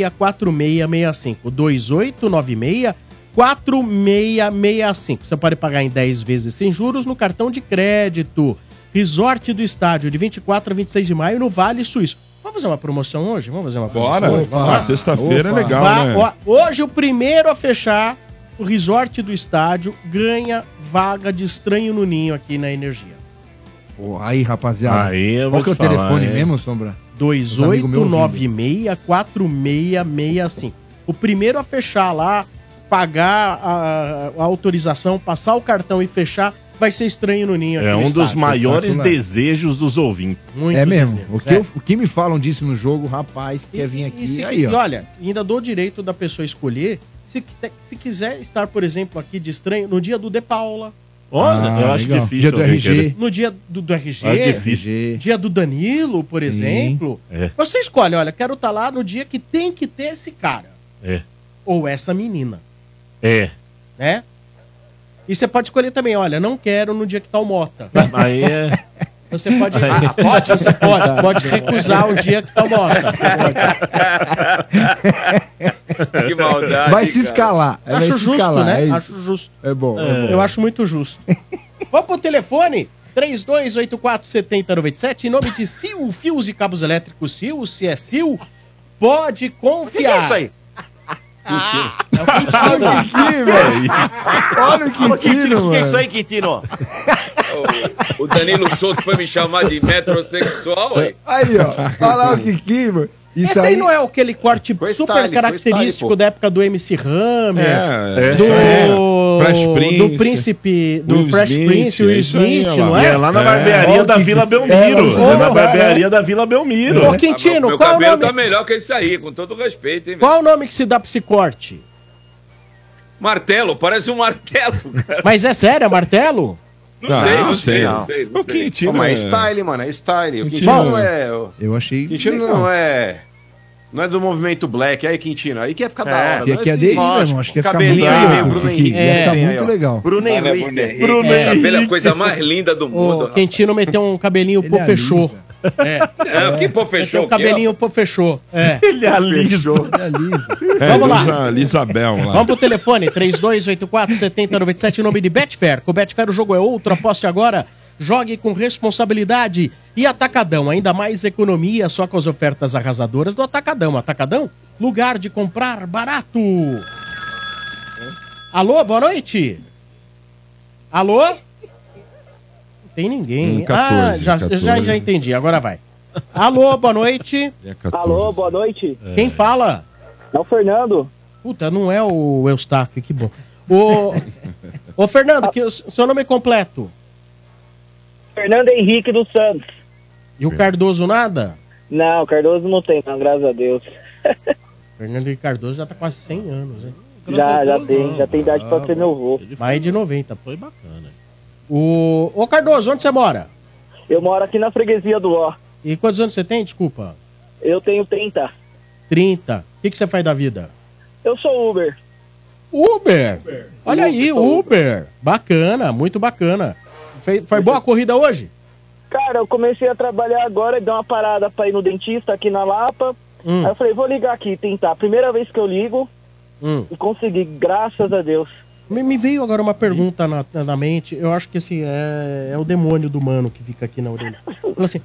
2896 4665. Você pode pagar em 10 vezes sem juros no cartão de crédito. Resort do Estádio, de 24 a 26 de maio, no Vale Suíço. Vamos fazer uma promoção hoje? Vamos fazer uma promoção
Bora.
hoje? Vamos lá?
Ah, Sexta-feira é
Opa.
legal,
Vá-
né?
ó, hoje o primeiro a fechar o resort do estádio ganha vaga de estranho no ninho aqui na Energia.
Pô, aí, rapaziada.
Aí eu vou
Qual que é o
te falar,
telefone
hein?
mesmo, Sombra? amigos me
28964665. O primeiro a fechar lá, pagar a, a autorização, passar o cartão e fechar, vai ser estranho no ninho aqui
É
no
um dos
estádio.
maiores
espetacular.
desejos dos ouvintes.
Muitos
É mesmo.
desejos,
O que,
é.
eu- o que me falam disso no jogo, rapaz, quer vir aqui.
E, se-
aí,
e
ó.
olha, ainda dou o direito da pessoa escolher se, se quiser estar, por exemplo, aqui de estranho no dia do De Paula,
Olha,
Ah,
eu acho
legal.
difícil
Dia do
alguém
RG.
querer.
No dia do, do RG,
Ah, é difícil.
RG.
dia do Danilo, por exemplo,
É.
você escolhe, olha, quero estar lá no dia que tem que ter esse cara.
É.
Ou essa menina,
É.
né? E você pode escolher também, olha, não quero no dia que tá o Mota.
Aí é.
Você pode, pode, você pode, pode recusar o dia que tá o Mota.
Que maldade.
Vai se
cara.
escalar. vai
acho
se
justo,
escalar,
né?
É, isso.
acho justo.
É bom. é bom.
Eu acho muito justo. Vamos pro telefone? 32847097, em nome de Sil, fios e cabos elétricos Sil, se é Sil, pode
O que, que é
confiar.
isso aí?
É o Quintino.
Olha o Quintino, velho. Olha o
Ah, é Ô, Quintino,
Quintino,
o que, que é isso
mano.
aí, Quintino?
O, o Danilo Souto foi me chamar de metrosexual, ué.
Aí, ó. Olha lá o Quintino, mano. Isso
Esse aí não é aquele corte
Foi
super
style, foi
característico
style, pô.
da época do MC Hammer.
É,
Do,
isso aí. Fresh
do
Prince.
Príncipe, do
Will
Fresh
Smith,
Prince, Will
é isso aí,
Smith,
olha lá.
não
E
é?
é lá na
É.
barbearia
Olha
da
que-
Vila
é,
Belmiro.
olha
É na
que-
barbearia da Vila Belmiro.
né? Ô,
Ah,
Quintino,
meu
qual é o
cabelo
nome?
tá melhor que esse aí, com todo respeito, hein, velho?
Qual o nome que se dá pra esse corte?
Martelo, parece um martelo, cara.
Mas é sério, é martelo?
Não,
Não,
sei, não,
não
sei,
sei,
não
não.
sei,
O
não sei.
Pô,
Quintino.
mas é
é-
style, mano, é style. O
Quintino.
Quintino não é. O
Eu achei.
Quintino
legal.
não é. Não é do movimento black, aí Quintino. Aí quer ficar da hora.
E
não
aqui é
esse
dele,
lógico,
meu irmão. Acho que ia ficar muito
cabelinho aí, meio
legal.
Bruno
Kiki.
Henrique. É.
Ia ficar
Tem aí,
muito
ó.
legal.
Bruno
Olha,
Henrique.
Bruno Henrique.
Bruno
É,
Henrique.
cabelo é a coisa mais linda do mundo.
O
rapaz.
Quentino meteu um cabelinho pô
Ele
fechou.
alisa.
É, que pô,
Meteu
fechou
um cabelinho pô fechou. É.
Ele alisa.
Ele alisa.
É,
Vamos lá.
Lisa- Lisabel lá.
Vamos pro telefone, 3284-7097, em nome de Betfair. Com Betfair o jogo é outro, aposte agora, jogue com responsabilidade e Atacadão, ainda mais economia, só com as ofertas arrasadoras do Atacadão. Atacadão, lugar de comprar barato. Alô, boa noite. Alô? Não tem ninguém. hein?
Hum, 14,
ah, já,
14.
já, já entendi, agora vai. Alô, boa noite.
Dia 14.
Alô, boa noite.
Quem fala?
É o Fernando.
Puta, não é o Eustáquio, que bom. Ô, Ô Fernando, que o s- seu nome é completo.
Fernando Henrique dos Santos.
E o Cardoso nada?
Não, Cardoso não tem, não, graças a Deus.
Fernando Henrique Cardoso já tá quase 100 anos, hein? é
Já, já tem, já tem idade pra ser meu avô.
Mais de 90.
Foi bacana.
O... Ô Cardoso, onde você mora?
Eu moro aqui na freguesia do Ó.
E quantos anos você tem? Desculpa.
Eu tenho 30.
30. O que, que você faz da vida?
Eu sou Uber.
Uber! Olha aí,
então.
Uber! Bacana, muito bacana. Foi, foi boa a corrida hoje?
Cara, eu comecei a trabalhar agora e dei uma parada pra ir no dentista aqui na Lapa.
Hum,
Aí eu falei, vou ligar aqui e tentar. Primeira vez que eu ligo
hum.
e consegui, graças a Deus.
Me, me veio agora uma pergunta na, na mente. Eu acho que esse é, é o demônio do mano que fica aqui na orelha. Fala assim,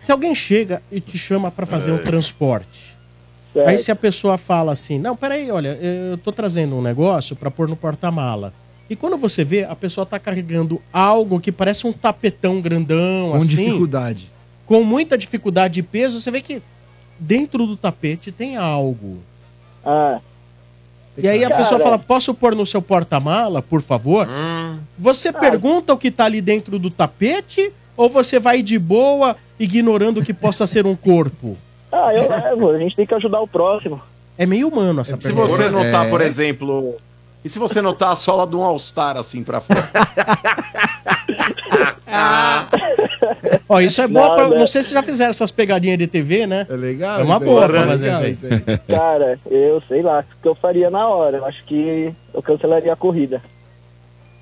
se alguém chega e te chama pra fazer um transporte,
Certo.
aí se a pessoa fala assim, não, peraí, olha, eu tô trazendo um negócio pra pôr no porta-mala. E quando você vê, a pessoa tá carregando algo que parece um tapetão grandão,
Com
assim,
dificuldade.
com muita dificuldade de peso, você vê que dentro do tapete tem algo.
Ah,
E aí a
Cara.
pessoa fala: Posso pôr no seu porta-mala, por favor?
Hum.
Você pergunta o que tá ali dentro do tapete ou você vai de boa, ignorando que possa ser um corpo?
ah, eu levo. A gente tem que ajudar o próximo.
É meio humano essa
Se
pergunta.
você notar,
É.
por exemplo. E se você notar a sola de um All-Star assim pra fora?
Ó, isso é boa
Não,
pra.
né?
Não sei se já fizeram essas pegadinhas de TV, né?
É legal?
É uma
isso aí?
boa pra
É
fazer
legal
isso
aí.
Cara, eu sei lá o que eu faria na hora. Eu acho que eu cancelaria a corrida.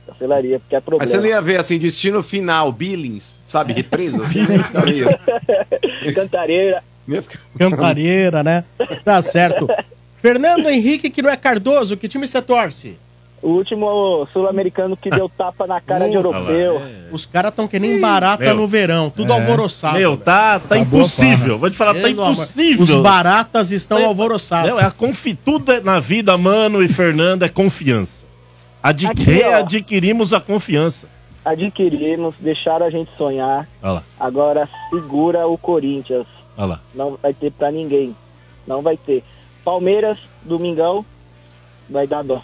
Cancelaria, porque é
Mas você não
problema.
ia ver assim, destino final, Billings, sabe? Represa, assim. não ia-
Cantareira.
não ia ficar-
Campareira, né? Tá certo. Fernando Henrique, que não é Cardoso, que time você torce?
O último sul-americano que deu tapa na cara de
Olha
europeu.
Os caras tão que nem barata
É. Meu. É.
no verão, tudo alvoroçado.
Meu, tá, tá impossível. Vou te falar, tá
Pelo amor-
impossível.
Os baratas estão
Tá-
alvoroçados.
Não, é a confi... Tudo é- na vida, mano e Fernando, é confiança. Adqu...
Aqui, ó.
Readquirimos a confiança.
Adquirimos, deixaram a gente sonhar.
Olha lá,
Agora segura o Corinthians.
olha lá.
Não vai ter pra ninguém. Não vai ter. Palmeiras, Domingão, vai dar dó.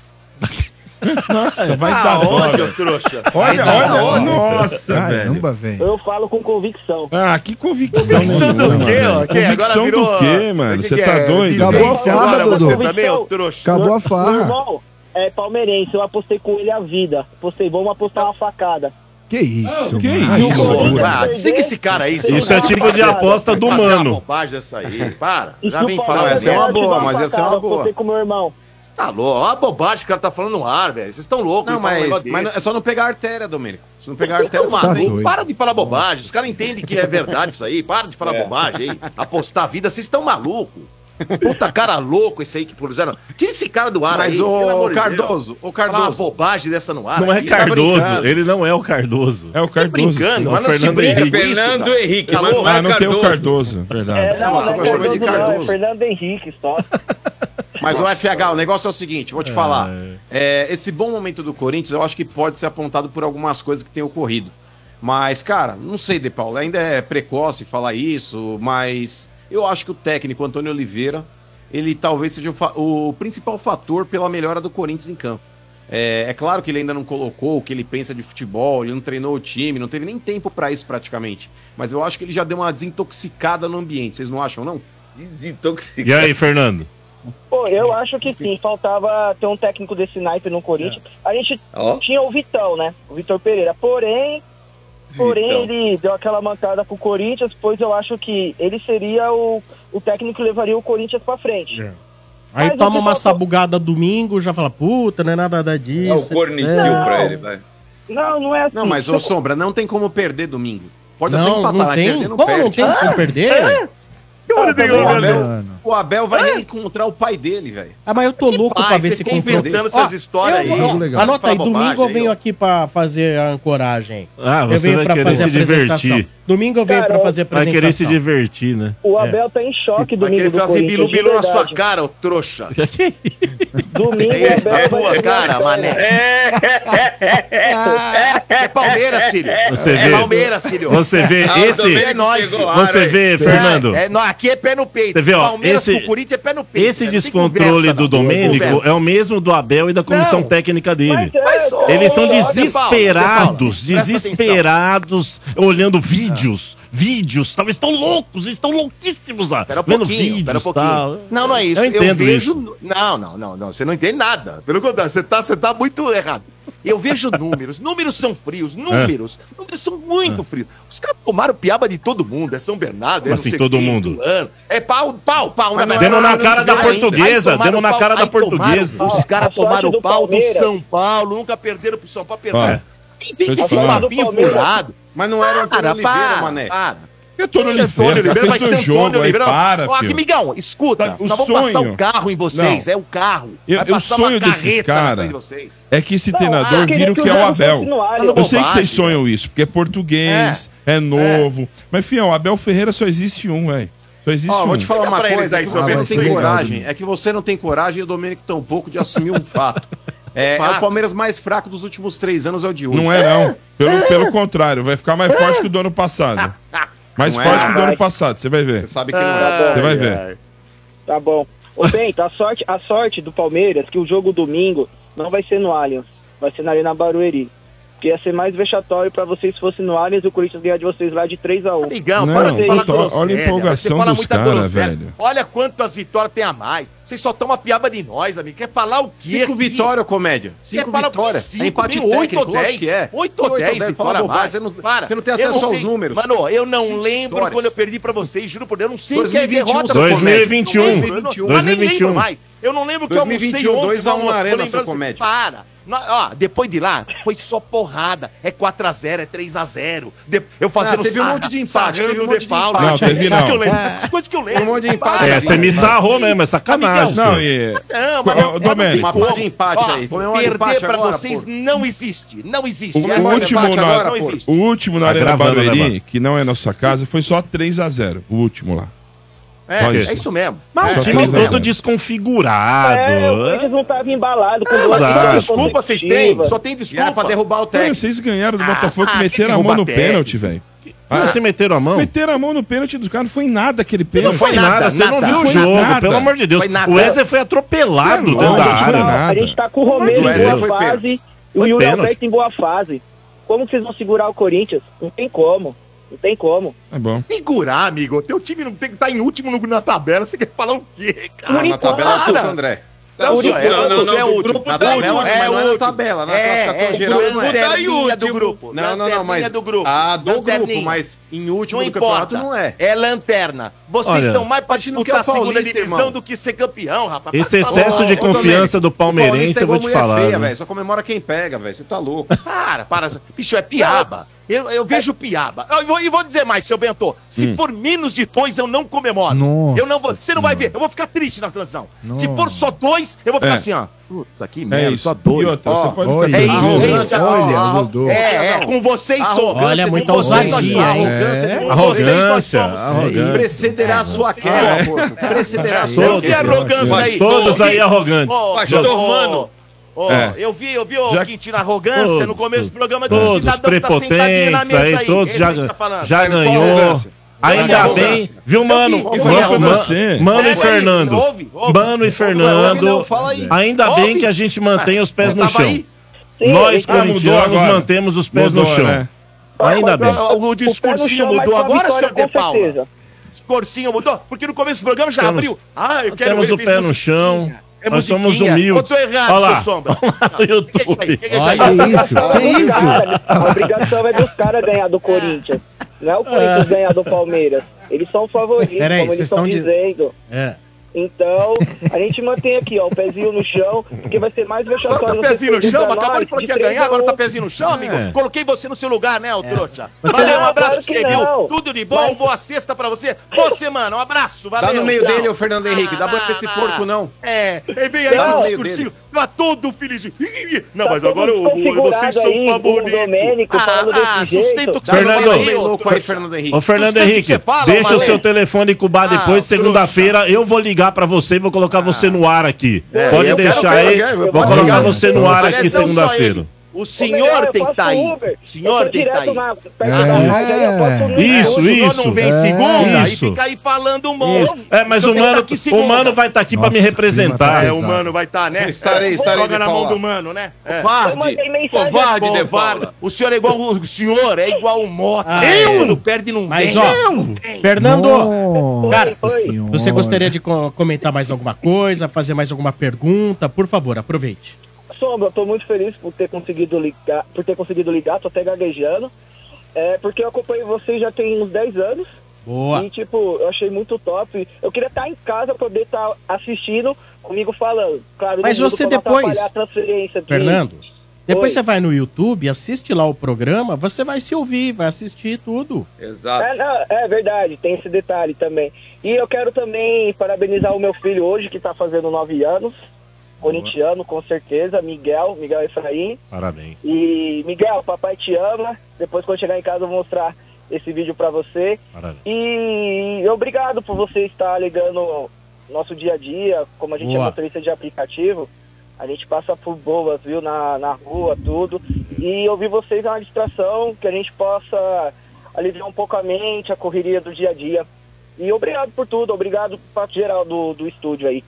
Nossa, vai dar hora.
Aonde, Ah, ô trouxa?
Olha, olha, olha. Nossa, velho.
Caramba, velho.
Eu falo com convicção.
Ah, que convicção.
Convicção do
nenhuma,
quê, ó?
velho.
Que agora
Convicção
virou...
do quê, mano?
Que
Você
que
tá
é?
doido?
Vidente
Acabou a farra,
agora,
tá
Dodô.
Você também, ô trouxa.
então, Acabou a
Meu
farra.
irmão, é palmeirense, eu apostei com ele a vida. Apostei, vamos apostar uma facada.
Que isso,
Ah, que
mano.
isso,
Que loucura.
Ah, desliga esse cara aí. seu
Isso é
cara.
tipo de aposta do
Fazer uma
mano.
bobagem dessa aí. Para.
E
Já
se o
vem
Palmeiras
falar.
essa é uma
ganhar, eu te
boa,
dou
mas essa é
facada,
uma boa.
Apostei com meu irmão.
Você tá louco. Olha a bobagem que o cara tá falando no ar, velho. Vocês estão loucos.
Não,
de falar um
mas,
negócio
mas não-
desse.
é só não pegar a artéria, Domênico. Se não pegar a
Vocês
artéria,
estão malucos,
doido.
Para de falar bobagem. Os caras entendem que é verdade isso aí. Para de falar
É.
bobagem aí. Apostar a vida, vocês estão malucos. Puta cara louco esse aí que puseram. Tira esse cara do ar
Mas
aí. pelo
o
amor de
Cardoso, o
Deus. Falar uma
Cardoso.
bobagem dessa no ar. tá
Não é
aqui.
Cardoso, ele não é o Cardoso.
É o
Tá
Cardoso.
brincando,
o
mas não se
Fernando
brinca
Henrique.
com isso,
Fernando
cara.
Henrique,
Tá
mas
louco?
não é
Ah, não tem o
Cardoso.
Cardoso, verdade.
É, não,
mas
não,
eu
é
gosto de
Cardoso, não,
Cardoso.
é Fernando Henrique só.
Mas o FH, o negócio é o seguinte, vou te falar. É, esse bom momento do Corinthians, eu acho que pode ser apontado por algumas coisas que têm ocorrido. Mas, cara, não sei, De Paulo, ainda é precoce falar isso, mas eu acho que o técnico Antônio Oliveira, ele talvez seja o, fa- o principal fator pela melhora do Corinthians em campo. É, é claro que ele ainda não colocou o que ele pensa de futebol, ele não treinou o time, não teve nem tempo pra isso praticamente. Mas eu acho que ele já deu uma desintoxicada no ambiente, vocês não acham, não?
E aí, Fernando?
Pô, eu acho que sim, faltava ter um técnico desse naipe no Corinthians. A gente
É. Ó.
tinha o Vitão, né? O Vitor Pereira. Porém, porém
Vitão.
ele deu aquela mancada pro Corinthians, pois eu acho que ele seria o, o técnico que levaria o Corinthians pra frente.
Aí
Mas o
toma
que
uma
faltou-
sabugada domingo, já fala, puta, não é nada da
É o
disso.
cornicil
Não.
pra ele, né? vai.
Não, não é assim.
Não, mas ô Sombra, não tem como perder domingo. Pode até
Não,
empatar,
não
mas
tem.
perder não
Como não
perde. Ah, É, Tá
tem como perder?
Pô,
O Abel,
mano.
o Abel
É.
vai reencontrar o pai dele, velho.
Ah, mas eu tô louco
Pai,
pra ver
você
esse
tá
fica
confronto.
inventando
Ó,
essas histórias
eu-
aí.
ó,
Jogo legal.
Anota aí,
Fala bobagem
domingo eu
aí,
venho
ó.
aqui pra fazer a ancoragem.
Ah,
eu
você
venho
vai
pra
querer
fazer a
se
apresentação.
divertir.
Domingo eu venho
Cara,
pra fazer a
Vai
apresentação.
querer se divertir, né?
O Abel tá em choque
Vai
domingo
querer
do
fazer assim,
Corinthians.
bilu-bilu
de
na sua
é verdade.
cara, ô trouxa.
Domingo
É isso,
o
é
Abel vai
tua
ser
cara,
uma-
mané. É Palmeiras, filho.
Você
é
vê.
Palmeiras, filho. É
Você vê
Ah, o
esse.
Domênico
nós,
pegou ar,
Você
hein?
vê, Fernando.
né? É, é, não, aqui é pé no peito.
Você vê, ó,
Palmeiras
esse-
com Corinthians é pé no peito.
Esse
né? Não tem
descontrole
conversa,
do
não. Não
Domênico
conversa.
é o mesmo do Abel e da comissão
Não.
técnica dele.
Mas, é, ô,
Eles estão
ô, Paulo,
desesperados,
Paulo, presta atenção. Ah.
desesperados, olhando vídeos, vídeos, tal, estão loucos, estão louquíssimos lá,
Espera um
vendo
pouquinho, espera um
vídeos,
pouquinho.
tal.
Não, não é isso.
Eu entendo
vejo...
isso.
Não, não, não, não. Você não entende nada. Pelo contrário, você tá, você tá muito errado. Eu vejo números. Números são frios.
É.
Números. Números são muito frios. Os caras tomaram piaba de todo mundo. É São Bernardo, é
Como
não
assim,
sei
todo
quem,
mundo?
fulano. É pau, pau, pau.
Mas não
verdade,
Demos na
não
cara da
deu ainda.
portuguesa,
Aí tomaram
demos na
pau,
cara da
aí tomaram
portuguesa.
pau. Os
A
caras
sorte
tomaram
do
o pau do
Palmeiras.
São Paulo. Nunca perderam pro São Paulo. Perderam.
Ah, é.
Quem
eu
vem
te
esse
falar.
papinho
Do Palmeiras.
furado?
Mas não era o Antônio
Para,
Oliveira,
para,
mané.
para.
E É Antônio
Antônio
Oliveira,
Oliveira,
Oliveira
vai ser
fez o
Antônio
jogo aí,
Oliveira.
para,
Ó,
filho.
amigão, escuta,
Tá, o
nós vamos passar
sonho-
o carro em vocês,
Não.
é o carro.
Eu- eu sonho desses cara-
na frente de vocês.
É que esse
Não,
treinador
eu queria
vira o
que
que é
o
o
Abel
Abel.
continuasse.
Eu sei que
Bobagem,
vocês sonham isso, porque é português, é, novo. Mas, fiel, o Abel Ferreira só existe um, velho. Só existe
Ó,
um.
vou te falar
Existe um.
uma
Dá pra eles
coisa,
aí,
é que
seu
você não
Bento,
tem
legal,
coragem.
Dudu.
É que você não tem coragem e o Domênico tão pouco de assumir um fato. É, é o Palmeiras mais fraco dos últimos três anos, é o de hoje.
Não é, não. Pelo, pelo contrário, vai ficar mais forte que o do ano passado. Mais
Não é,
forte que o do
É. vai.
ano passado, você vai ver.
Você sabe que não é.
Tá
Você
bom,
vai ver.
tá bom. Ô, Bento, a sorte, a sorte do Palmeiras que o jogo domingo não vai ser no Allianz, vai ser na Arena Barueri. Porque ia ser mais vexatório pra vocês se fosse no Allianz e o Corinthians ganhar de vocês lá de 3 a 1
Amigão,
Não,
para de falar
puta, olha a
groselha,
empolgação
você fala
dos
muita
cara,
groselha.
velho.
Olha quantas vitórias tem a mais. Vocês só tomam piaba de nós, amigo. Quer falar o quê?
Cinco
aqui?
vitórias, comédia.
Quer
Cinco
falar o quê?
vitórias.
Cinco,
é empate
nem oito
técnico,
ou
lógico
dez.
que é.
Oito ou dez,
dez,
fala
fala bobagem.
mais.
Você não,
Para,
você não tem
eu
acesso
não
aos
sei.
números.
Mano, eu não
Cinco
lembro
vitórias.
quando eu perdi pra vocês, juro por Deus, eu não sei o que é
2021,
derrota.
seu
Palmeiras.
2021.
Eu não é lembro, eu não- eu nem
2021.
lembro mais. Eu não lembro o que eu almocei
2021,
ontem.
dois a um
mano.
na
Tô
arena,
lembrando
seu
assim,
comédia.
Para. Não, Ó, depois de lá, foi só porrada. É 4x0, é 3x0. Eu fazendo
Ah, teve um
sarra-
monte de empate,
sarrando
teve um
o
monte
De
de
Paulo.
empate. Não, teve
Essas que eu
não.
lembro, Essas coisas que eu lembro.
Teve um monte de empate.
Para.
É, você me sarrou mesmo, é sacanagem.
Amigão,
Não, e.
Não,
é
Ô, ô,
mas não,
Domênico.
não tem
Uma
como.
de empate
Ó,
aí. Comemora
Perder
empate
pra
agora,
vocês
porra.
não existe. Não existe.
O,
Essa é
o
a
último
verdade.
na,
não
agora,
existe.
o último na
Tá
Arena
gravando, né,
Barueri,
mano?
que não é nossa casa, foi só 3x0. O último lá.
É,
Olha
é
isso.
isso mesmo.
Mas
Só
o time
três a
todo
zero.
desconfigurado.
É, o Corinthians não tava embalado com duas
Exato.
Só
vitórias
desculpa vocês têm.
consecutivas.
Só tem
E era pra
desculpa.
derrubar o
Cara,
técnico.
vocês ganharam do
Ah,
Botafogo,
ah,
Então meteram
quem
a mão no
derruba técnico?
pênalti, velho.
Ah, Você meteram a mão?
Meteram a mão no pênalti dos caras, não foi nada aquele pênalti.
Não foi nada,
nada,
você não
nada.
viu o
Foi
jogo,
nada.
pelo amor de Deus.
Foi nada.
O Wesley foi atropelado
Foi
dentro da
nada, foi
área.
nada.
A gente tá com o Romero
Mas
em
ele
boa
foi
fase e o Yuri
pênalti.
Alberto em boa fase. Como que vocês vão segurar o Corinthians? Não tem como. Não tem como.
É bom.
Segurar, tá amigo. Teu time não tem que estar em último lugar na tabela. Você quer falar o quê, cara?
Ah, na tabela
Para.
solta o André.
Não,
Não,
senhor, é
não, não,
último, é
não,
último.
grupo tá
Na tabela,
último,
é
mas não é na
último.
tabela, na classificação
é,
geral,
grupo,
não é.
Lanterninha
Tá em
do
último.
grupo.
Não, não, não, mas.
Lanterninha do grupo.
Ah, do grupo,
Lanterninha.
mas em
Não
último do campeonato não
importa.
é.
É lanterna. Vocês
Olha,
estão mais pra
a gente não
disputar a
quer o
segunda
Paulista,
divisão
irmão.
do que ser campeão, rapaz.
Esse
Para, para,
excesso de
para,
Domênico,
confiança do palmeirense,
Paulista é
eu vou
igual
te
mulher feia,
falar. né?
velho. Só comemora quem pega, velho. Você tá louco.
Para, para. Bicho, é piaba. Eu, eu vejo piaba. Eu vou, e vou dizer mais, seu Bento. Se
Hum.
for menos de dois, eu não comemoro.
Nossa
eu não vou. Você não vai ver. Eu vou ficar triste na transmissão. Se for só dois, eu vou ficar
É.
assim, ó. Putz, aqui
É
merda,
isso.
só dois.
E outra,
Ó,
você pode ficar
Olha,
com
é isso, é isso.
arrogância.
Olha,
Ó, ó,
Zodô.
É, é, com vocês sou.
Olha,
com
muita
vocês nós
ousadia,
somos.
hein?
Arrogância
É.
é.
Com vocês nós
Arrogância,
somos.
arrogância.
Precederá a sua queda, moço. Precederá a
Todos,
sua
Eu vi
queda.
arrogância
Vai,
aí.
todos
Ô,
aí
Gui,
arrogantes.
Ô,
Pastor
ô,
Mano.
ô,
É.
Eu vi, eu vi o
Já-
Quintino Arrogância no começo do programa que o
Todos
cidadão que tá sentadinho na
prepotentes
mesa
aí, todos
Esse
já,
aí que tá falando.
já
Pega
ganhou.
arrogância.
Ainda
Pega
bem,
arrogância.
viu, mano?
Eu vi, eu vi
Mano,
arrogância.
Man- Mano e
Pega aí,
Fernando.
ouve, ouve.
Mano e
ouve não,
Fernando.
fala aí.
Ainda
Ouve.
bem que a gente mantém os pés
Eu
no
Ah, tava
chão.
aí.
Sim,
Nós,
ele-
Ah, mudou
corintianos,
agora.
mantemos os pés no
Mudou,
chão.
né?
Ainda bem.
O, o discursinho mudou agora,
seu
seu De Paula? Discursinho mudou? Porque no começo do programa já
Temos-
abriu. Ah, eu quero
Temos
ver
o pé no
musiquinha.
chão.
É
Nós somos
musiquinha. Eu
humildes.
tô errado,
Olha lá.
seu sombra.
Olha o
Que que é isso aí?
YouTube.
Que que é isso aí?
Que isso? Que isso?
A obrigação é dos caras ganhar do Corinthians. Não é o Corinthians ganhar do Palmeiras. Eles são favoritos,
Peraí,
como eles
vocês
estão
estão de-
dizendo.
É.
Então, a gente mantém aqui, ó, o pezinho no chão, porque vai ser mais
Agora
vexatório.
tá pezinho no
vocês
chão,
pra
acabou de
nós,
falar que ia
três a
ganhar, agora
um.
tá pezinho no chão, amigo.
É.
Coloquei você no seu lugar, né, ô
É.
trouxa?
Você-
Valeu, um
Ah,
abraço
claro
pra
que
você, viu?
não.
Tudo de bom, boa sexta pra você. Boa semana, um abraço, valeu.
Dá no meio
tchau.
dele, ô Fernando Henrique. Dá pra
Ah,
pra esse
ah,
porco, não.
É, e vem aí
Não.
o discursinho, tá todo feliz. Ih, ih, ih. Não,
Tá
mas
todo
agora eu, eu,
desconfigurado
vocês são
aí,
favoritos.
O Domênico falando desse jeito.
sustenta o Ah, que
Dá
você
Fernando.
no
fala
meio
aí,
dele,
ô
louco aí,
trouxa.
Fernando
Ô,
Henrique.
Fernando
Os tanques
Henrique,
que falam,
deixa o
Malê.
seu telefone incubar depois,
Ah,
segunda-feira eu vou ligar pra você e vou colocar você no ar aqui. Pode
É, eu
deixar
quero ver,
aí,
eu quero ver,
vou
pode
colocar
ligar.
você no ar
Aliás,
aqui
não só
segunda-feira.
ele. O
Ou melhor,
senhor
eu
tem que
faço
estar aí.
Uber.
O senhor
Eu tô
tem que estar
direto
aí.
na- perto da
É.
rádio, aí eu posso no-
Isso,
o senhor
isso.
não vem
É.
segunda
Isso.
e fica aí falando um
Isso.
monte.
É, mas
senhor
o
tem que
mano,
tá aqui segunda.
o mano vai estar aqui pra me
Nossa,
representar.
clima
É,
Exato.
o mano vai estar, né?
Estarei, estarei,
Joga
De
na
Paula.
mão do mano, né? É.
Eu mandei
Covarde.
mensagem
Covarde, De
Covarde.
Paula.
O senhor é igual o senhor, é igual o Mota.
Ah,
eu
é.
não perde não
Mas,
vem.
ó, Fernando, cara,
Nossa Senhora.
você gostaria de co- comentar mais alguma coisa, fazer mais alguma pergunta? Por favor, aproveite.
Sombra, eu tô muito feliz por ter conseguido ligar, por ter conseguido ligar, tô até gaguejando. É, porque eu acompanho vocês já tem uns 10 anos.
Boa.
E, tipo, eu achei muito top. Eu queria estar em casa, poder estar assistindo, comigo falando. Claro,
Mas
não digo
você
pra não
depois-
atrapalhar a transferência de-
Fernando,
Oi.
depois você vai no YouTube, assiste lá o programa, você vai se ouvir, vai assistir tudo.
Exato.
É, não, é verdade, tem esse detalhe também. E eu quero também parabenizar o meu filho hoje, que tá fazendo 9 anos. Corintiano, com certeza. Miguel, Miguel Efraim.
Parabéns.
E, Miguel, papai te ama. Depois, quando chegar em casa, eu vou mostrar esse vídeo pra você.
Parabéns.
E obrigado por você estar alegando nosso dia a dia, como a gente
Boa.
é motorista de aplicativo, a gente passa por boas, viu, na, na rua, tudo. E ouvir vocês é uma distração, que a gente possa aliviar um pouco a mente, a correria do dia a dia. E obrigado por tudo, obrigado pro parte geral do, do estúdio aí.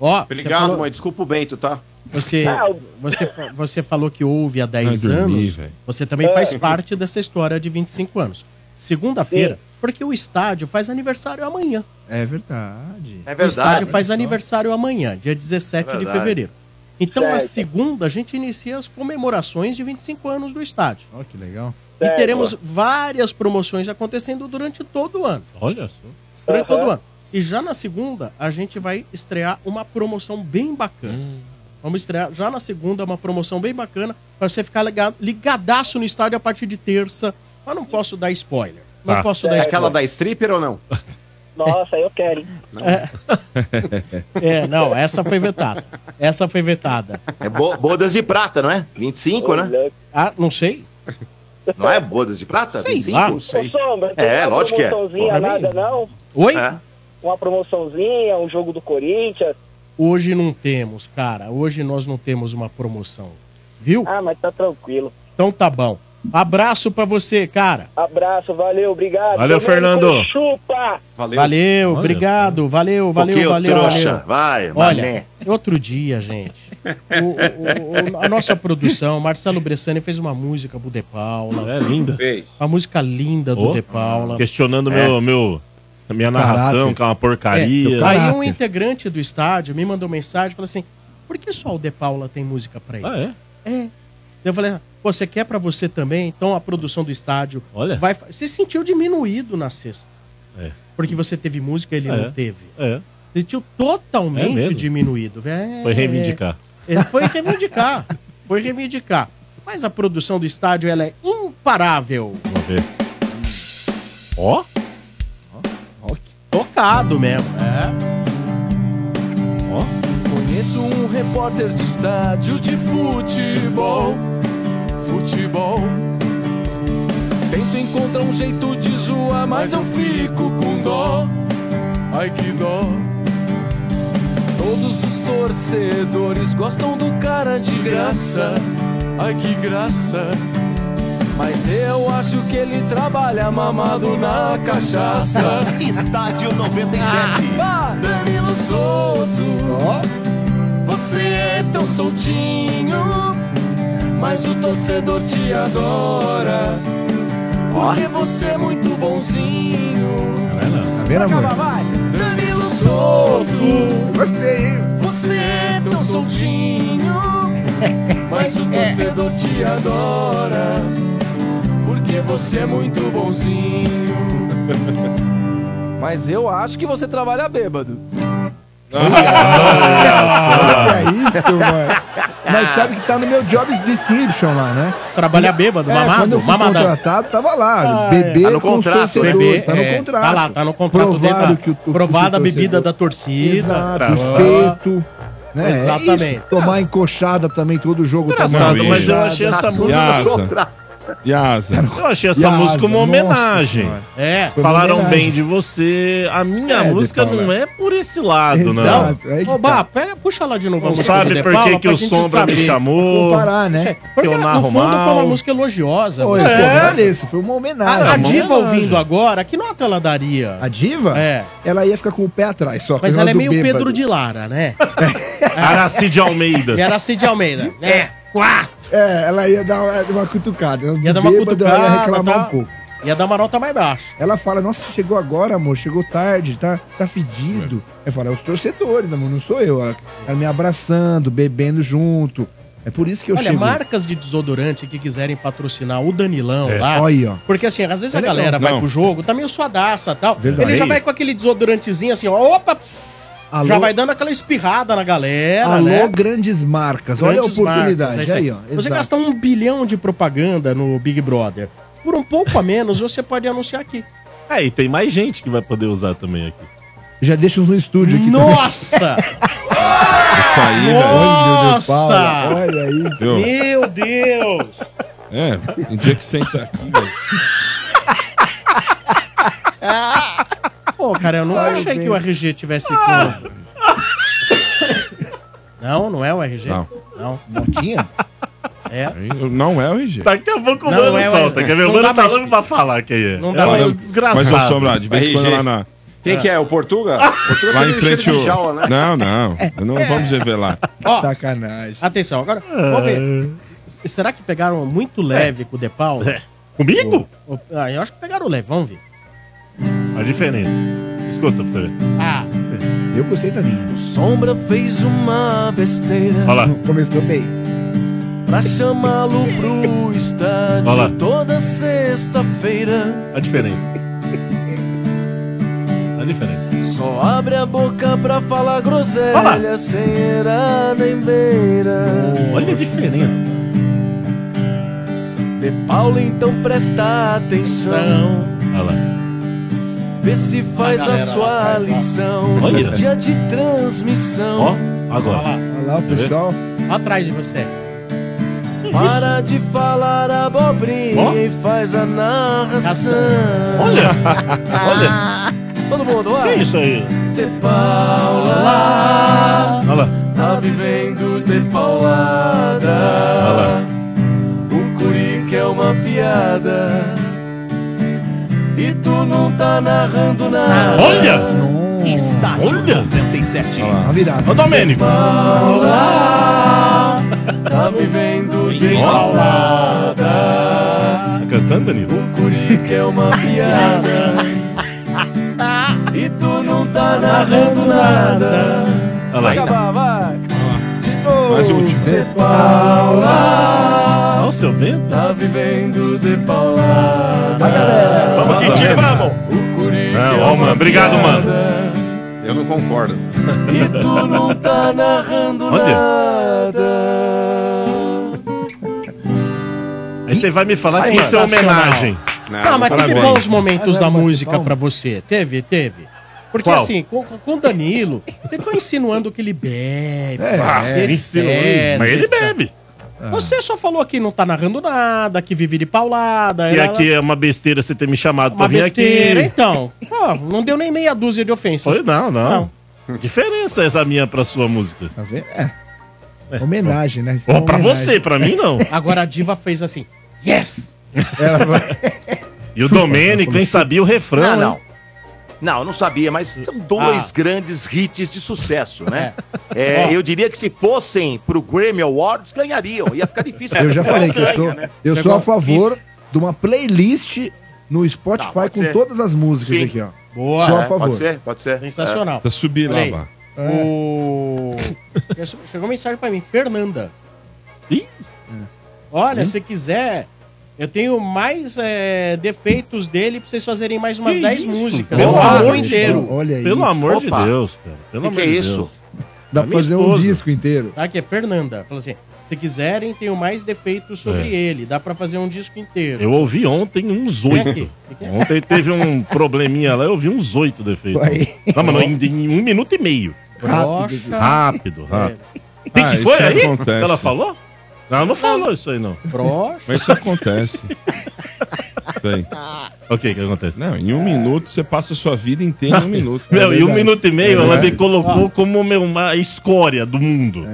Ó,
Obrigado,
você falou,
mãe. Desculpa o Bento, tá?
você,
Ah, eu-
você, fa- você falou que ouve há 10
Vai dormir,
anos,
velho.
você também faz
É.
parte dessa história de 25 anos. Segunda-feira, porque o estádio faz aniversário amanhã.
É verdade.
É
O
verdade. É
estádio faz aniversário amanhã, dia 17 de
Verdade.
fevereiro. Então, na
Certo.
segunda, a gente inicia as comemorações de 25 anos do estádio.
Ó, que legal.
E
Certo.
teremos várias promoções acontecendo durante todo o ano.
Olha É, só.
Durante
Aham.
todo o ano. E já na segunda, a gente vai estrear uma promoção bem bacana.
Hum.
Vamos estrear já na segunda uma promoção bem bacana para você ficar ligado, ligadaço no estádio a partir de terça. Mas não posso dar spoiler. Não
Tá.
posso
É
dar
aquela
spoiler.
da stripper ou não?
Nossa, eu quero, hein?
É, não, essa foi vetada. Essa foi vetada.
É bo- bodas de prata, não é? 25, né?
Ah, não sei.
Não é bodas de prata? Ah,
Sei lá.
Não sei.
Ô, Sombra, tem
É,
uma
lógico que é.
promoçãozinha,
Porra,
nada não?
Oi?
É.
Uma promoçãozinha, um jogo do Corinthians.
Hoje não temos, cara. Hoje nós não temos uma promoção. Viu?
Ah, mas tá tranquilo.
Então tá bom. Abraço pra você, cara.
Abraço, valeu, obrigado.
Valeu, Fernando.
Chupa!
Valeu.
Valeu,
Olha
obrigado. Valeu, valeu,
Porque o
valeu,
trouxa,
valeu.
vai,
Olha,
mané.
outro dia, gente. o- o- o- a nossa produção, Marcelo Bressani, fez uma música pro De Paula.
É linda.
Fez.
Uma música linda do
Ô,
De Paula.
Questionando
É.
meu, meu, a minha narração,
Caráter.
que é uma
É,
porcaria.
teu cara-
Ah,
Caraca.
Aí um integrante do estádio me mandou mensagem e falou assim: por que só o De Paula tem música pra ele?
é?
É. Eu falei, "Pô, você quer pra você também? Então a produção do estádio
Olha.
vai. fa- Você sentiu diminuído na sexta.
É.
Porque você teve música e ele
É.
não teve.
É,
Você sentiu
É
totalmente
mesmo?
diminuído. É,
foi reivindicar.
Ele foi reivindicar. foi reivindicar. Mas a produção do estádio ela é imparável.
Vamos ver. Ó,
Tocado mesmo. É.
ó.
Conheço um repórter de estádio de futebol. Futebol. Tento encontrar um jeito de zoar, mas eu fico com dó. Ai que dó. Todos os torcedores gostam do cara de graça. Ai que graça. Mas eu acho que ele trabalha mamado na cachaça.
Estádio 97.
Ah,
Bah, Danilo Souto.
Ó,
Você é tão soltinho, mas o torcedor te adora. Porque você é muito bonzinho.
Não é não.
tá vendo,
Acaba,
amor?
vai! Danilo Souto,
Gostei, hein?
você é tão soltinho, mas o torcedor te adora. Porque você é muito bonzinho. Mas eu acho que você trabalha bêbado.
Olha isso, mano. Mas sabe que tá no meu jobs description lá, né?
Trabalhar bêbado,
É, quando
mamado,
eu fui
mamadão.
contratado, tava
Ah, é.
lá. Bebê
Tá no
com os
contrato, né?
torcedores,
Bebê,
tá no
é,
contrato.
Tá lá, tá no contrato
Provado
dele. tá.
que o- que o
Provada a bebida
torcedor-
da torcida. Tá,
Exato,
Trabalho.
feito. Né? É isso.
Exatamente.
Tomar encoxada também, todo jogo
Engraçado,
tomar
mas eu
encoxada.
achei essa
Tá tudo
música.
Yasa.
no contrato.
E a asa?
Eu achei essa
E a
música uma
asa, nossa
homenagem.
senhora.
É.
Foi uma
Falaram
homenagem.
bem de você. A minha
É, De
música
Paula.
não é por esse lado, não.
Exato, é que
Ô,
tá.
Bá, pega, puxa lá de novo
né? Não
a música do
sabe
De
por
Paula
que, que
pra
o
gente
sombra me
saber.
chamou.
comparar,
É,
né?
Porque
Eu
ela, no
narro
fundo foi uma
mal.
música elogiosa.
Oi,
você-
pô, agradeço, foi uma homenagem.
A, a
é uma
diva
homenagem.
ouvindo agora, que nota ela daria?
A diva,
É.
ela ia ficar com o pé atrás só.
Mas
por
ela
causa
é
do
meio
bêbado.
Pedro de Lara, né?
Aracide
E
Almeida.
era Cid Almeida. É. Quatro.
É, ela ia dar uma, uma cutucada.
Ia dar uma
Bêbada, Ela ia
cutucada,
reclamar
tá?
um pouco.
Ia dar uma nota mais baixa.
Ela fala, nossa, chegou agora, amor, chegou tarde, tá, tá fedido. Eu falo, é os torcedores, amor, não sou eu. Ela, ela me abraçando, bebendo junto. É por isso que eu
Olha,
chego.
marcas de desodorante que quiserem patrocinar o Danilão
É.
lá.
Olha, ó. É
Porque assim, às vezes a
legal.
galera vai
Não.
pro jogo, tá meio suadaça e tal.
Verdade.
Ele já
Aí.
vai com aquele desodorantezinho assim, ó. Opa! pss,
Alô,
Já vai dando aquela espirrada na galera,
alô
né?
grandes marcas. Olha a
Grandes
oportunidade.
marcas, é isso
aí,
aí.
ó.
Você
exato.
gastar um bilhão de propaganda no Big Brother. Por um pouco a menos, você pode anunciar aqui.
É, e tem mais gente que vai poder usar também aqui.
Já deixa uns no estúdio aqui. tá? também.
Nossa!
Isso aí, velho.
Tá né? Olha, meu
Nossa!
Paulo, Olha aí.
Viu?
Meu Deus!
É, tem dia que senta aqui, velho.
Ah, Pô, cara, eu nunca
Ai,
achei
bem.
que o RG tivesse
Ah!
clube. Não, não é o RG.
Não.
Não,
Não tinha?
é.
Aí eu- Não é o RG.
Tá,
Tá,
Daqui a pouco o
Não,
Mano
é,
solta.
é.
Quer ver?
Não
O
dá
Mano tá
mais,
louco pra falar quem é.
Não dá
é um
mais.
Mas
desgraçado.
eu sombra, de vez em
RG.
quando lá, na,
Quem que é? O Portuga? Portuga
lá
tem
em
um
tá
frente
cheiro
o.
de jaula, né?
Não, não. Não vamos revelar.
Ó,
Sacanagem.
atenção, agora, vamos ver. S- Será que pegaram muito leve com o De Paulo?
Ah. É. Comigo?
Ou- Ah, eu acho que pegaram leve, vamos ver.
A diferença. Escuta pra você ver. É,
Ah,
Eu gostei da minha.
O Sombra fez uma besteira
Olha lá.
Começou bem.
pra chamá-lo pro estádio
Olha lá. Tá
toda sexta-feira.
A diferença. A diferença.
Só abre a boca pra
Tá Olha
falar groselha sem era nem beira.
Olha a diferença.
De Paulo, então presta atenção.
não.
Olha lá.
Vê se faz a,
galera lá
sua
atrás, ó.
lição.
Olha.
No dia de transmissão.
Ó, agora.
Olha lá,
Olha lá, o
Quer ver?
pessoal.
ó atrás de você.
Para de falar abobrinha
Ó.
e faz a narração.
Olha! Olha!
Todo mundo,
Que é
vai.
isso aí?
De Paula.
Olha lá.
Tá vivendo de
Olha
paulada.
lá.
O Curica é uma piada. E tu não tá narrando nada.
Olha!
Nossa,
Estádio
Olha.
97.
uma virada.
Ô, Domênico!
Paula. Tá vivendo de paulada.
Tá cantando, Danilo?
O Curica é uma piada. que tu não tá narrando nada.
Olha lá. um.
Vai, Gabá, vai.
Mais último.
De
Paula.
Olha o seu dedo.
Tá vivendo de paulada.
Vamos, Quintino, vamos!
O Curi é
Não, ó, mano, obrigado, mano.
Eu não concordo.
E tu não tá narrando
Olha.
nada.
Aí você vai me falar
Aí,
que isso é
mano.
homenagem.
Não,
Ah, mas teve
parabéns.
bons momentos
Ah,
da
não,
música
palma.
pra você. Teve, teve. Porque
Qual?
assim, com, com o Danilo, ficou insinuando que ele bebe. tá
É,
etc.
é,
Me ensinou isso. Mas ele bebe.
Você só falou que não tá narrando nada, que vive de paulada.
E
era
aqui é uma besteira você ter me chamado pra
uma
vir
besteira,
aqui.
então. Ó, não deu nem meia dúzia de ofensas.
Foi, não, não. Diferença essa minha pra sua música.
Tá vendo? É. Homenagem, né? Isso é
Ó,
uma
pra
homenagem.
você, pra mim não.
Agora a diva fez assim, yes!
Ela vai-
E o Domênico nem sabia o refrão.
Não,
né?
não. Não, eu não sabia, mas são
Ah.
dois grandes hits de sucesso, né? É, eu diria que se fossem pro Grammy Awards, ganhariam. Ia ficar né? difícil.
Eu já falei que eu sou,
né?
eu sou a favor de uma playlist
Tá,
no
Não,
Spotify
pode
com
ser.
todas as músicas
Sim.
aqui, ó.
Boa!
Sou a
É,
favor.
Pode ser, pode ser.
Sensacional.
Pra subir
Olha aí.
lá, vá.
É.
O... Chegou uma mensagem pra mim, Fernanda.
Ih.
Olha, se quiser, eu tenho mais é, defeitos dele pra vocês fazerem mais umas
Que
10
isso?
músicas.
Pelo
Um
amor
álbum
de
inteiro.
Olha aí.
Pelo amor de
Opa.
Deus, cara. Pelo
Que
amor
que é
de
isso?
Deus.
Dá
É
A
pra
minha
fazer um
esposa.
disco inteiro.
Tá, que é Fernanda. Fala assim, se quiserem, tenho mais defeitos sobre
É.
ele. Dá pra fazer um disco inteiro.
Eu ouvi ontem uns
Vem
oito.
aqui. Fica-
Ontem teve um probleminha lá, eu ouvi uns oito defeitos.
Aí.
Não, mas não, em, em um minuto e meio.
Brocha,
Rápido, rápido. O que,
Ah,
que
isso
foi aí?
acontece.
Ela falou? Não, não falou isso aí, não.
brocha.
Mas isso acontece. Isso aí.
Ok, o que acontece?
Não, em um minuto você passa a sua vida inteira em um minuto.
Meu, e um
verdade.
minuto e meio
É
ela
verdade.
me colocou como meu, uma escória do mundo.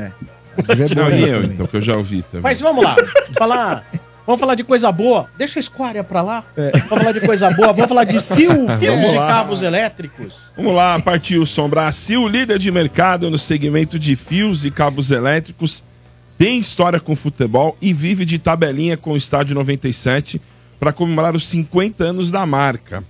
Tiver
Não,
bom
e
isso
eu,
também.
então, que eu já ouvi também.
Mas vamos lá. falar, vamos falar de coisa boa. Deixa a escória pra lá. Vamos falar de coisa boa. Vamos falar de sil, fios de cabos elétricos.
Vamos lá, partiu Sombra. Se o líder de mercado no segmento de fios e cabos elétricos tem história com futebol e vive de tabelinha com o Estádio 97 para comemorar os 50 anos da marca.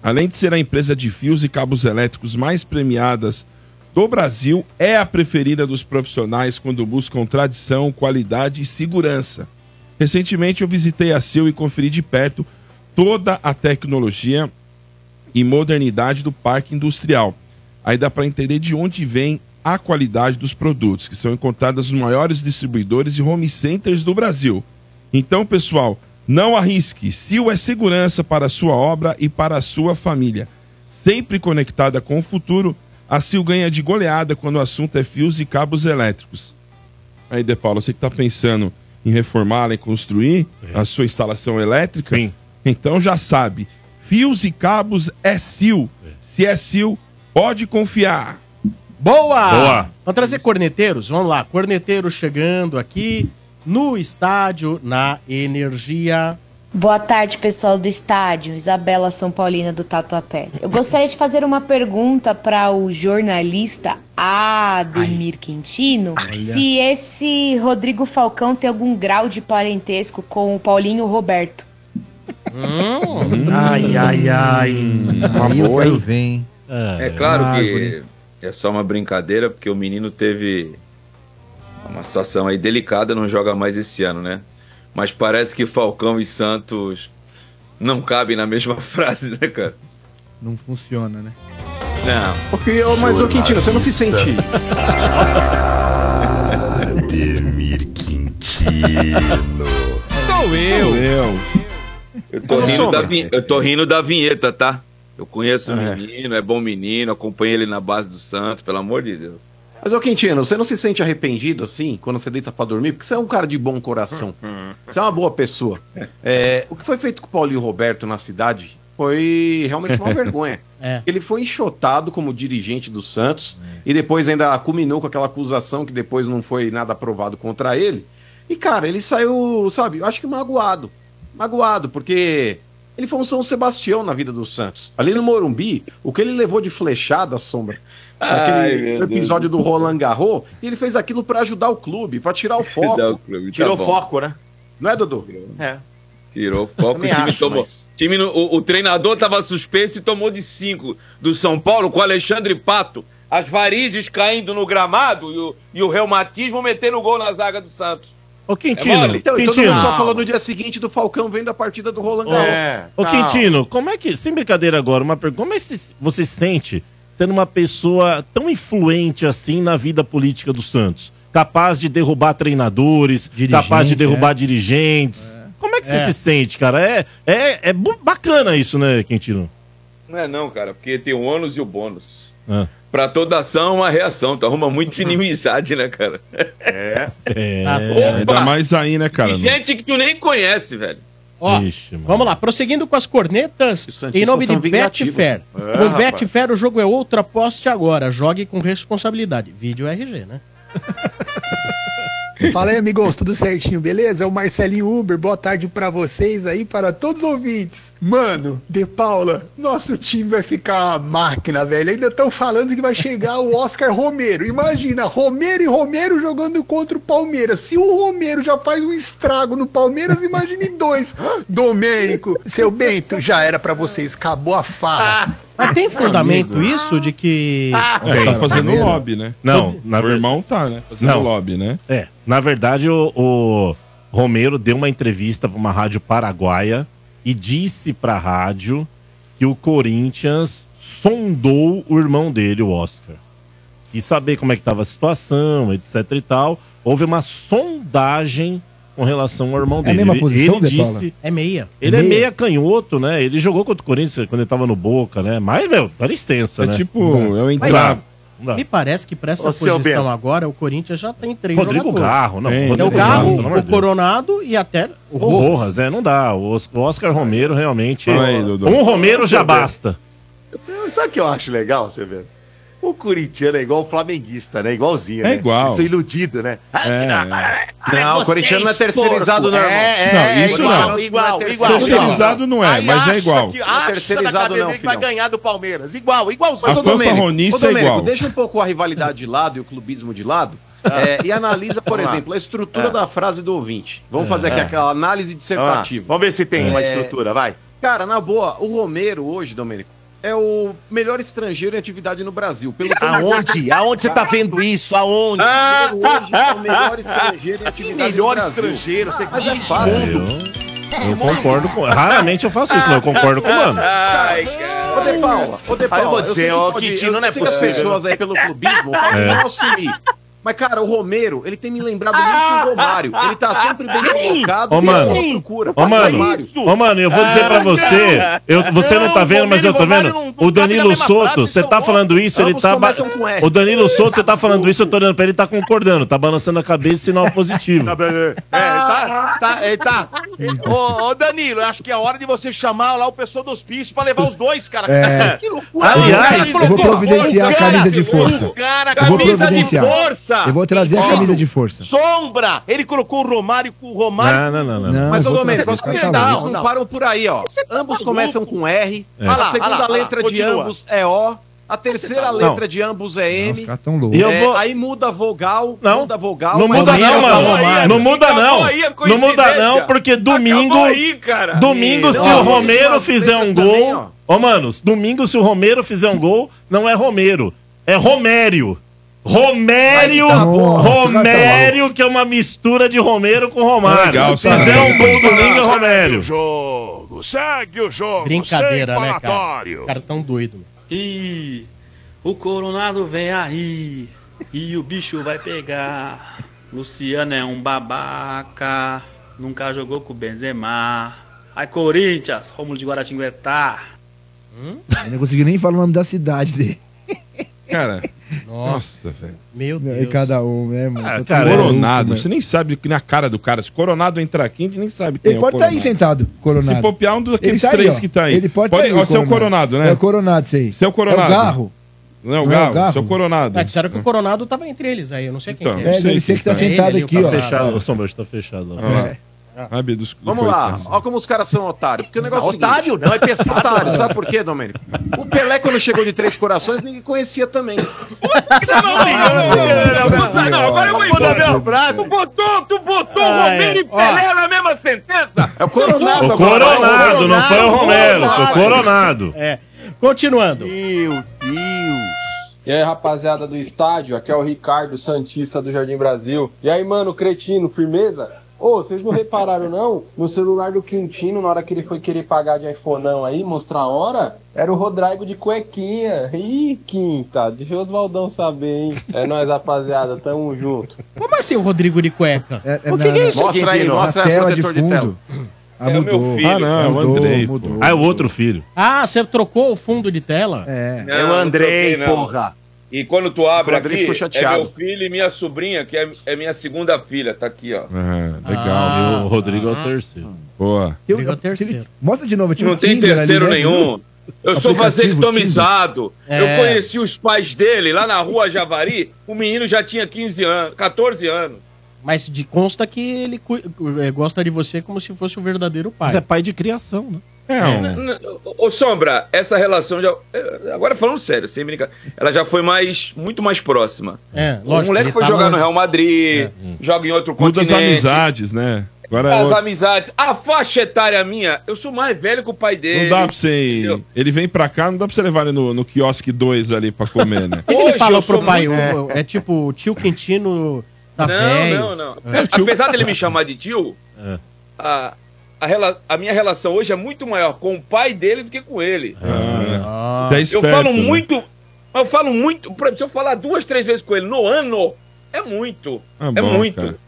Além de ser a empresa de fios e cabos elétricos mais premiadas do Brasil, é a preferida dos profissionais quando buscam tradição, qualidade e segurança. Recentemente eu visitei a SIL e conferi de perto toda a tecnologia e modernidade do parque industrial. Aí dá para entender de onde vem a qualidade dos produtos, que são encontradas nos maiores distribuidores e home centers do Brasil. Então, pessoal, não arrisque. SIL é segurança para a sua obra e para a sua família. Sempre conectada com o futuro, a SIL ganha de goleada quando o assunto é fios e cabos elétricos. Aí, De Paulo, você que está pensando em reformar e construir
É.
a sua instalação elétrica,
Sim.
então já sabe, fios e cabos é SIL. Se é SIL, pode confiar.
Boa!
Boa.
Vamos trazer corneteiros? Vamos lá. Corneteiros chegando aqui no estádio, na energia.
Boa tarde, pessoal do estádio. Isabela São Paulina do Tatuapé. Eu gostaria de fazer uma pergunta para o jornalista Ademir Quintino. Se esse Rodrigo Falcão tem algum grau de parentesco com o Paulinho Roberto.
Hum.
Ai, ai, ai.
Hum, Aí o cara vem.
É claro
Ah,
árvore.
que é só uma brincadeira, porque o menino teve uma situação aí delicada, não joga mais esse ano, né? Mas parece que Falcão e Santos não cabem na mesma frase, né, cara?
Não funciona, né?
Não.
Porque, ô, mas, ô, Quintino, você não se sente.
Sou eu.
Eu.
Eu tô,
Mas, ô,
rindo
Sombra.
da, vin- eu tô rindo da vinheta, tá? Eu conheço o menino, é bom menino, acompanho ele na base do Santos, pelo amor de Deus.
Mas, ô, Quintino, você não se sente arrependido assim, quando você deita pra dormir? Porque você é um cara de bom coração. Você é uma boa pessoa. É, o que foi feito com o Paulinho Roberto na cidade foi realmente uma vergonha.
É.
Ele foi enxotado como dirigente do Santos e depois ainda culminou com aquela acusação que depois não foi nada aprovado contra ele. E, cara, ele saiu, sabe, eu acho que magoado. Magoado, porque ele foi um São Sebastião na vida do Santos. Ali no Morumbi, o que ele levou de flechada, Sombra,
Ai,
naquele
meu Deus.
episódio do Roland Garros, e ele fez aquilo pra ajudar o clube, pra tirar o
Dá o
foco.
clube, tá
Tirou
bom.
foco, né?
Não é, Dudu?
É.
Tirou o foco. O
Também
time
acho,
tomou.
mas-
Time no- o, o treinador estava suspenso e tomou de cinco do São Paulo com o Alexandre Pato. As varizes caindo no gramado e o, e o reumatismo metendo gol na zaga do Santos.
Ô,
É
Quintino,
mole?
Então, e todo
Quintino,
mundo só falou no dia seguinte do Falcão vendo a partida do Roland Garros.
É.
Ô,
não.
Quintino, como é que, sem brincadeira agora, uma pergunta, como é que você sente sendo uma pessoa tão influente assim na vida política do Santos? Capaz de derrubar treinadores,
Dirigente,
capaz de derrubar
é.
dirigentes. Como é que você
É.
se sente, cara? É, é, é bu- bacana isso, né, Quintino?
Não é não, cara, porque tem o ônus e o bônus.
Ah.
Pra toda ação, uma reação. Tu arruma muita inimizade, né, cara?
É.
Tá certo.
Ainda mais aí, né, cara?
E gente que tu nem conhece, velho.
Ó,
Ixi, mano.
vamos lá, prosseguindo com as cornetas,
Os Santistas
em nome de
são vingativos.
Betfair.
É,
com
rapaz.
Betfair o jogo é outro, aposte agora, jogue com responsabilidade. Vídeo RG, né?
Fala aí, amigos, tudo certinho, beleza? É o Marcelinho Uber, boa tarde pra vocês aí, para todos os ouvintes. Mano, De Paula, nosso time vai ficar uma máquina, velho. Ainda estão falando que vai chegar o Oscar Romero. Imagina, Romero e Romero jogando contra o Palmeiras. Se o Romero já faz um estrago no Palmeiras, imagine dois. Domênico, seu Bento, já era pra vocês, acabou a farra.
Ah, Mas tem fundamento isso de que.
É, tá fazendo lobby, né?
Não, na
O
verdade.
irmão tá, né? Fazendo
Não.
lobby, né?
É, na verdade, o, o Romero deu uma entrevista para uma rádio paraguaia e disse para a rádio que o Corinthians sondou o irmão dele, o Oscar. E saber como é que estava a situação, etc e tal. Houve uma sondagem com relação ao irmão
É a
dele.
mesma
ele
posição,
ele
De Paula?
disse.
É meia.
Ele é
Meia?
meia canhoto, né? Ele jogou contra o Corinthians quando ele tava no Boca, né? Mas, meu, dá licença,
É
né?
tipo,
Não.
eu
Mas-
entrar.
Não dá.
Me parece que pra essa
Ô, seu
posição
Bento.
agora, o Corinthians já tem três
Rodrigo
jogadores.
Garro, não.
É,
É
Rodrigo
o
Garro,
Garro,
pelo amor
o
de Deus.
Coronado e até o
O
Rojas.
Rojas, é, não dá. O Os- o Oscar Romero realmente.
Fala aí, Dodô.
um Romero já basta.
Sabe o que eu acho legal, você vê? O corintiano é igual o flamenguista, né? Igualzinho,
É
né?
igual.
Isso é iludido, né?
É.
Não, o corintiano não é terceirizado,
não,
normal.
é,
Não, isso
igual,
não.
Igual,
Não é
igual.
terceirizado não é,
Aí
mas é
acha
igual.
Que,
Não é
acha
terceirizado
da academia
não,
que vai
filhão.
ganhar do Palmeiras. Igual,
A
Mas, ô,
fã-
igualzinho.
Domênico,
fanfarronice
ô, Domênico,
é igual.
deixa um pouco a rivalidade de lado e o clubismo de lado. é, e analisa, por
Vamos lá. É.
exemplo, a estrutura da frase do ouvinte.
É.
Vamos fazer aqui aquela análise
Vamos lá,
dissertativa.
Vamos ver se tem uma
É.
estrutura, vai.
Cara, na boa, o Romero hoje, Domênico, é o melhor estrangeiro em atividade no Brasil. Pelo
Aonde? Aonde você tá vendo isso? Aonde?
Ah, hoje é o melhor estrangeiro em
é.
atividade
melhor
no Brasil.
estrangeiro,
Ah,
você
mas é
que
fácil.
Eu, eu concordo com. Raramente eu faço isso, não. Eu concordo com o mano.
Ai, cara.
Ô, De Paula, ô, De
Ah, eu
Paula,
vou dizer,
sei que
ó,
pode-
Quintino,
eu
não é
sei que
possível.
as pessoas aí pelo clubismo
É.
podem não assumir. Mas, cara, o Romero, ele tem me lembrado muito do Romário. Ele tá sempre bem colocado
Ô,
e
mano.
ele procura.
Ô,
Passa
mano,
Romário.
ô, mano, eu vou dizer pra você. eu- você não tá
Não,
vendo, mas eu tô
Romero
vendo.
e Romário não-
O
não cabem na
Danilo
mesma frase,
Soto, você
são
tá
bons.
falando isso, ele
Ambos
tá. ba-
começam com R.
O Danilo Soto, você tá falando isso, eu tô olhando pra ele, ele tá concordando, tá balançando a cabeça, sinal positivo.
É, tá, tá, é, tá. Ô, ô, Danilo, eu acho que é hora de você chamar lá o pessoal do hospício pra levar os dois, cara.
É.
Que loucura.
Aliás,
O cara
eu vou
colocou-
providenciar
o
a
cara-
camisa de força.
O cara,
Eu vou
camisa de
providenciar.
força.
Eu vou trazer a
Ó,
camisa de força.
Sombra. Ele colocou o Romário com o Romário.
Não, não, não, não.
Não,
Mas,
eu
ô,
vou
Domênico, as
trazer,
coisas
tá
não,
bom.
não param por aí, ó. Ambos
maluco?
começam com R.
É.
Ah lá,
A
ah lá,
segunda
ah lá,
letra de
continua.
ambos é O. A terceira
maluco?
letra de ambos é
Não, Os
M.
caras tão loucos.
E eu
É,
vou.
Aí muda a vogal,
Não.
muda a vogal.
Não
mas-
muda
Romero,
não,
acabou
mano.
aí,
Não muda
acabou
não.
aí a
Não muda
coincidência.
não, porque domingo.
Acabou aí, cara.
Domingo, se
Não,
o Romero
mas
fizer um
também,
gol.
ó.
Ô, mano, domingo, se o Romero fizer um gol, não é Romero. É Romério. Romério.
Aí tá
bom.
Romério, que é uma mistura de Romero com Romário.
Tá Legal,
se fizer
cara.
um gol domingo, é Romério.
jogo, segue o jogo.
Brincadeira, né, cara? Os caras tão doidos.
E o Coronado vem aí e o bicho vai pegar. Luciano é um babaca, nunca jogou com o Benzema. Ai Corinthians, Rômulo de Guaratinguetá.
Eu não consegui nem falar o nome da cidade dele.
Cara,
Nossa,
nossa, velho.
meu
É
Deus.
cada um, né, mano?
Ah,
Tá
cara,
tudo
Coronado.
maluco,
Você
mano.
nem sabe que na cara do cara. Se Coronado entrar aqui, a gente nem sabe quem
Ele
é
pode
o
estar
Coronado.
aí sentado,
Se
Coronado.
popiar um daqueles
tá aí,
três
ó.
que tá aí.
Ele pode, tá aí,
ó, Você é o Coronado, né?
É o Coronado, isso aí.
Você é o Coronado.
É o Garro.
Não é o
Não é o
Galo,
Galo.
você é o Coronado.
Ah, disseram que o Coronado tava entre eles aí, eu não sei quem
Então,
que
eu
é.
É,
sei
deve ser
quem
que tá
tá.
É ele
sentado
ali,
aqui,
o
Tá
ó. É.
Coronado.
fechado, o Sombra tá fechado. lá.
Ah lá. Sabe, dos- do
Vamos lá,
coitado.
olha como os caras são otários. Porque o negócio
Não, otário não, é pesado.
Otário, sabe por quê, Domênico? O Pelé, quando chegou de Três Corações, ninguém conhecia também.
Não, não, agora eu vou embora. Tu botou, tu botou
Ai,
Romero e
ó.
É
Pelé na mesma sentença?
É o Coronado
O
agora.
Coronado, não foi o Romero, foi o Coronado.
É. Continuando.
Meu Deus.
E aí, rapaziada do estádio, aqui é o Ricardo Santista do Jardim Brasil. E aí, mano, cretino, firmeza? Ô, vocês não repararam não? No celular do Quintino, na hora que ele foi querer pagar de iPhoneão aí, mostrar a hora, era o Rodrigo de cuequinha. Ih, quinta, deixa o Oswaldão saber, hein? É nóis, rapaziada, tamo junto.
Como assim o Rodrigo de cueca?
É- é
o que,
na-
que é isso?
Mostra aí,
na
mostra aí o
tela de
protetor de, tela.
fundo. Ah,
É o meu filho.
Ah, não, o
Mudou,
Andrei. pô.
mudou.
Ah, é o outro filho.
Ah, você trocou o fundo de tela?
É.
Não,
É o
não
Andrei,
troquei, não.
porra.
E quando tu abre
O Andrei
aqui,
ficou
é
chateado.
meu filho e minha sobrinha, que é, é minha segunda filha, tá aqui, ó.
É, legal. Ah.
Ah.
E o Rodrigo é o terceiro.
Boa.
Eu-
Ligou
eu-
terceiro.
Mostra de novo. eu tinha
Não
um
tem
Tinder ali,
terceiro
né?
nenhum. Eu sou
Aplicativo
vasectomizado.
É.
Eu conheci os pais dele lá na rua Javari. O menino já tinha 15 anos, 14 anos.
Mas de consta que ele cu- eh, gosta de você como se fosse o verdadeiro pai.
Mas é pai de criação, né?
É, um-
N- Ô Sombra, essa relação já. eh, Agora falando sério, sem brincadeira. Ela já foi mais, muito mais próxima.
É,
o moleque
ele
foi
tá
jogar no
longe.
Real Madrid, joga em outro
É, hum. Muda as
continente.
amizades, né? Agora é
As
outro.
amizades. A faixa etária minha, eu sou mais velho que o pai dele.
Não dá pra você ir.
Entendeu?
Ele vem pra cá, não dá pra você levar ele no, no quiosque 2 ali pra comer, né?
O que que
Hoje
ele falou
eu sou
pro pai? O- É. tipo, o tio Quintino tá velho.
Não, não, não.
É,
Apesar dele me chamar de tio, a, a, rela- a minha relação hoje é muito maior com o pai dele do que com ele.
Ah, Você é
eu
esperto,
falo
né?
muito. mas Eu falo muito. por exemplo, Se eu falar duas, três vezes com ele no ano, é muito.
Ah,
é
bom,
muito.
cara.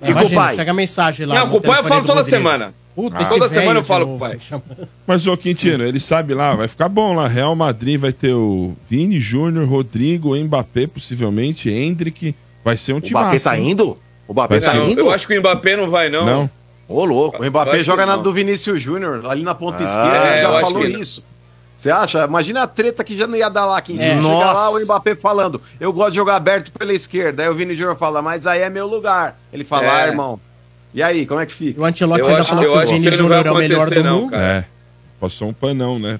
É,
E com o
imagina,
pai?
chega a mensagem lá.
Não,
no
com o pai eu
telefone
falo
do
toda
Rodrigo.
semana.
Puta,
Ah.
esse
Toda
velho
semana eu
de
falo
novo.
com o pai.
Mas o Quintino, ele sabe lá, vai ficar bom lá. Real Madrid vai ter o Vini Júnior, Rodrigo, Mbappé, possivelmente, Hendrick. Vai ser um
O
time
Mbappé tá indo? O Mbappé
Mas
tá
Não,
indo?
eu acho que o Mbappé não vai, não.
Não?
Ô, louco.
O
Eu acho
Mbappé
que
joga na
não.
do Vinícius Júnior, ali na ponta
Ah,
esquerda,
é,
ele
eu
já
acho
falou
que não.
isso. Você acha? Imagina a treta que já não ia dar lá, Quintinho.
É.
Chega lá
Nossa.
o Mbappé falando, eu gosto de jogar aberto pela esquerda. Aí o Vini Júnior fala, mas aí é meu lugar. Ele fala,
É.
ah, irmão, e aí, como é que
E
fica?
o Antilote
Eu
ainda
acho-
falou que
eu
o
acho que
Vini
isso não vai
Júnior é o melhor do
acontecer, não,
mundo.
cara.
É. Passou um panão, né?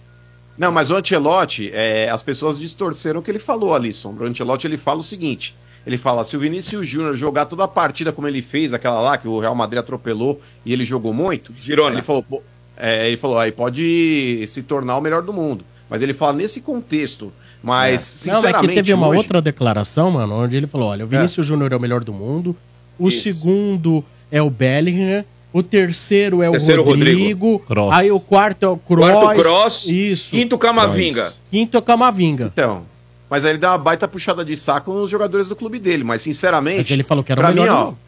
Não, mas o Ancelotti, é, as pessoas distorceram o que ele falou ali, Sombra. O Ancelotti, ele fala o seguinte, ele fala, se o Vinícius Júnior jogar toda a partida como ele fez, aquela lá que o Real Madrid atropelou e ele jogou muito,
Girona.
ele falou, pô, é, ele falou, aí pode se tornar o melhor do mundo. Mas ele fala nesse contexto, mas
Não,
sinceramente
é que teve uma
hoje-
outra declaração, mano, onde ele falou: olha, o Vinícius Júnior é o melhor do mundo, o segundo é o Bellingham, o terceiro é o
Terceiro,
Rodrigo,
Kroos.
aí o quarto é o Kroos.
Quarto Cross,
Isso.
quinto
Quinto,
Camavinga.
é o Camavinga.
Então, mas aí ele dá uma baita puxada de saco nos jogadores do clube dele, mas sinceramente...
Mas ele falou que era o
Pra
melhor
mim,
do
ó.
mundo.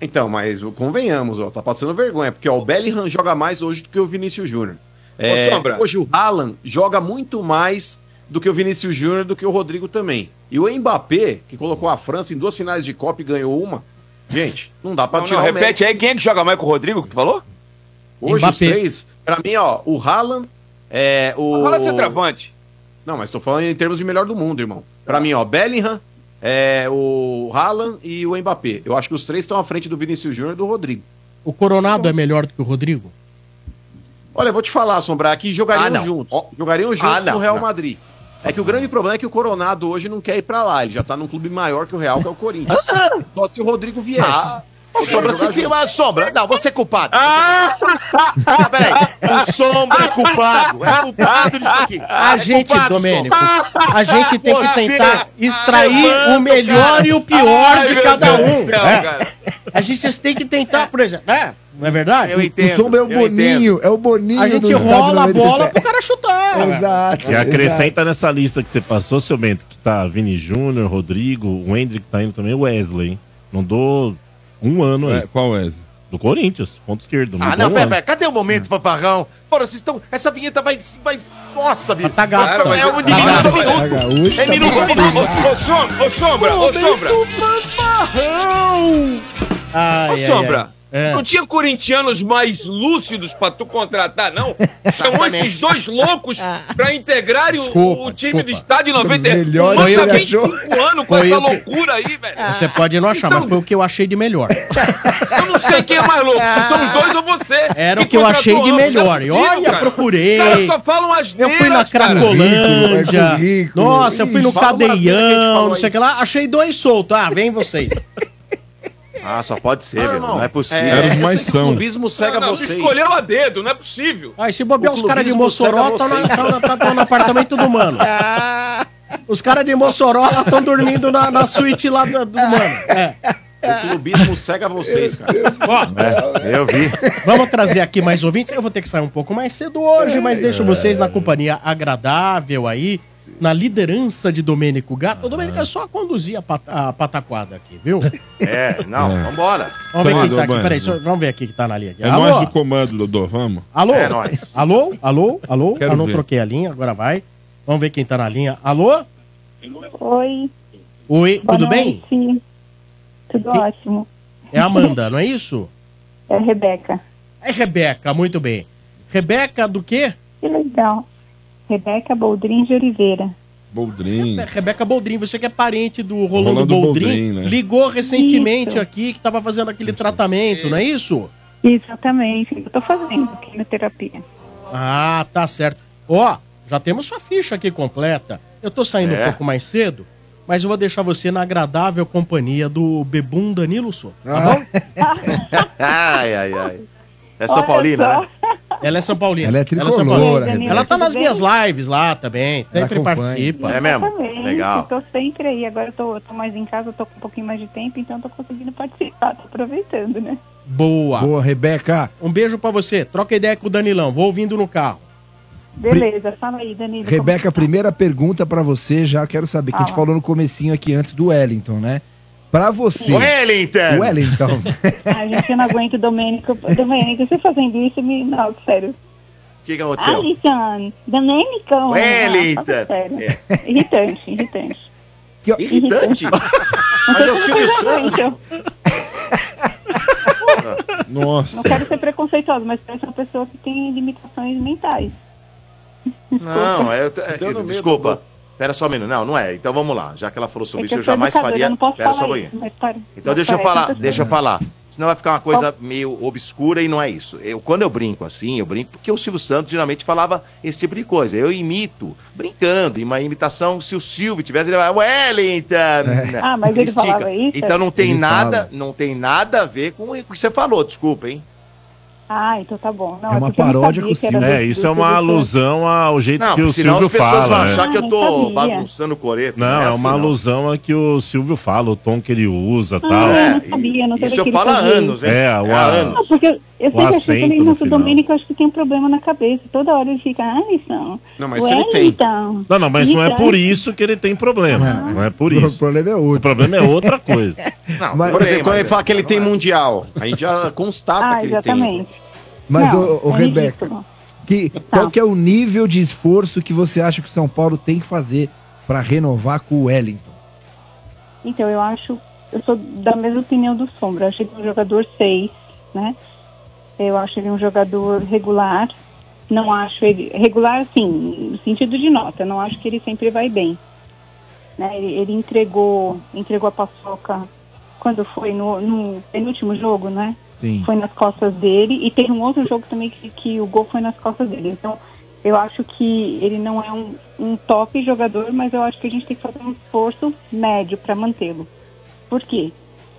Então, mas convenhamos, ó, tá passando vergonha, porque ó, o Bellingham joga mais hoje do que o Vinícius Júnior. É,
Sombra.
hoje o Haaland joga muito mais do que o Vinícius Júnior, do que o Rodrigo também. E o Mbappé, que colocou a França em duas finais de Copa e ganhou uma, gente, não dá pra
Não,
tirar
não,
o mérito.
repete aí, quem é que joga mais com o Rodrigo que tu falou?
Hoje os
Mbappé.
três, pra mim, ó, o Haaland, é, o...
Fala centroavante.
Não, mas tô falando em termos de melhor do mundo, irmão. Pra mim, ó, Bellingham, é, o Haaland e o Mbappé. Eu acho que os três estão à frente do Vinícius Júnior e do Rodrigo.
O Coronado é melhor do que o Rodrigo?
Olha, eu vou te falar, Sombrar, que jogariam
Ah, não.
juntos.
Ó.
Jogariam juntos
Ah, não,
no Real
não.
Madrid. É que o grande problema é que o Coronado hoje não quer ir pra lá. Ele já tá num clube maior que o Real, que é o Corinthians. Só se o Rodrigo viesse. É,
Ah,
Ele
Sombra,
jogar
se
junto.
filma, Sombra. Não, você é culpado. Ah, peraí. O Sombra é culpado. É culpado disso aqui.
A
É
gente,
culpado,
Domênico,
Sombra.
Tá,
a gente tem que
Você-
tentar extrair
levanta,
o melhor
cara.
e o pior
Ai,
de
meu
cada
Deus
um.
do céu,
É.
cara.
A gente tem que tentar, por exemplo, né? Não é verdade?
Eu
O
entendo.
Sombra é o
eu entendo.
Boninho. É o Boninho
A gente
do Estádio
rola a
97.
bola pro cara chutar. velho.
Exato.
E acrescenta nessa lista que você passou, seu Bento, que tá Vini Júnior, Rodrigo, o Hendrick tá indo também, o Wesley, hein? Não dou um ano aí.
É, qual é?
Do Corinthians, ponto esquerdo.
Ah,
dou
não,
um
pera,
ano.
pera, cadê o momento, fanfarrão? Fora, vocês estão. Essa vinheta vai. vai nossa, bicho.
tá gasta,
Nossa,
mas-
é
tá
um minuto,
gasta.
minuto.
Tá gaúcho,
É
tá
minuto,
bom.
minuto.
Ô, ô, Sombra, ô Sombra, ô Sombra.
Ai,
Ô
ai, ai.
Sombra,
É.
Não tinha corintianos mais lúcidos pra tu contratar, não? São esses dois loucos pra integrarem o- o,
Desculpa,
time do
desculpa.
estádio
Os
90.
melhores
um. Manda
que ele
25
achou.
anos com
Foi
essa
o que-
loucura aí, velho.
Ah. Você pode não achar,
Então,
mas foi o que eu achei de melhor.
Eu não sei quem é mais louco, se são os dois ou você.
Era o
Quem
que eu
contratou
achei de
ambos? Não é
melhor. E
possível,
olha,
cara.
procurei.
Os caras só falam as
Eu fui
tipo
na
um
É
Cracolândia.
Cracolândia. Nossa, eu fui no
é Fala umas asneiras que a gente
Cadeião,
falou
não sei o que lá. Achei dois soltos. Ah, vem vocês.
Ah, só pode ser, velho. Não é possível.
Era os mais
O
são.
clubismo cega
Não,
vocês.
escolheu a dedo, não é possível.
Aí Ah, se bobear
O
os caras de
clubismo
Mossoró, tá
cega
estão
vocês.
no apartamento do mano.
Ah.
Os caras de Mossoró estão dormindo na, na suíte lá do, do mano. É.
O clubismo cega vocês, cara. É, eu vi.
Vamos trazer aqui mais ouvintes. Eu vou ter que sair um pouco mais cedo hoje, mas deixo
É.
vocês na companhia agradável aí, na liderança de Domênico Gato. O Domênico é só conduzir a, pat- a pataquada aqui, viu?
É, não, vambora.
Vamos ver
Tá,
quem tá aqui.
Domênico.
Peraí, só- vamos ver aqui que tá na linha. Aqui.
É
Alô?
nós do comando, Dodô, vamos.
Alô?
É nóis.
Alô? Alô? Alô?
Quero
Eu não
ver.
troquei a linha, agora vai. Vamos ver quem tá na linha. Alô?
Oi,
Oi,
boa
tudo bem?
noite. Tudo ótimo.
É a Amanda, não é isso?
É a Rebeca.
É Rebeca, muito bem. Rebeca do quê?
Que legal. Rebeca Boldrin de Oliveira.
Boldrin.
É, Rebeca Boldrin, você que é parente do Rolando,
Rolando
Boldrin,
Boldrin, né?
ligou recentemente
Isso.
aqui que estava fazendo aquele tratamento, não é isso?
Exatamente. Eu tô fazendo quimioterapia.
Ah, tá certo. Ó, já temos sua ficha aqui completa. Eu tô saindo um
É.
pouco mais cedo, mas eu vou deixar você na agradável companhia do Bebum Danilo Souto, tá bom?
Ai, ai, ai. Ah, É São
Olha
Paulina,
só.
né?
Ela é São Paulina.
Ela é
São
tricolor,
Paulina.
a Rebeca.
Ela tá nas
Tudo
minhas lives lá também,
Ela
sempre
acompanha.
participa.
É mesmo?
Exatamente.
Legal.
Tô sempre aí. Agora eu tô, eu tô mais em casa, eu tô com um pouquinho mais de tempo, então eu tô conseguindo participar. Tô aproveitando, né?
Boa.
Boa, Rebeca.
Um beijo pra você. Troca ideia com o Danilão, vou ouvindo no carro.
Beleza. Fala aí, Danilo. como
Rebeca,
tá?
primeira pergunta pra você, já quero saber, que a gente
Fala.
falou no comecinho aqui antes do Wellington, né? Pra você,
Wellington!
Wellington,
Ai, tá? gente, eu não aguento o Domênico. Domênico, você fazendo isso me. Não, sério.
O que, que aconteceu?
Alisson, Domênico. não,
Wellington.
fala Sério. Irritante, irritante.
É. Irritante. Mas é o Silvio Santos.
Irritante, eu-
Nossa.
Não quero ser preconceituosa, mas parece uma pessoa que tem limitações mentais.
Não, é, é,
Deu no meio
desculpa. Pera só um minuto. Não, não é. Então vamos lá. Já que ela falou sobre
É que
isso, eu
sou
jamais
educadora,
faria.
eu não posso
Pera só um
falar
pouquinho.
isso, mas pare-
Então
mas
deixa eu
parece uma
falar,
pessoa-
deixa eu falar. Senão vai ficar uma coisa meio obscura e não é isso. Eu, quando eu brinco assim, eu brinco porque o Silvio Santos geralmente falava esse tipo de coisa. Eu imito, brincando, e uma imitação, se o Silvio tivesse, ele vai, Wellington! Né?
Ah, mas ele falava isso?
Então não tem
Ele
nada,
fala.
não tem nada a ver com o que você falou, desculpa, hein?
Ah, então tá bom. Não,
É uma
porque eu não
paródia
sabia
com
que era
É,
do-
isso
do
é uma
Silvio
alusão ao jeito
Não,
que o
porque senão
Silvio
as pessoas vão
fala. né?
achar que eu tô
Ah, não sabia.
bagunçando o coreto.
Não, é
assim,
uma
não.
alusão a que o Silvio fala, o tom que ele usa
Ah,
tal.
eu
É,
não sabia, não sabia
Isso
que
eu
ele
falo há
fazia
anos, hein? Ah,
É, o-
há
Santos. Não,
anos.
porque eu
O
sempre achei
acento
também,
no
nossa, o
final.
Domênico acho que tem um problema na cabeça. Toda hora ele fica, ah, Alisson.
Não, mas ele tem.
Wellington,
Não, não, mas não é
irritante.
por isso que ele tem problema. Não é por
Ah. o
isso.
problema é
O
outro.
problema é outra coisa.
Não,
Mas-
Por exemplo, quando ele
fala
fala que ele tem
é.
mundial, a gente já constata
Ah,
que ele tem.
exatamente.
Mas,
Não,
ô, ô,
é Tá.
Rebeca,
ridículo.
que, qual que é o nível de esforço que você acha que o São Paulo tem que fazer pra renovar com o Wellington?
Então, eu acho, eu sou da mesma opinião do Sombra. Eu achei ele um jogador 6, né? Eu acho ele um jogador regular. Não acho ele. Regular, assim, no sentido de nota. Não acho que ele sempre vai bem. Né? Ele, ele entregou, entregou a paçoca quando foi no, no penúltimo jogo, né?
Sim.
Foi nas costas dele. E tem um outro jogo também que, que o gol foi nas costas dele. Então, eu acho que ele não é um, um top jogador, mas eu acho que a gente tem que fazer um esforço médio para mantê-lo. Por quê?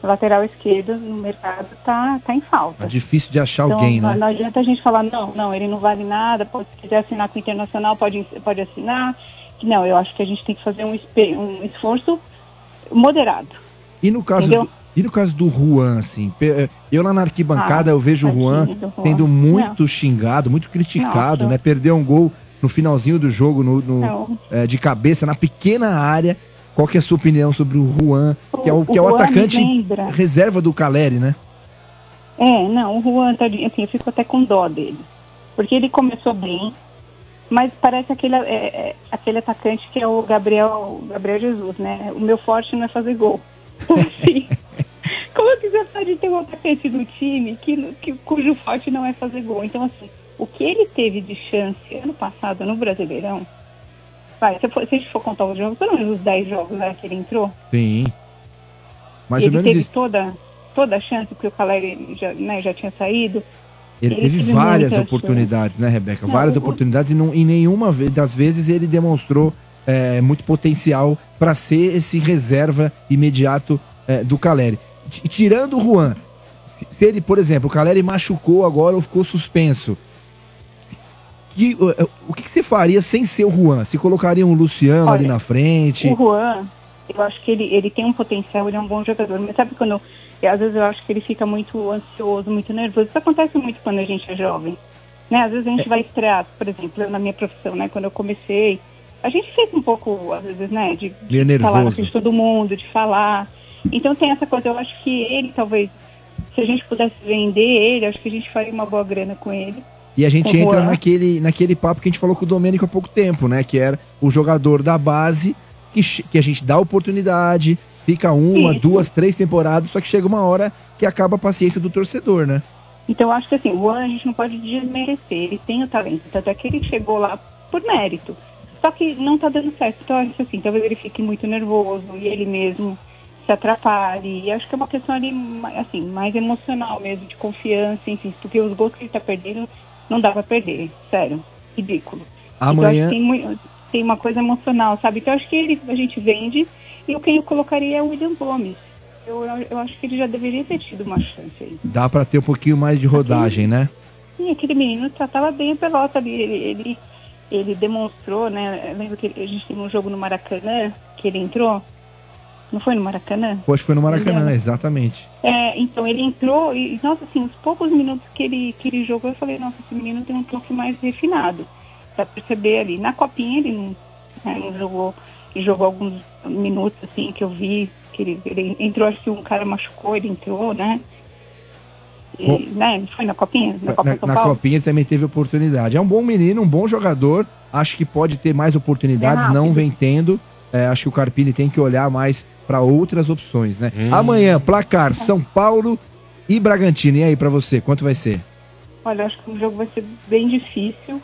O lateral esquerdo no mercado tá, tá em
Tá
falta.
difícil de achar
Então,
alguém,
não,
né?
não adianta a gente falar, não, não, ele não vale nada, pode, se quiser assinar com o Internacional, pode, pode assinar. Não, eu acho que a gente tem que fazer um, espe- um esforço moderado.
E no caso,
Entendeu?
do, e no caso do Juan, assim, pe- eu lá na arquibancada
Ah,
eu vejo o Juan
tadinho do Juan.
sendo muito xingado, muito criticado,
Nossa.
né? Perdeu um gol no finalzinho do jogo, no, no-
Não.
eh, de cabeça, na pequena área. Qual que é a sua opinião sobre o Juan, que é o,
O-
que é o
o Juan me
atacante
lembra.
reserva do Caleri, né?
É, não, o Juan, tadinho, assim, eu fico até com dó dele. Porque ele começou bem, mas parece aquele, é, é, aquele atacante que é o Gabriel, Gabriel Jesus, né? O meu forte não é fazer gol. Então, assim, como que você pode ter um atacante no time que, não- que- cujo forte não é fazer gol. Então, assim, o que ele teve de chance ano passado no Brasileirão, vai, se, eu for, se a gente for contar os jogos, pelo menos os 10 jogos lá que ele entrou,
Sim. Mais
ele
ou menos
teve
isso.
toda, toda a chance, porque o Caleri já, né, já tinha saído.
Ele,
ele
teve
teve
várias
muita
oportunidades, né, Rebeca?
Não,
várias
o-
oportunidades e, não, e nenhuma ve- das vezes ele demonstrou é, muito potencial para ser esse reserva imediato é, do Caleri. T- Tirando o Juan, se- se ele, por exemplo, o Caleri machucou agora ou ficou suspenso, que- o, o que, que você faria sem ser o Juan? Se colocaria um Luciano ali
Olha,
na frente?
O Juan, eu acho que ele, ele tem um potencial, ele é um bom jogador, mas sabe quando. e Às vezes eu acho que ele fica muito ansioso, muito nervoso. Isso acontece muito quando a gente é jovem. Né? Às vezes a
É.
gente vai estrear, por exemplo, eu na minha profissão, né? Quando eu comecei, a gente fica um pouco, às vezes, né? De
Ele é
falar na
nervoso.
frente de todo mundo, de falar. Então tem essa coisa, eu acho que ele talvez, se a gente pudesse vender ele, acho que a gente faria uma boa grana com ele.
E a gente
com o
entra
Juan.
naquele, naquele papo que a gente falou com o Domênico há pouco tempo, né? Que era o jogador da base, que, che- que a gente dá oportunidade, fica uma,
Isso.
duas, três temporadas, só que chega uma hora que acaba a paciência do torcedor, né?
Então, eu acho que assim, o Juan a gente não pode desmerecer. Ele tem o talento, tanto é que ele chegou lá por mérito. Só que não tá dando certo. Então, eu acho assim, talvez ele fique muito nervoso e ele mesmo se atrapalhe. E acho que é uma questão ali, ma- assim, mais emocional mesmo, de confiança, enfim. Porque os gols que ele tá perdendo, não dá pra perder. Sério, ridículo. Então,
Amanhã-
acho que tem, mui- tem uma coisa emocional, sabe? Então, acho que ele a gente vende. E o que eu colocaria é o William Gomes. Eu, eu acho que ele já deveria ter tido uma chance aí.
Dá pra ter um pouquinho mais de rodagem, né?
Sim, aquele menino tratava bem a pelota ali. Ele, ele, ele demonstrou, né? Eu lembro que a gente teve um jogo no Maracanã, que ele entrou. Não foi no Maracanã?
Pô, Acho que foi no Maracanã,
Entendeu?
exatamente.
É, então ele entrou e, nossa, assim, os poucos minutos que ele, que ele jogou, eu falei, nossa, esse menino tem um toque mais refinado. Pra perceber ali. Na copinha ele não, né, não jogou, ele jogou alguns minutos, assim, que eu vi, que ele, ele entrou, acho que um cara machucou, ele entrou, né? E,
Bom.
né? Foi na copinha? Na Copa
Na,
São
na
Paulo?
Copinha também teve oportunidade. É um bom menino, um bom jogador. Acho que pode ter mais oportunidades,
É rápido.
não vem tendo. É, acho que o Carpini tem que olhar mais para outras opções, né?
Hum.
Amanhã, placar São Paulo e Bragantino. E aí, para você, quanto vai ser?
Olha, eu acho que o jogo vai ser bem difícil.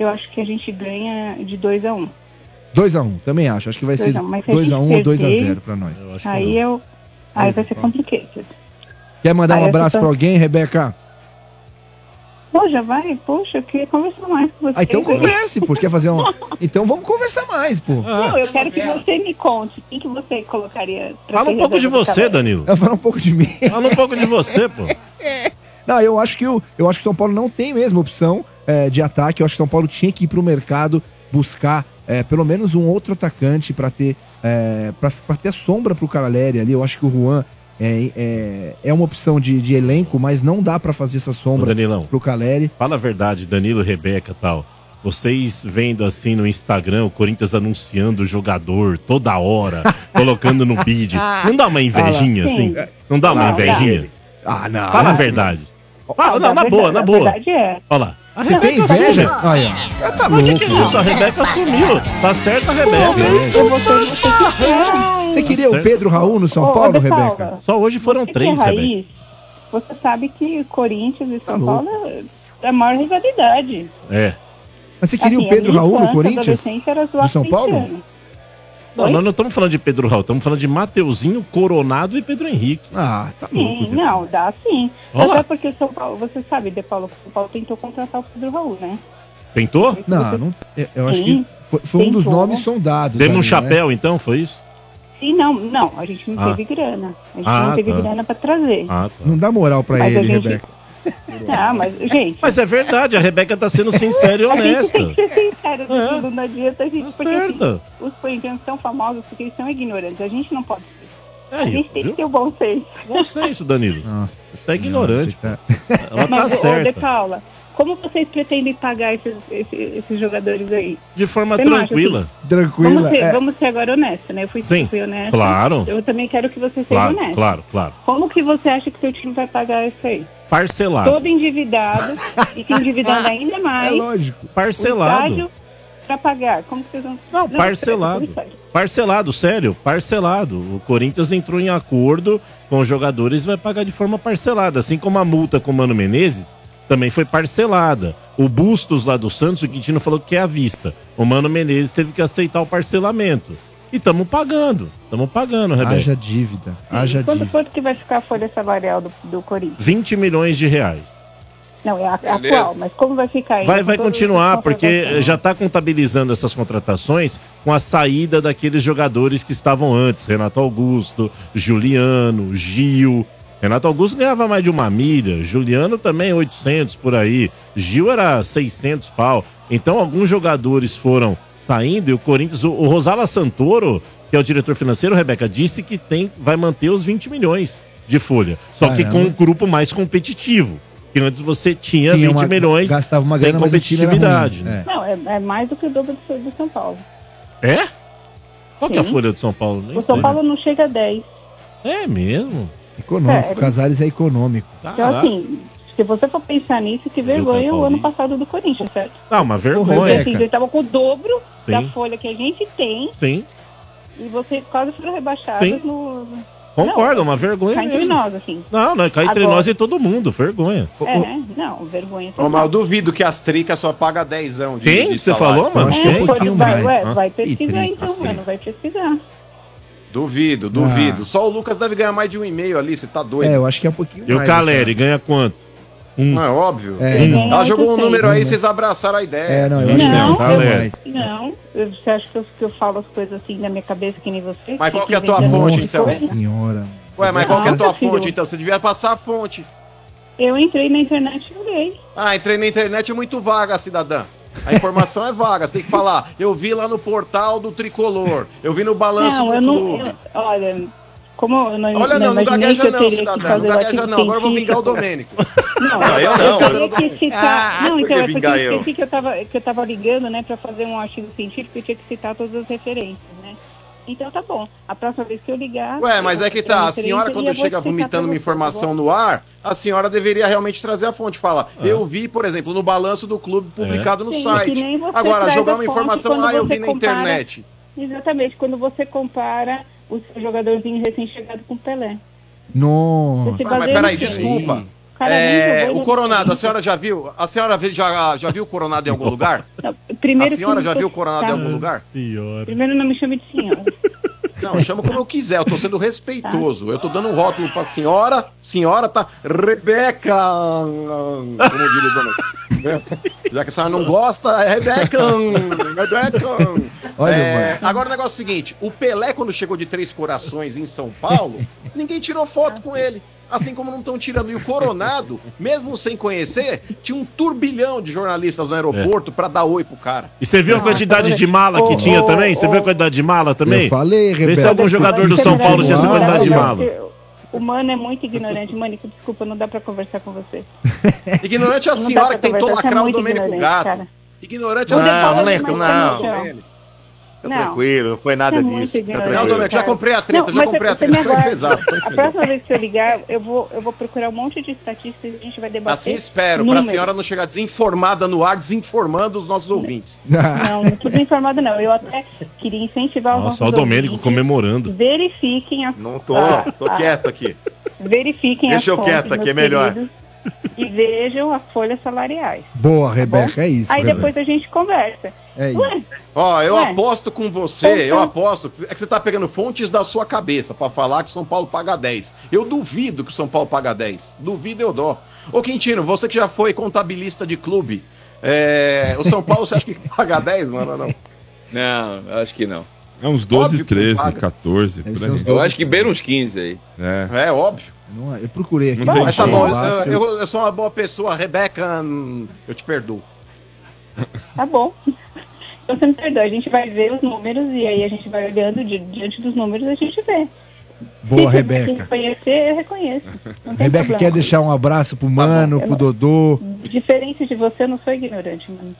Eu acho que a gente ganha de 2 a 1 um.
2x1, também acho. Acho que vai
Dois
ser
a um, mas se a gente
2x1 ou 2x0
perder,
para nós.
Aí eu. Aí vai ser complicado.
Quer mandar
Aí
um
eu
abraço
tô-
para alguém, Rebeca?
Pô, já vai? Poxa, eu queria conversar mais com você.
Ah,
um
então converse, pô. Quer fazer um. Então vamos conversar mais, pô.
Ah.
Não, eu quero que você me conte. Quem que você colocaria? pra
Fala
ser
um pouco de
reserva do
você,
Cavani?
Danilo.
Fala um pouco de mim.
Fala um pouco de você, pô.
Não, eu acho que o, eu acho que o São Paulo não tem mesmo opção é, de ataque. Eu acho que o São Paulo tinha que ir pro mercado buscar é, pelo menos um outro atacante para ter é, pra- pra ter sombra pro Caleri ali. Eu acho que o Juan é, é, é uma opção de, de elenco, mas não dá para fazer essa
Ô,
sombra
Danilão.
pro Caleri.
Fala a verdade, Danilo, Rebeca e tal. Vocês vendo assim no Instagram o Corinthians anunciando o jogador toda hora, colocando no bid. Não dá uma invejinha,
Fala.
assim?
Sim.
Não dá uma
Não, dá.
invejinha?
Ah, não.
Fala a verdade.
Ah,
Fala, não, na
verdade-
boa, na boa.
A verdade é.
Olha lá. A
Não,
Rebeca
tem
assumiu.
inveja?
Olha,
tá Mas o que, que é isso? A Rebeca assumiu. Tá certa a Rebeca.
Eu vou ter você que
Ah, Você queria o
Tá Certo.
Pedro Raul no São
Ô, ô,
Paulo,
De Paula,
Rebeca?
Só hoje foram
você que
três,
é raiz,
Rebeca.
Você sabe que Corinthians e São
Tá louco.
Paulo é a maior rivalidade.
É.
Mas você queria
Assim,
o
a
Pedro
minha
Raul no
infância,
Corinthians?
adolescência Era
Do São Paulo?
sul-africana.
Não,
Oi?
nós não estamos falando de Pedro Raul, estamos falando de Mateuzinho, Coronado e Pedro Henrique.
Ah, tá
Sim,
louco.
não, dá sim.
Vamos lá.
Até porque o São Paulo, você sabe, De Paulo, que o São Paulo tentou contratar o Pedro Raul, né?
Tentou?
Não, não eu, eu acho que
Sim,
foi, foi um dos
tentou.
nomes sondados.
Demos um
ali, né?
chapéu, então, foi isso?
Sim, não, não, a gente não
Ah.
teve grana. A gente
Ah,
não teve
tá.
grana pra trazer.
Ah, tá.
Não dá moral pra
Mas a
ele,
gente-
Rebeca.
Ah, mas, gente,
Mas é verdade, a Rebeca tá sendo sincera e
a gente tem
honesta.
que ser sincero,
É.
tudo não adianta a gente,
Tá
porque assim,
certa.
os corintianos são famosos porque eles são ignorantes, a gente não pode ser. a
Aí,
gente tem que
É viu?
ter o bom senso.
Não sei É isso, Danilo.
Nossa,
Você é ignorante.
Senhora, você tá-
Ela tá
Mas, ô, De
certa.
Paula, como vocês pretendem pagar esses, esse- esses jogadores aí?
De forma
Você não acha
tranquila.
Tranquila.
vamos, ser,
é.
vamos ser agora honestos, né? Eu fui,
Sim,
fui honesta.
claro.
Eu também quero que você seja
Claro,
honesto.
claro, claro.
Como que você acha que seu time vai pagar isso aí?
Parcelado.
Todo endividado e se endividando ainda
É
mais.
lógico.
O
Parcelado.
estádio para pagar. Como é que vocês vão.
Não, parcelado. Parcelado, sério, parcelado. O Corinthians entrou em acordo com os jogadores e vai pagar de forma parcelada. Assim como a multa com o Mano Menezes também foi parcelada. O Bustos lá do Santos, o Quintino falou que é à vista. O Mano Menezes teve que aceitar o parcelamento. E estamos pagando, estamos pagando, Rebeca.
Haja dívida, haja
E quanto,
dívida.
quanto que vai ficar a folha salarial do, do Corinthians?
20 milhões de reais.
Não, é a, a
Beleza.
qual, mas como vai ficar ainda?
Vai, vai
Todas as
continuar,
contratações?
porque já está contabilizando essas contratações com a saída daqueles jogadores que estavam antes. Renato Augusto, Juliano, Gil. Renato Augusto ganhava mais de uma milha, Juliano também 800 por aí, Gil era 600 pau. Então alguns jogadores foram saindo e o Corinthians, o, o Rosala Santoro, que é o diretor financeiro, Rebeca, disse que tem, vai manter os 20 milhões de folha, só que com
Caramba.
um grupo mais competitivo. Que antes você tinha
Tinha
20
uma-
milhões
gastava uma
sem
grana, mas o time era ruim,
competitividade. né?
Não, é, é mais do que o dobro do, do São Paulo.
É? Qual que é a
Sim.
folha do São Paulo? Nem
o São
sei.
Paulo não chega a 10.
É mesmo? Tá,
Econômico,
Sério?
Casares é econômico.
Então, assim, se você for pensar nisso, que
é
vergonha o ano passado do Corinthians, certo?
Não, é uma
Porque assim, eles
vergonha.
estavam com o dobro
Sim.
da folha que a gente tem
Sim,
e vocês quase foram rebaixados
Sim.
no.
concordo, uma vergonha
Tá entre
mesmo.
nós, assim.
Não, não, cai
cai
entre nós e todo mundo, vergonha.
É, né? não, vergonha.
Ô, mas eu duvido que as tricas só paga dezão de
Quem
de
que você
salário.
falou, mano?
Acho que
Quem?
um
Vai,
pouquinho
vai,
mais.
ué,
Hã?
vai pesquisar
Ih,
então,
as tricas.
mano, vai pesquisar.
Duvido, duvido. Só o Lucas deve ganhar mais de um e meio ali, você tá doido.
Ah. É, eu acho que é um pouquinho
E o
mais,
Caleri ganha quanto? Um.
Não, é óbvio.
É,
Um.
não.
Ela jogou um número aí,
né?
Não,
vocês abraçaram a ideia.
É, não, eu
Não,
acho que é um
não.
pouquinho
Galera.
mais.
Não, eu- você acha que eu, que eu falo as coisas assim na minha cabeça que nem você?
Mas qual que é a tua
inventando
fonte,
um monte de
então?
coisa?
Senhora.
Ué, mas qual que é a tua
Nossa, filho.
fonte, então? Você devia passar a fonte.
Eu entrei na internet e olhei.
Ah, entrei na internet é muito vaga, cidadã. A informação é vaga, você tem que falar. Eu vi lá no portal do Tricolor, eu vi no balanço
Não,
do
eu não.
clube.
eu- olha, como eu não
Olha, não,
tá
não
imaginei que
gagueja
eu
não,
teria que
cidadã. Não
fazer
gagueja não, agora eu vou vingar o
científico.
Domênico.
Não,
eu
eu
não.
teria que citar.
Ah,
não,
por que
então é porque
vingar
eu
eu?
esqueci que eu, tava, que eu tava ligando, né, pra fazer um artigo científico e tinha que citar todas as referências, né? Então tá bom. A próxima vez que eu ligar.
Ué,
eu
mas
vou
é que
fazer uma
tá, a
referência
senhora
e
quando
eu vou
chega
explicar
vomitando
pra
uma
você, tá bom?
informação no ar, a senhora deveria realmente trazer a fonte, falar, eu vi, por exemplo, no balanço do clube publicado no
Sim, que
site.
nem você
Agora,
traz
jogar
a
uma
fonte
informação,
quando
ah, eu
você
vi na
compara-
internet.
Exatamente, quando você compara o seu jogadorzinho recém-chegado com o Pelé.
Nossa.
Você
Ah, mas
baseia
peraí,
no quê?
desculpa.
O cara nem
É,
jogou, né?
o
já-
Coronado, a senhora já viu? A senhora vi- já, já viu o Coronado em algum lugar?
Primeiro
a senhora
que
já
você-
viu o Coronado em
tá.
algum lugar?
Senhora.
Primeiro não me chame de senhora.
Não, eu chamo como eu quiser, eu tô sendo respeitoso. Eu tô dando um rótulo pra senhora, senhora tá. Rebeca! Como diria o dono. Já que a senhora não gosta, é Rebeca! Rebeca!
Olha,
É,
mano.
agora o negócio é o seguinte: o Pelé, quando chegou de Três Corações em São Paulo, ninguém tirou foto com ele. Assim como não estão tirando. E o Coronado, mesmo sem conhecer, tinha um turbilhão de jornalistas no aeroporto pra dar oi pro cara.
E você
Ah,
viu a
então
quantidade de mala
é.
que tinha também? Você viu a quantidade de mala também?
Eu falei,
Vê se
Rebeca.
algum jogador do São Paulo tinha essa quantidade de mala.
O mano é muito ignorante. Manico, desculpa, não dá pra conversar com você.
Ignorante é a
Não dá
senhora
pra
que tentou
conversar, você é
lacrar o
muito
Domênico
ignorante,
Gato.
cara.
Ignorante é a
Não,
senhora.
moleque, não.
Fica
Não.
Tá Tranquilo, não foi
Você
nada
é muito
disso. fica
ignorante,
Não,
tranquilo.
Domênico, já comprei a treta,
Não,
já
mas
comprei a
você me
treta. Tô
aguarda.
enfesado, tô
A
enfesado.
próxima vez que eu ligar, eu vou, eu vou procurar um monte de estatísticas e a gente vai debater.
Assim espero,
número.
pra senhora não chegar desinformada no ar, desinformando os nossos ouvintes.
Não, não tô desinformada, não. Eu até queria incentivar os
Nossa,
nossos
olha o Domênico
ouvintes.
comemorando.
Verifiquem a
Não tô,
Ah,
tô
ah.
quieto aqui.
Verifiquem
Deixa eu
as fontes,
quieto aqui,
meus
é melhor.
queridos, E vejam as folhas salariais.
Boa, Rebeca, é isso.
Tá Aí
Rebeca.
depois a gente conversa.
É isso.
Ué,
Ó, eu
Ué.
aposto com você, eu aposto. que- É que você tá pegando fontes da sua cabeça pra falar que o São Paulo paga 10. Eu duvido que o São Paulo paga 10. Duvido eu dó. Ô Quintino, você que já foi contabilista de clube, é, o São Paulo você acha que paga 10, mano? ou Não.
Não, acho que não.
É uns 12,
Óbvio que não
13,
paga.
14, por aí.
Eu acho que beira uns 15 aí.
né? É.
É óbvio.
Não, eu procurei aqui.
Não tem
Mas tá
jeito.
bom,
Fácil.
eu, eu- eu sou uma boa pessoa, Rebeca. hum, Eu te perdoo.
Tá bom. Então você me perdoa, a gente vai ver os números e aí a gente vai olhando di- diante dos números a gente vê.
Boa,
Se eu
Rebeca.
reconhecer, eu reconheço. Não tem
Rebeca
problema. Tá
quer deixar um abraço pro Mano, pro Dodô.
Diferente de você, eu não sou ignorante, mano.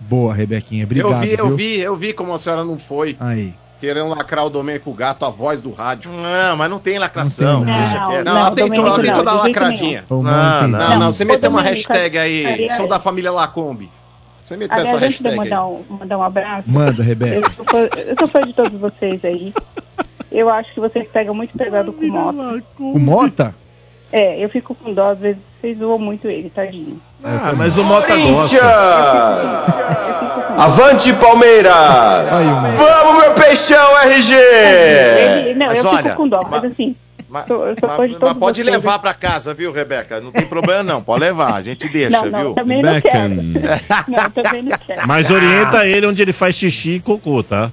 Boa, Rebequinha. Obrigado,
eu vi, eu
viu?
vi, eu vi como a senhora não foi.
Aí.
Querendo lacrar o Domênico Gato, a voz do rádio.
Não, mas não tem lacração.
Não tem nada.
deixa
Não,
quieto.
ela tem,
Domênico
ela tem
não,
toda a
de jeito
lacradinha.
Ô,
Não,
mano,
não.
Não, não,
Não,
você meteu uma
Domênico,
hashtag aí,
aí, aí.
sou da família Lacombe. Você meteu
Aliás,
essa
antes de eu
hashtag aí.
mandar um, mandar um abraço,
Manda,
eu
Rebeca.
sou, fã, eu sou fã de todos vocês aí. Eu acho que vocês pegam muito pesado com moto.
O Mota?
É, eu fico com dó, às vezes vocês zoam muito ele, tadinho.
É,
Ah, mas o Mota gosta.
Corinthians! Avante, Palmeiras! Vamos, meu peixão, RG!
É.
Ele- não,
Mas
eu
olha,
fico com dó, mas assim,
mas-
sou- eu sou fã
Mas,
de
mas
todos
pode
vocês.
levar pra casa, viu, Rebeca? Não tem problema, não. Pode levar, a gente deixa,
Não, não,
viu?
também não quero. Não, também não quero.
Mas orienta ele onde ele faz xixi e cocô, tá?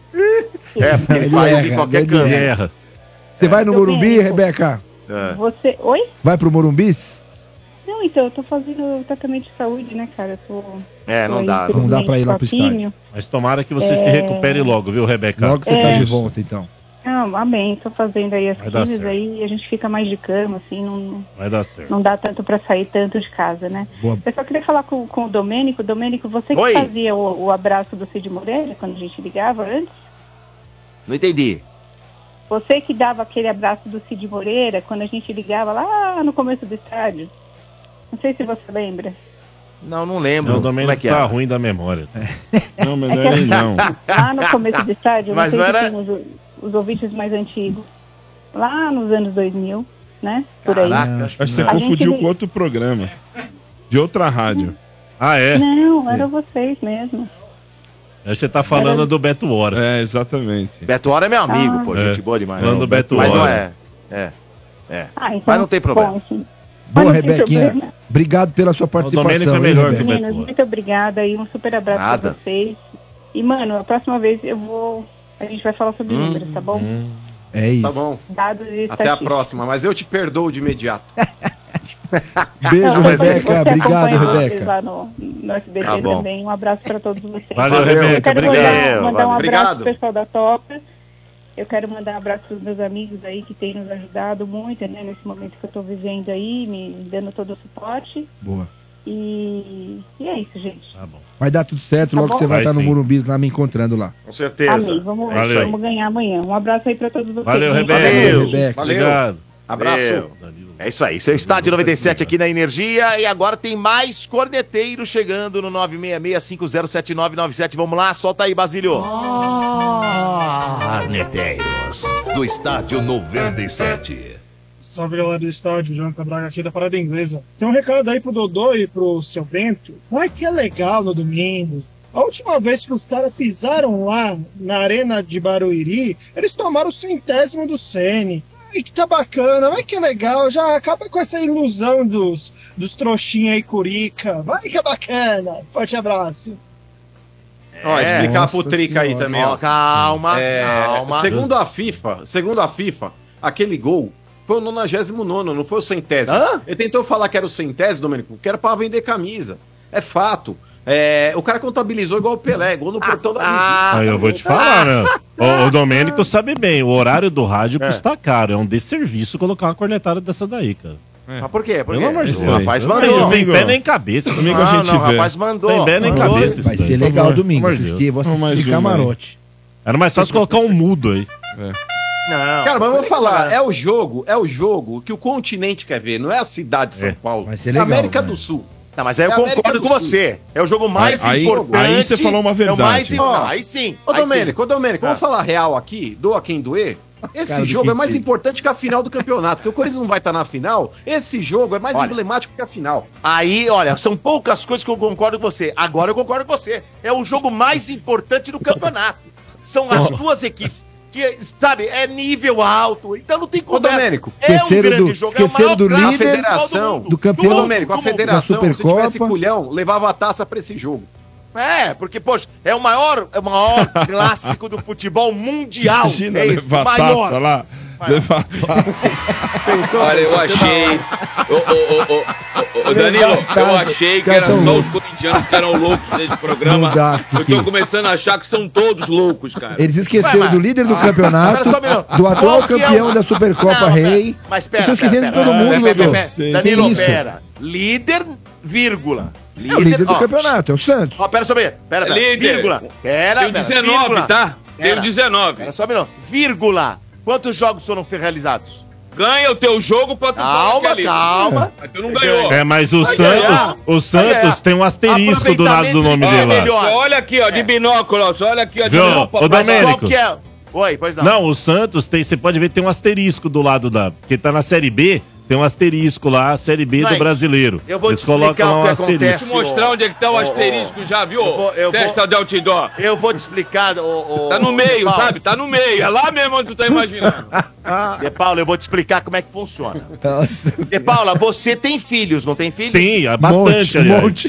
É, porque ele faz em qualquer canto.
É,
Erra.
Você vai no Morumbi, Rebeca?
É.
Você. Oi?
Vai pro Morumbi?
Não, então, eu tô fazendo tratamento de saúde, né, cara? Eu sou.
É,
sou
Não dá pra ir lá pro
infelizmente
estádio.
Mas tomara que você se
É.
recupere logo, viu, Rebeca?
Logo você tá
É.
de volta, então.
Não, amém. Tô fazendo aí as
Vai dar
coisas
certo.
aí, a gente fica mais de cama, assim, não,
Vai dar certo.
não dá tanto pra sair tanto de casa, né?
Boa.
Eu só queria falar com, com o Domênico. Domênico, você que
Oi.
fazia o, o abraço do Cid Moreira quando a gente ligava antes?
Não entendi.
Você que dava aquele abraço do Cid Moreira quando a gente ligava lá no começo do estádio? Não sei se você lembra.
Não, não lembro.
Não, o Domênico
Como é que
tá
é?
ruim da memória.
É.
Não,
é,
melhor nem não. É assim, Lá no começo do estádio, eu
Mas
não sei
não
se
era-
tem os, os ouvintes mais antigos. Lá nos anos 2000, né? Por aí.
Caraca, acho que você
A gente
confundiu
li-
com outro programa. De outra rádio.
Ah, é?
Não, eram vocês mesmo.
Aí Você tá falando do Beto Hora.
É, exatamente.
Beto Hora é meu amigo,
Ah.
pô. Gente boa demais.
Falando do Beto
Mas não
Hora.
é. É. É.
Ah, então,
Mas não tem problema.
bom, enfim. Mas
Boa,
não tem
Rebequinha.
problema.
Obrigado pela sua participação.
Domênico é
hein,
melhor que
Rebeca?
Meninas, muito obrigada e um super abraço
Nada.
pra vocês. E, mano, a próxima vez eu vou. A gente vai falar
Hum.
sobre números, tá bom?
Hum.
É isso.
Tá bom.
Dados e
Até a
estatísticas.
próxima, mas eu te perdoo de imediato.
Tá,
Beijo,
Não, depois
Rebeca.
você
Obrigado,
acompanha vocês
Rebeca.
então, Lá no, no SBT
Tá bom.
também. Um abraço para todos vocês.
Valeu,
Eu
Rebeca,
quero
obrigado.
Mandar, mandar um abraço
Obrigado.
pro pessoal da Toca. Eu quero mandar um abraço para os meus amigos aí que têm nos ajudado muito né, nesse momento que eu estou vivendo aí, me dando todo o suporte.
Boa.
E, e é isso, gente.
Tá bom.
Vai dar tudo certo.
Tá
Logo
bom.
você vai
Vai
estar no
sim.
Morumbi lá me encontrando lá.
Com certeza.
Amei. Vamos,
Valeu.
vamos ganhar amanhã. Um abraço aí para todos vocês.
Valeu,
gente.
Rebeca.
Valeu.
Rebeca.
Valeu.
Obrigado.
Abraço.
Meu. É isso aí, seu estádio 97 aqui na Energia e agora tem mais corneteiro chegando no 966507997. Vamos lá, solta aí, Basílio.
Arneteiros, do estádio 97.
Salve galera do estádio, Jonathan Braga aqui da Parada Inglesa. Tem um recado aí pro Dodô e pro seu Bento. Vai que é legal no domingo. A última vez que os caras pisaram lá na Arena de Barueri, eles tomaram o centésimo do Sene. Ai que tá bacana, vai que é legal, já acaba com essa ilusão dos, dos trouxinha aí curica. Vai que é bacana. Forte abraço.
Ó,
É.
explicar pro
Nossa
Trica aí
Senhora.
também, ó.
Ó, calma,
É,
calma.
Segundo a FIFA, segundo a FIFA, aquele gol foi o 99, não foi o centésimo. Ele tentou falar que era o centésimo, Domênico, que era pra vender camisa. É fato. É, o cara contabilizou igual o Pelé, gol no portão da
Ah,
visita.
Aí eu vou te falar, né? O, o Domênico sabe bem, o horário do rádio custa caro. É um desserviço colocar uma cornetada dessa daí, cara.
Mas por quê? Por
É. Pelo
quê?
amor de Deus.
O rapaz
Não
mandou.
tem- Sem
Amigo.
pé nem cabeça.
Amigo,
Não,
a gente
não, o
vê.
rapaz mandou.
Tem pé nem
mandou.
cabeça.
Vai
isso
ser
daí.
legal
favor.
domingo.
Pelo amor de
Vocês
Deus.
que vão
Vamos mais
assistir
uma aí.
camarote.
Era mais fácil colocar um mudo aí.
É.
Não.
Cara, mas eu vou falar, é o jogo, é o jogo que o continente quer ver, não é a cidade de São Paulo.
Vai ser legal,
É a América
né?
do Sul.
Tá, mas aí eu
É a América
concordo
do
com
Sul.
você. É o jogo mais
Aí- aí-
importante.
aí você falou uma
É o mais
verdade.
importante. Aí sim. Tá.
Ô,
aí sim.
Domênico, ô, Domênico, vamos falar real aqui, doa quem doer? Esse
Cara do
jogo é mais
Quintino.
importante que a final do campeonato, porque o Corinthians não vai estar na final. Esse jogo é mais
Olha.
emblemático que a final.
Aí, olha, são poucas coisas que eu concordo com você. Agora eu concordo com você. É o jogo mais importante do campeonato. São as duas equipes que, sabe, é nível alto. Então não tem
Ô,
conversa.
Domênico,
É
Esqueceram do- esqueceram do
clássico
a
líder,
futebol
federação,
mundo.
do campeão.
Ô,
mundo,
Domênico, a
mundo.
federação, se
Supercopa.
tivesse culhão, levava a taça pra esse jogo.
É, porque, poxa, é o maior, é o maior clássico do futebol mundial.
Imagina
é esse,
levar a taça lá. Levar a taça.
Pensou?
Olha, eu
Você
achei. Ô, ô, ô, ô, ô, ô, Danilo, eu achei que era
Cartão
só os
louco.
corintianos que eram loucos nesse
Não
programa.
dá,
Eu
Kiki.
tô começando a achar que são todos loucos, cara. Ah.
Eles esqueceram
Vai, vai.
do líder do
Pera
campeonato,
só um minuto.
do atual
Qual que é o-
campeão da Supercopa
Não, pera.
Rei.
Mas pera,
Estão esquecendo
pera, pera,
todo
pera,
mundo,
pera,
Dodô.
pera,
Que
pera. Danilo,
isso?
pera. Líder, vírgula.
É o líder do
ó,
campeonato, é o Santos.
Ó, pera só um minuto. Pera, pera.
Líder.
Vírgula. Pera,
Tenho
pera.
19,
vírgula.
tá? Tenho
Pera.
19.
Pera só um minuto. Vírgula. Quantos jogos foram fe- realizados?
Ganha o teu jogo pra tu falar que é
Calma,
livre.
calma.
Mas tu não ganhou.
É, mas o
Vai ganhar.
Santos, o Santos tem um asterisco do lado do nome dele
é
Ó,
lá.
você Olha aqui, ó, de binóculo, ó, você olha aqui, ó, de
Viu?
binóculo.
Ô,
Mas qual
Domênico.
que é?
Oi, pois não.
Não, o Santos tem, você pode ver, tem um asterisco do lado da. Porque tá na Série B, tem um asterisco lá, a Série B do
Mas,
brasileiro.
eu vou te
Eles colocam
explicar
lá
o
um
que
Deixa eu
asterisco.
mostrar onde é que tá o asterisco, já viu? Testa de outdoor.
Eu vou te explicar, ô. ô,
Tá no meio,
Paulo.
sabe? Tá no meio. É lá mesmo onde tu tá imaginando.
De Paula, eu vou te explicar como é que funciona. De Paula, você tem filhos, não tem filhos?
Tem, é bastante, aliás.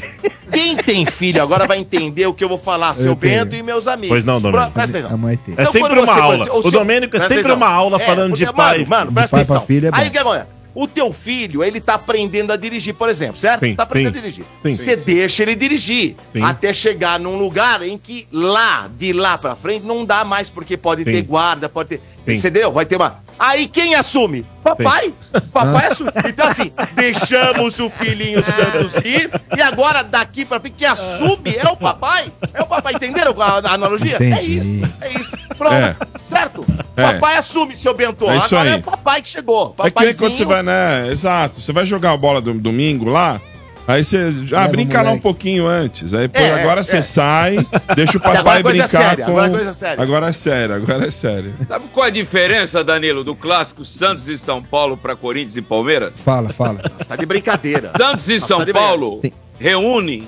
Quem tem filho agora vai entender o que eu vou falar, seu
Eu tenho.
Bento e meus amigos.
Pois não,
Pro-
Domênico.
presta atenção.
A mãe tem. É
Então,
sempre
quando
uma
você-
aula. O Domênico é
presta
sempre uma aula falando
porque,
de pai e
Mano, mano
filho.
presta
De pai pra
atenção.
filho é bom.
Aí o que acontece? O teu filho, ele tá aprendendo a dirigir, por exemplo, certo?
Sim,
tá aprendendo
sim.
a dirigir.
Sim.
Você deixa ele dirigir
Sim.
até chegar num lugar em que lá, de lá pra frente, não dá mais, porque pode
Sim.
ter guarda, pode ter.
Sim.
Entendeu? Vai ter uma. Aí quem assume? Papai? Papai assume. Então, assim, deixamos o
É.
filhinho Santos ir e agora daqui pra frente, quem assume é o papai. É o papai. Entenderam a a analogia? É isso. É isso. Pronto.
É.
Certo?
É.
Papai assume, seu Bento.
É isso
agora
aí.
é o papai que chegou.
É que nem
Papaizinho.
quando você vai, né? Exato. Você vai jogar a bola do domingo lá, aí você. Ah,
Leva
brinca
o
lá
moleque.
um pouquinho antes. Aí pô,
É,
agora
é,
você
é.
sai, deixa o
Agora
papai
é coisa
brincar
séria,
com.
agora é coisa séria.
Agora é sério, agora é sério.
Tá
Sabe qual é a diferença, Danilo, do clássico Santos e São Paulo pra Corinthians e Palmeiras?
Fala, fala.
Você tá de brincadeira.
Santos e São Paulo reúnem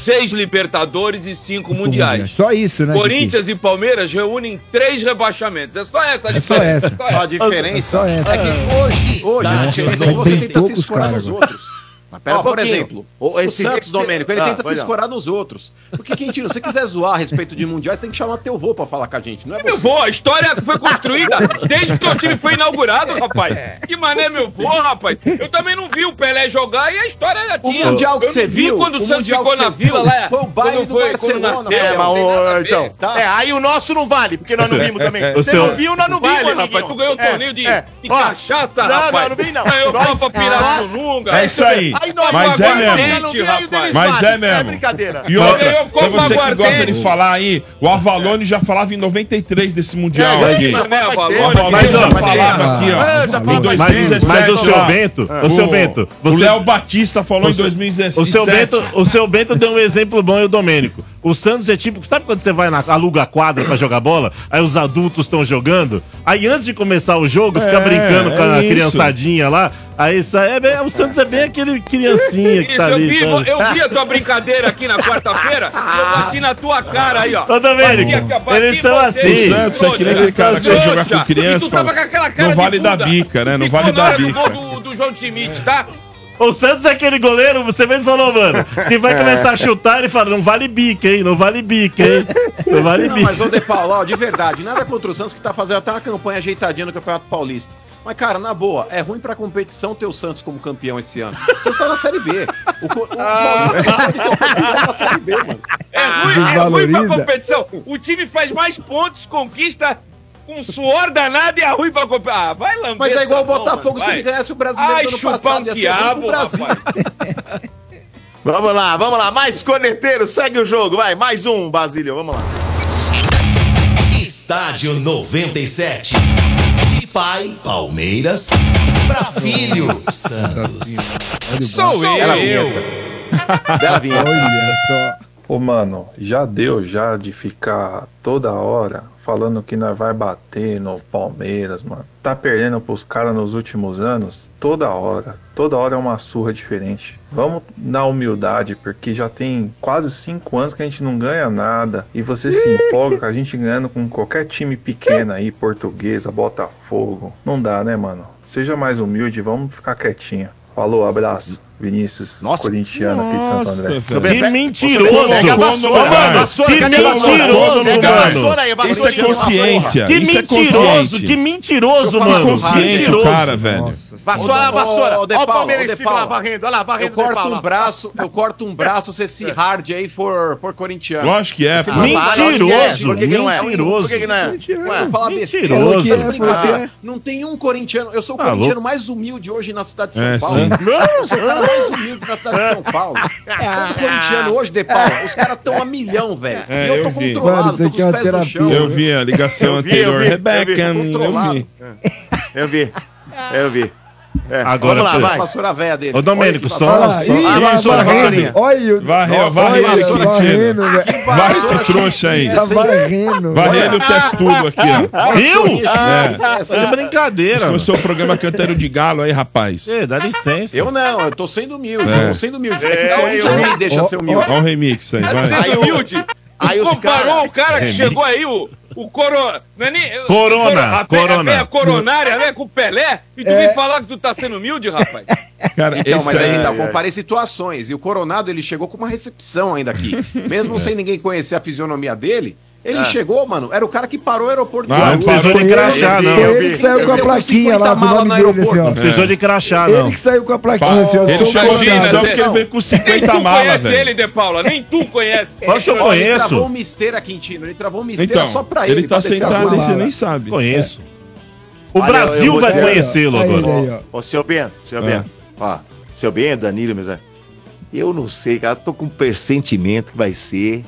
seis Libertadores e cinco Mundiais.
Só isso, É. né?
Corinthians e Palmeiras reúnem três rebaixamentos. É só essa a
É só
diferença.
essa. Só a diferença. É só essa.
É que hoje,
Hoje,
Tá,
Nossa, é
gente,
mas
você
tem
tenta se
poucos
escorar
caras
nos
agora.
outros.
Mas pera
Ó,
um
por
pouquinho.
exemplo,
O-
o,
esse-
Santos,
esse-
Domênico, ele
Ah,
tenta se
pois não.
escorar nos outros. Porque, Quintino, se você quiser zoar a respeito de mundiais, tem que chamar teu vô pra falar com a gente, não é
Meu
você.
vô, a história foi construída desde que o time foi inaugurado, rapaz. Que mané, meu vô, rapaz. Eu também não vi o Pelé jogar e a história já
O
tinha.
mundial que
Eu
você
não vi
viu,
quando o
o
Santos
mundial
ficou
que
na
você
vila
viu,
lá.
foi o baile
quando
do
foi, quando
Barcelona,
nasceu.
É, mas,
não tem
ô,
nada a ver.
então, é, aí o nosso não vale, porque nós não vimos também.
É, é.
Você
O
não
seu-
viu, nós não
Vale,
vimos,
rapaz,
amiguinho. É.
tu ganhou um torneio de-
É,
de
Ó,
cachaça,
não,
rapaz.
Não, não vi, não.
Ganhou
Nós-
Copa Pirata
Nós-
do Lunga.
É isso aí.
nós-
Mas é
agora nós
mesmo.
não veio, aí deles
Mas
valem.
é mesmo.
brincadeira.
E outra, pra você que gosta de falar aí, o Avalone já falava em 93 desse Mundial
É,
aqui.
mas, né,
O
Avalone,
Avalone
mas,
já
ó, mas,
falava
ó,
aqui,
é, já
ó.
falava
Em
mais
2017.
mas o seu
lá.
Bento, o seu Bento,
O
você-
Léo Batista falou em
seu-
2017.
O seu, Bento, o seu Bento deu um exemplo bom e o Domênico. O Santos é tipo, sabe quando você vai na aluga a quadra pra jogar bola? Aí os adultos estão jogando. Aí antes de começar o jogo, fica
É,
brincando com a
é isso.
criançadinha lá. Aí isso aí é bem- o Santos é bem aquele criancinha que
Isso,
tá
eu,
ali.
vi,
sabe?
eu vi a tua brincadeira aqui na quarta-feira, eu bati na tua cara aí, ó.
Ô, Domênico,
Bati aqui, ó, bati
eles
em
são
O
você,
assim.
Santos é que nem aquele cara que vai jogar com criança.
E tu tava com aquela cara
Não vale
de
dar
bunda.
bica, né? Não
Ficou
vale
na
dar
hora do
bica.
gol do, do João Schmidt, tá?
O Santos é aquele goleiro, você mesmo falou, mano, que vai começar a chutar e fala: não vale bica, hein? Não vale bica, hein? Não vale
Não,
bica.
mas, ô De Paulo, ó, de verdade, nada contra o Santos que tá fazendo até uma campanha ajeitadinha no Campeonato Paulista. Mas, cara, na boa, é ruim pra competição ter o Santos como campeão esse ano. O Santos tá na Série B. O, co- o Paulista pode ter o campeão na Série B, mano.
É ruim, é ruim pra competição. O time faz mais pontos, conquista com suor danado e é ruim pra competição. Ah, vai lamber.
Mas é igual o
essa mão,
Botafogo
mano,
se
vai.
ele ganhasse o brasileiro
Ai,
do ano
chupar
passado.
um
Ia ser ruim pro
quiabo,
Brasil.
Vamos lá, vamos lá. Mais corneteiro, segue o jogo, vai. Mais um, Basílio, vamos lá.
Estádio 97. De pai, Palmeiras. Pra filho, Santos.
Sou eu.
Bela vinheta.
Ô, mano, já deu já de ficar toda hora falando que nós vai bater no Palmeiras, mano. Tá perdendo pros caras nos últimos anos? Toda hora. Toda hora é uma surra diferente. Vamos na humildade, porque já tem quase cinco anos que a gente não ganha nada. E você se empolga com a gente ganhando com qualquer time pequeno aí, portuguesa, Botafogo. Não dá, né, mano? Seja mais humilde, vamos ficar quietinho. Falou, abraço. Vinícius, corintiano aqui de Santo
Nossa,
André.
velho. Que mentiroso. Pega a vassoura,
Ô, mano,
que
cadê a vassoura?
mentiroso,
Pega a
mano.
vassoura aí, a vassoura.
Isso é consciência.
Que
isso é
mentiroso,
consciente.
que mentiroso,
Eu falo
mano.
Consciente o
Mentiroso.
cara, velho.
Vassoura,
Ô,
vassoura.
ô, ô, De
Ó o
Paula,
Palmeiras
ô,
em
De
cima lá,
Paula.
varrendo. Olha lá, varrendo.
Eu
De
corto
Paula.
um braço, eu corto um braço se esse hard aí for, for corintiano.
Lógico que é,
Esse
pô.
babado,
Mentiroso,
lógico que é. Por que que não é?
mentiroso.
Por que que não é? Ué,
Mentiroso.
fala besteira.
Falou que é,
Não tem
falou que
cara.
é.
Não tem um corintiano. Eu sou o
Tá
corintiano
louco.
mais humilde hoje na cidade de São
É,
Paulo.
sim.
Eu sou o cara mais humilde na cidade de São Paulo. Todo corintiano hoje, De Paulo, os caras estão a milhão, velho.
É,
E eu
eu
tô
vi.
controlado, tô com os pés no chão.
Eu vi a ligação
Eu vi, eu
anterior.
vi, eu vi.
Rebeca, eu vi.
Controlado. Eu vi. Eu vi. É,
Agora,
vamos lá,
Pedro.
vai. Vassoura véia dele.
Ô, Domênico,
Olha que
só-
vassoura.
só-
Ah,
Ih,
vassoura,
varrendo.
vassourinha.
Olha, varreu,
Nossa,
varreu
olha
aqui,
que
Tino.
Tá varrendo, velho.
Varre esse trouxa aí.
Tá varrendo.
Varrendo o testudo aqui, ó.
Viu?
É.
Isso é brincadeira.
Esse é o seu programa Canteiro de Galo aí, rapaz.
É, dá licença.
Eu não, eu tô sendo humilde.
É.
Eu tô sendo humilde. É, que não,
eu-
ninguém me deixa
Ó,
ser humilde.
Ó, ó o remix aí, vai.
Sendo humilde.
Aí os
comparou
cara-
o cara que
Remix.
chegou aí, o, o Corona. Não é nem- o
Corona,
coro- a pe-
Corona.
A veia coronária, né? Com o Pelé. E tu
É.
vem falar que tu tá sendo humilde, rapaz?
Cara,
então,
esse
mas aí,
aí-
então, comparei situações. E o Coronado, ele chegou com uma recepção ainda aqui.
É.
Mesmo sem ninguém conhecer a fisionomia dele, ele
É.
chegou, mano. Era o cara que parou o aeroporto.
Não, não precisou de crachá, não.
Eu
Ele
vi.
que saiu com a
Desceu
plaquinha
50
lá, com o
mala
nome
no
dele,
aeroporto.
Não precisou de crachá, não.
Ele que saiu com a plaquinha,
Pá,
assim, eu
Ele
sou
chamou
contra.
atenção
Não,
porque ele veio com
Nem
50
tu
malas,
conhece
velho.
ele, De Paula. Nem tu conhece.
Lógico que eu
Ele
conheço.
travou um misteira, Quintino. Ele travou um misteira
Então,
só pra ele.
ele tá
pra descer a
sentado aí,
mala.
né?
você nem sabe. Conheço.
É.
O Brasil vai conhecê-lo agora.
Ô, seu Bento, seu
Ah.
Bento. Ó, seu Bento, Danilo, meus amigos. Eu não sei, cara. Tô com um pressentimento que vai ser.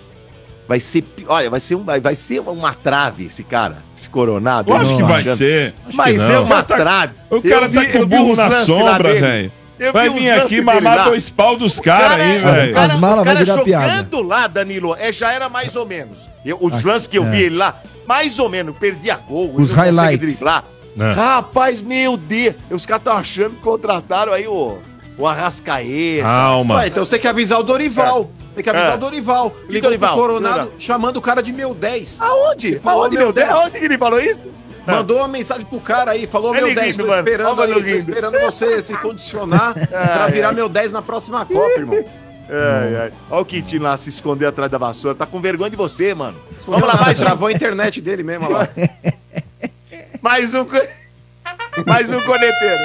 Vai ser. pi- Olha, vai ser, um, vai, vai ser uma trave esse cara, esse coronado.
Lógico que
Não,
vai
cara.
ser. Acho que
Mas
não.
é
O cara
uma
tá-
trave.
o cara tá com o burro na sombra, velho. Vai vir aqui mamar dois pau dos caras aí, velho.
é- As
As
malas
malas vai virar
jogando
piada.
lá, Danilo, é, já era mais ou menos. Eu- os
Ah,
lances que eu
é.
vi ele lá, mais ou menos, perdi a gol.
Os
eu não consigo
highlights.
driblar.
É.
Rapaz, meu Deus. Os caras estão achando que contrataram aí o, o Arrascaeta.
Calma.
Ué,
então você tem que avisar o Dorival. Você tem que avisar
É.
o Dorival.
E
Ligou
Dorival?
pro Coronado
Dorival.
chamando o cara de meu 10.
Aonde? Aonde, meu 10? Aonde que ele falou isso?
Mandou uma mensagem pro cara aí, falou
Ele
meu 10,
rindo,
tô
mano. Ó,
esperando,
mano,
aí, tô
rindo.
esperando você se condicionar
É,
pra
Ai,
virar
ai.
meu 10 na próxima Copa, irmão.
Ai, ai. Olha o Kitinho lá se esconder atrás da vassoura. Tá com vergonha de você, mano. Vamos lá, mais um.
Travou a internet dele mesmo, olha lá.
Mais um. co- Mais um coneteiro.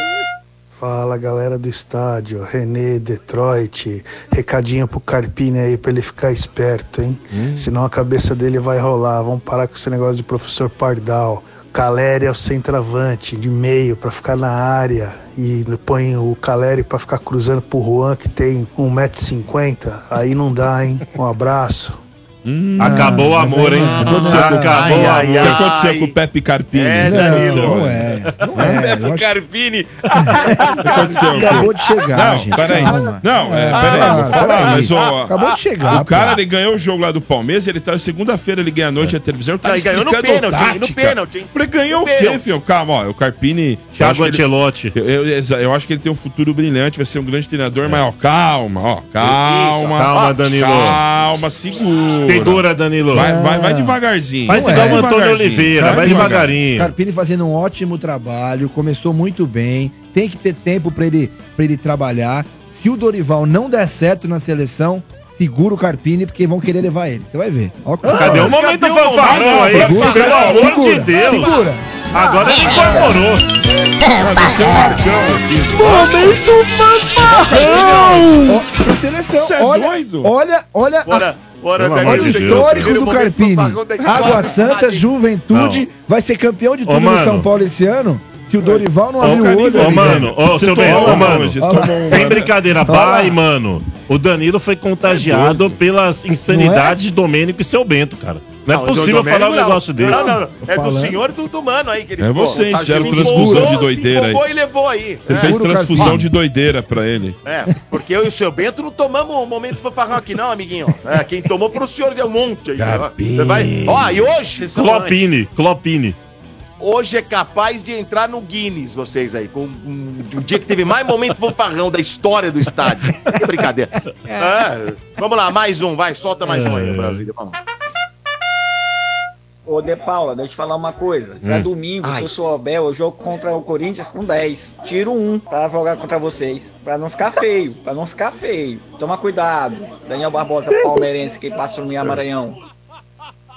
Fala galera do estádio, René, Detroit. Recadinho pro Carpini aí pra ele ficar esperto, hein?
Hum.
Senão a cabeça dele vai rolar. Vamos parar com esse negócio de professor Pardal. Caleri é o centroavante, de meio, pra ficar na área. E põe o Caleri pra ficar cruzando pro Juan, que tem 1,50m. Aí não dá, hein? Um abraço.
Acabou o
Ah, mas
amor,
aí
hein?
não dá nada.
Acabou o amor.
Ai, ai,
O que aconteceu com o Pepe Carpini?
É,
Não,
Danilo.
não é.
Pepe Carpini.
Tá
Acabou de chegar. Não, peraí. Não, é, peraí, vou falar, mas ó,
Acabou de chegar,
O cara, ele ganhou o jogo lá do Palmeiras, ele tá segunda-feira, ele ganha a noite a televisão. Tá
Ah, e ganhou no
explicando
pênalti, hein? No
tática.
pênalti, hein?
Falei, ganhou
No
o quê,
pênalti.
filho? Calma, ó, o Carpini.
Thiago
eu acho que ele-
Ancelotti. É.
Eu, eu- exa- eu acho que ele tem um futuro brilhante, vai ser um grande treinador, mas ó, calma, ó,
Isso,
calma.
Ah,
calma, Danilo.
Calma, segura.
Segura, Danilo.
Vai, vai, vai devagarzinho.
Vai
Não
se
é.
dar o Antônio
Devagarzinho.
Oliveira, vai
devagar.
devagarinho.
Carpini fazendo um ótimo trabalho, começou muito bem. Tem que ter tempo pra ele, pra ele trabalhar. Se o Dorival não der certo na seleção, segura o Carpini, porque vão querer levar ele. Você vai ver. Ó,
Cadê o momento
Cadê o
fanfarrão
momento?
aí?
Segura,
Pelo
segura,
amor de
segura,
Deus.
segura.
Agora ele incorporou.
é um
Momento fanfarrão! Pra seleção,
Você é
olha,
doido?
olha, olha, a-
Bora, bora,
olha
Danilo,
o
chega.
histórico
Primeiro
do
momento
Carpini.
fanfarrão da história.
Água Santa, Juventude, vai ser campeão de
Ô,
tudo no
mano.
São Paulo esse ano. Se o Dorival não é. abrir o olho,
Ô,
ali,
mano,
velho.
ô, seu bem, ô, mano. Sem brincadeira,
Olha lá.
vai, mano. O Danilo foi contagiado
é?
pelas insanidades de Domênico e seu Bento, cara. Não, é
Não,
possível
Dom Domênico
falar um
não.
negócio desse.
Não, não, não. É do
Falando.
senhor e do, do mano aí, querido.
É vocês, fizeram transfusão de doideira aí.
e levou aí.
Você fez transfusão de doideira pra ele.
É, porque eu e o seu Bento não tomamos um momento fanfarrão aqui, não, amiguinho. É, quem tomou pro senhor é um monte aí. ó. Você vai. Ó, e hoje. vocês são antes.
Clopine, Clopine.
Hoje é capaz de entrar no Guinness, vocês aí. Com um- o dia que teve mais momento fanfarrão da história do estádio. Que brincadeira. É, vamos lá, mais um, vai, solta mais um aí, no Brasília. Vamos.
Ô, De Paula, deixa eu te falar uma coisa. Pra
Hum.
domingo, se eu souber, eu jogo contra o Corinthians com 10. Tiro um pra jogar contra vocês. Pra não ficar feio, pra não ficar feio. Toma cuidado. Daniel Barbosa, palmeirense, que passa no Minha Maranhão.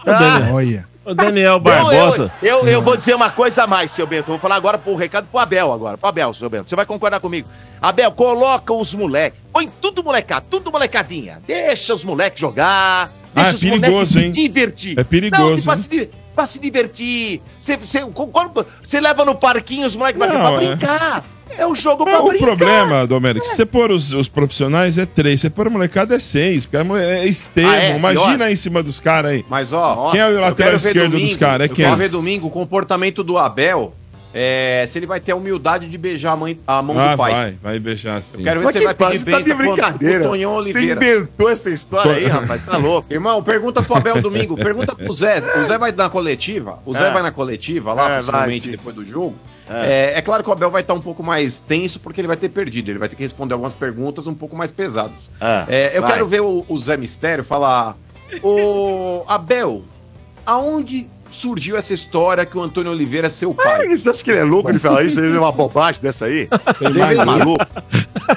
Ah!
Olha.
O Daniel
Não,
Barbosa.
Eu, eu, eu vou dizer uma coisa a mais, seu Bento. Vou falar agora pro recado pro Abel agora. Pro Abel, seu Bento. Você vai concordar comigo. Abel, coloca os moleques. Põe tudo molecado, tudo molecadinha. Deixa os moleques jogar. Deixa
Ah, é
os
perigoso,
se
hein?
divertir.
É perigoso,
Não, pra,
hein?
se, di- pra se divertir. Você, você, quando você leva no parquinho os moleques pra,
Não,
pra
é.
brincar. É um jogo pra
o
brincar.
problema,
É.
Domérico, se você pôr os, os profissionais é três, se você pôr a molecada é seis, porque a mole- é extremo.
Ah, é?
Imagina
Pior.
aí em cima dos caras aí.
Mas ó,
Quem é o
eu
lateral
quero ver
esquerdo dos
domingo-
caras? É
Eu quero
quem?
ver domingo o comportamento do Abel é, se ele vai ter a humildade de beijar a, mãe, a mão
Ah,
do pai.
vai, vai beijar sim.
Eu quero ver se ele vai pedir bênção quando- pro Tonhão Oliveira. essa história aí, rapaz? Tá louco. Irmão, pergunta pro Abel Domingo, pergunta pro Zé. O Zé vai na coletiva? O Zé
É.
vai na coletiva lá,
É,
principalmente
vai, sim.
depois do jogo?
É.
É. é claro que o Abel vai estar um pouco mais tenso porque ele vai ter perdido. Ele vai ter que responder algumas perguntas um pouco mais pesadas. É, eu
vai.
quero ver o, o Zé Mistério falar. O Abel, aonde surgiu essa história que o Antônio Oliveira é seu pai?
você acha que ele é louco de falar isso? Ele é uma bobagem dessa aí?
Ele é maluco.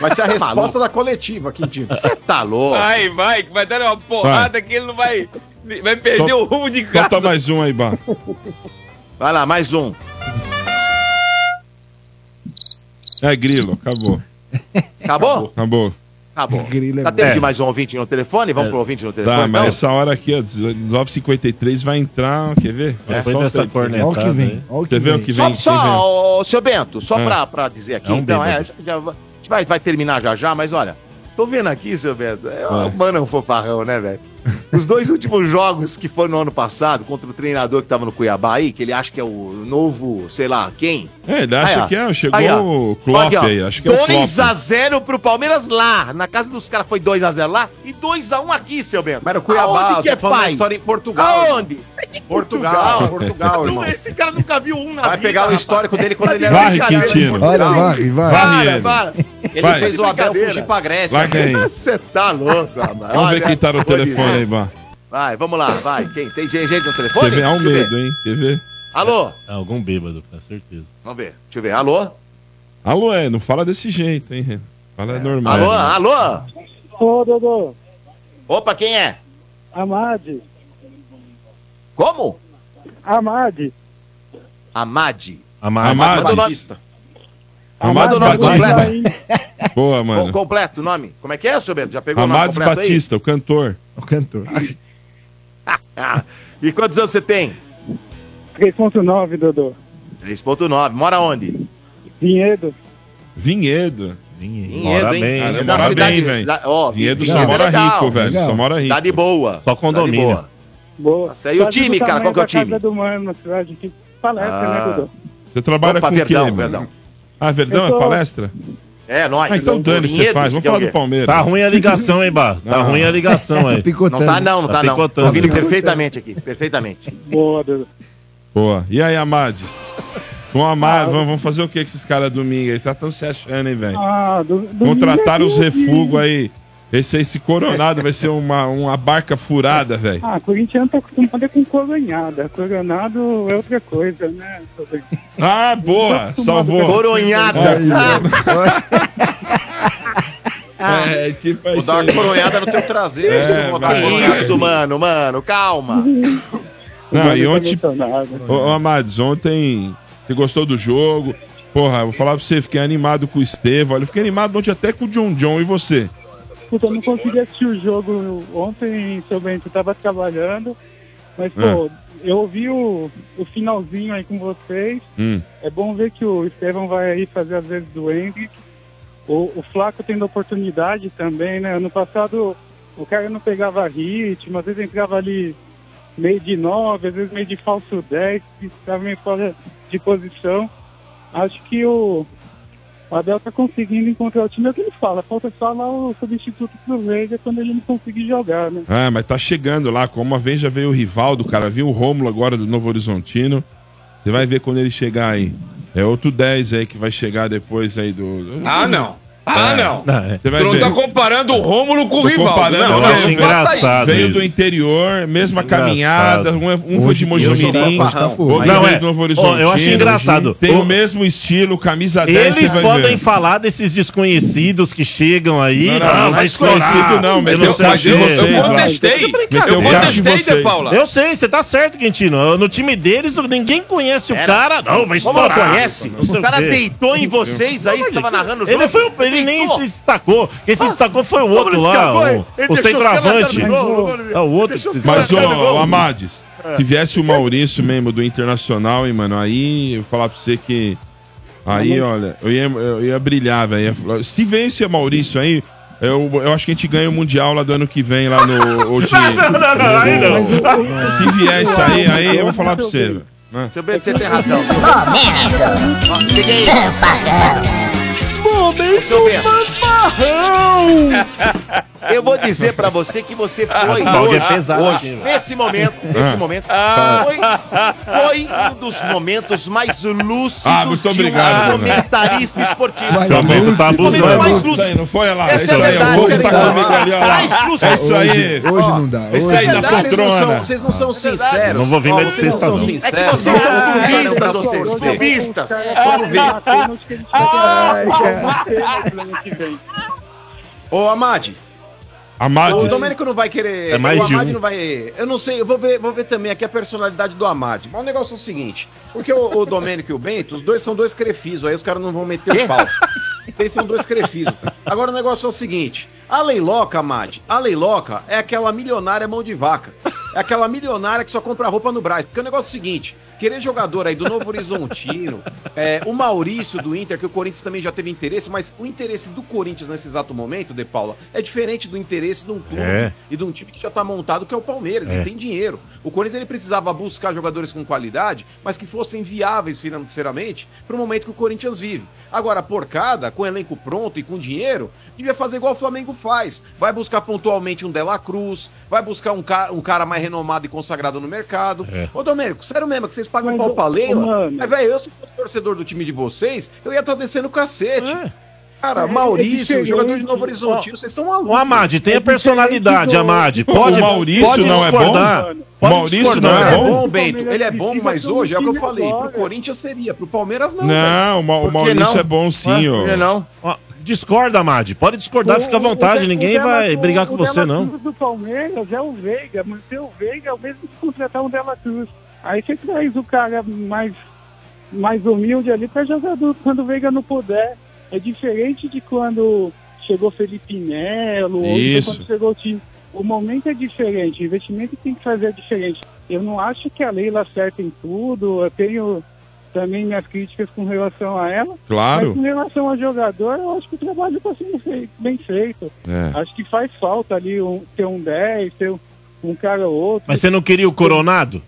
Vai ser a
Tá
resposta
maluco.
da coletiva, Quintino. Você tá louco.
Vai, vai, que vai dar uma porrada que ele não vai. Vai perder o rumo de casa.
Bota mais um aí, Bá.
Vai lá, mais um.
É, Grilo, acabou.
um. Acabou?
Acabou.
Acabou.
Grilo é
Tá tempo
bom.
de mais um ouvinte no telefone? Vamos pro ouvinte no telefone,
Tá, mas
então?
essa hora aqui, ó, 9h53, vai entrar, quer ver? um
É, depois dessa cornetada né? Olha o que vem, aí.
Você vê o que
Só,
vem?
só ô, seu Bento, só
Ah.
pra, pra dizer aqui,
É um
então, é,
bêbado.
já, já va- a gente vai, vai terminar já já, mas olha, tô vendo aqui, seu Bento, é, o mano é um fofarrão, né, velho? Os dois últimos jogos que foram no ano passado contra o treinador que tava no Cuiabá aí, que ele acha que é o novo, sei lá, quem?
É, ele acha
ó.
que é, chegou
ó.
o Klopp
ó,
aí, acho que é o Klopp.
2x0 pro Palmeiras lá, na casa dos caras foi 2x0 lá e 2x1 aqui, seu Bento.
Mas era o Cuiabá,
Aonde que
eu
é
tô falando da
pai?
história em Portugal.
Aonde?
Portugal, Portugal,
Não, é
irmão.
Esse cara nunca viu um na Tá
Vai pegar o histórico dele quando ele era
Varre,
brincadeira em
Quintino.
Portugal.
Olha, varre, varre. Varre ele.
Ele
Vai.
fez o Abel
Brincadeira.
fugir pra Grécia.
Larga aí.
Você tá louco, rapaz.
Vamos ver quem tá no telefone aí, Bá.
Vai, vamos lá, vai. Quem? Tem gente gente no telefone?
Quer ver? Há um
Deixa eu ver.
medo, hein? Quer ver?
Alô?
É algum bêbado, com certeza.
Vamos ver. Deixa eu ver. Alô?
Alô, é, não fala desse jeito, hein, Renan? Fala normal.
É. Alô? Alô?
Ô, Dodô,
Opa, quem é?
Amade,
Como?
Amade.
Amade.
Amade.
Manda o nome-
Batista. Amado
Manda é o nome
Batista.
completo.
Boa,
Com-
mano.
Completo o nome. Como é que é, seu Bento? Já pegou
Amados
o nome completo
Batista, o cantor. O cantor.
aí? Ah. e quantos anos você tem?
3.9, Dodô.
3.9. Mora onde?
Vinhedo.
Vinhedo.
Vinhedo,
Mora
hein?
bem,
Vinhedo
né?
da
Mora
cidade-
bem, velho.
cida- ó,
Vinhedo
Vinhedo
só
é
mora
legal.
rico, velho. Só
Legal.
mora rico.
Cidade boa.
Só
condomínio. Cidade boa.
Boa.
Nossa, e o
Quase do
time, cara?
tamanho
Qual que
da
é o
casa
time?
do Mano, cidade que palestra,
Ah.
né, Dodô?
Você trabalha
Opa,
com o quê,
Verdão,
mano?
Verdão.
Ah, Verdão
Eu tô-
é palestra?
É, nós.
Ah, então dane, você faz. Vamos falar do Palmeiras.
Tá ruim a ligação, hein, Bá? Tá
Não.
ruim a ligação aí.
Não tá não, não tá, não. Tô
picotando.
ouvindo perfeitamente aqui, perfeitamente.
Boa, Dodô.
Boa. E aí, Amades? Com a Amar, vamos, vamos fazer o que com esses caras domingo aí? Eles estão se achando, hein, velho?
Ah, do, do
Contrataram os
Vinhedo,
refugos aí. Esse, esse coronado vai ser uma, uma barca furada, velho.
Ah, corintiano tá acostumado com coronhada. Coronado é outra coisa, né? Dodô?
Ah,
Tá
boa! Salvou.
Coronhada.
É, tipo aí.
Ah. Vou um dar uma coronhada no teu traseiro.
É,
deixa eu botar
vai.
a coronhada.
Isso, mano, mano, calma.
Não, e ontem. Ô, ô, Amades, ontem você gostou do jogo. Porra, eu vou falar pra você, fiquei animado com o Estevão. Olha, eu fiquei animado ontem até com o John John e você.
Puta, eu não consegui assistir o jogo ontem, seu Bento, eu tava trabalhando. Mas, pô, eu ouvi o, o finalzinho aí com vocês.
Hum.
É bom ver que o Estevão vai aí fazer às vezes do Hendrick. O, o Flaco tendo oportunidade também, né? Ano passado o cara não pegava ritmo, às vezes entrava ali meio de nove, às vezes meio de falso 10, ficava meio fora de posição. Acho que o, o Abel tá conseguindo encontrar o time, é o que ele fala, falta só lá o substituto pro Veiga quando ele não conseguir jogar, né?
Ah, mas tá chegando lá. Como uma vez já veio o Rivaldo, cara. Viu o Rômulo agora do Novo Horizontino. Você vai ver quando ele chegar aí. É outro 10 aí que vai chegar depois aí do.
Ah, não. Ah,
É.
não.
Você vai
tu não
ver.
tá comparando o Rômulo com o
Tô
rival.
comparando,
não,
eu
não,
acho
não
engraçado
faça isso.
Veio do interior, mesma caminhada, um, é- um foi
Hoje
de
eu sou
Mojimirim,
fanfarrão,
outro
mas- Não,
veio
é.
do Novo Horizontino.
Ó, eu acho engraçado.
Tem o
O-
mesmo estilo, camisa 10,
Eles
você vai
podem
ver.
falar desses desconhecidos que chegam aí.
Não,
Não,
não, não é
vai
desconhecido,
estourar.
não,
Eu
meteu
não sei
o cachorro em
o quê.
vocês, Eu contestei.
Tá de
Meteu
brincadeira.
o cachorro em
Eu
vocês.
sei, Eu sei, você tá certo, Quintino. No time deles, ninguém conhece o cara. Não, vai
Como
estourar.
não conhece?
Não sei
O cara
quê.
deitou em vocês aí, você tava narrando o jogo. Ah,
Ele, foi, o- ele nem se destacou. Quem se destacou foi o outro
ele
lá,
destacou,
o,
hein? Ele
o
deixou os caras
centroavante.
dando gol, gol,
É o outro que é se
Mas,
destacou.
ô, ô, Amades, se viesse o Maurício mesmo do Internacional, hein, mano, aí eu vou falar pra você que. Aí, olha, eu ia, eu ia brilhar, velho. Ia falar, Se vence o Maurício aí, eu, eu acho que a gente ganha o Mundial lá do ano que vem, lá no. o de-
Não, não, não, aí não.
Se vier isso aí, aí eu vou falar pra você. velho.
Seu Bento, você tem razão.
Ô, merda!
Ó, Cheguei. Seu Bento. Eu vou dizer pra você que você
Ah,
foi
O balde é
hoje,
pesado
hoje,
aqui, velho.
nesse momento, nesse
Ah.
momento,
Ah.
foi, foi um dos momentos mais lúcidos
Ah, muito obrigado,
de um
Bruno.
comentarista esportivo.
Vai, Seu Bento tá
Um dos momentos
abusando.
mais
Não
lúcidos.
tem, não foi, olha lá,
Essa
isso
é
aí, o
verdade.
povo tá
cara.
comigo ali, olha lá.
Traz
É isso
lúcido.
aí.
Ó,
Hoje não dá,
É
isso
hoje
aí
não dá.
da
Vocês não
poltrona.
são-
Vocês não são sinceros.
Não vou vir
Ó,
mais de
vocês
sexta,
não
não.
são
É que
sinceros.
vocês
Vocês
são
são clubistas,
clubistas,
vocês.
vocês.
Clubistas.
É,
Quero ver.
Ô, Amade.
Amades.
O Domênico não vai querer.
É mais
o
de
Amade
um.
não vai. Eu não sei, eu vou ver, vou ver também aqui a personalidade do Amade. Mas o negócio é o seguinte: porque o, o Domênico e o Bento, os dois são dois crefisos, aí os caras não vão meter o pau. Eles são dois crefisos. Agora o negócio é o seguinte: a Leiloca, Amade, a Leiloca é aquela milionária mão de vaca. É aquela milionária que só compra roupa no Braz. Porque o negócio é o seguinte: querer jogador aí do Novo Horizontino, é, o Maurício do Inter, que o Corinthians também já teve interesse, mas o interesse do Corinthians nesse exato momento, De Paula, é diferente do interesse de um clube
É.
e de um time que já tá montado, que é o Palmeiras,
É.
e tem dinheiro. O Corinthians ele precisava buscar jogadores com qualidade, mas que fossem viáveis financeiramente pro momento que o Corinthians vive. Agora, a porcada, com elenco pronto e com dinheiro, devia fazer igual o Flamengo faz. Vai buscar pontualmente um Dela Cruz, vai buscar um, ca- um cara mais renomado e consagrado no mercado.
É.
Ô, Domênico, sério mesmo, que vocês pagam pau pra
ô,
Leila?
mano.
Mas, velho, eu se fosse torcedor do time de vocês, eu ia estar descendo o cacete. Cara,
É,
Maurício,
é
jogador de
diferente.
Novo Horizontino, vocês estão malucos.
Ô, Amade,
É
tem a personalidade, Amade. Pode,
O Maurício
pode
não é bom?
discordar. Pode
Maurício
discordar.
não é bom, Bento. Ele é bom, mas hoje é o que eu falei. Pro Corinthians seria, pro Palmeiras não.
Não,
velho.
o Ma- o
Por que
Maurício
não?
é bom sim,
Ué,
ó.
por que não?
Ó, discorda, Amade. Pode discordar, fica à vontade. Ninguém vai brigar com você,
O
não.
Cruz do Palmeiras é o Veiga, manter o Veiga é o mesmo que contratar um Dela Cruz. Aí você traz o cara mais, mais humilde ali para jogador quando o Veiga não puder. É diferente de quando chegou Felipe Melo, ou de
Isso.
quando chegou o time. O momento é diferente, o investimento tem que fazer diferente. Eu não acho que a Leila acerta em tudo, eu tenho também minhas críticas com relação a ela.
Claro.
Mas com relação ao jogador, eu acho que o trabalho está sendo feito, bem feito.
É.
Acho que faz falta ali um, ter um 10, ter um, um cara ou outro.
Mas você não queria o Coronado?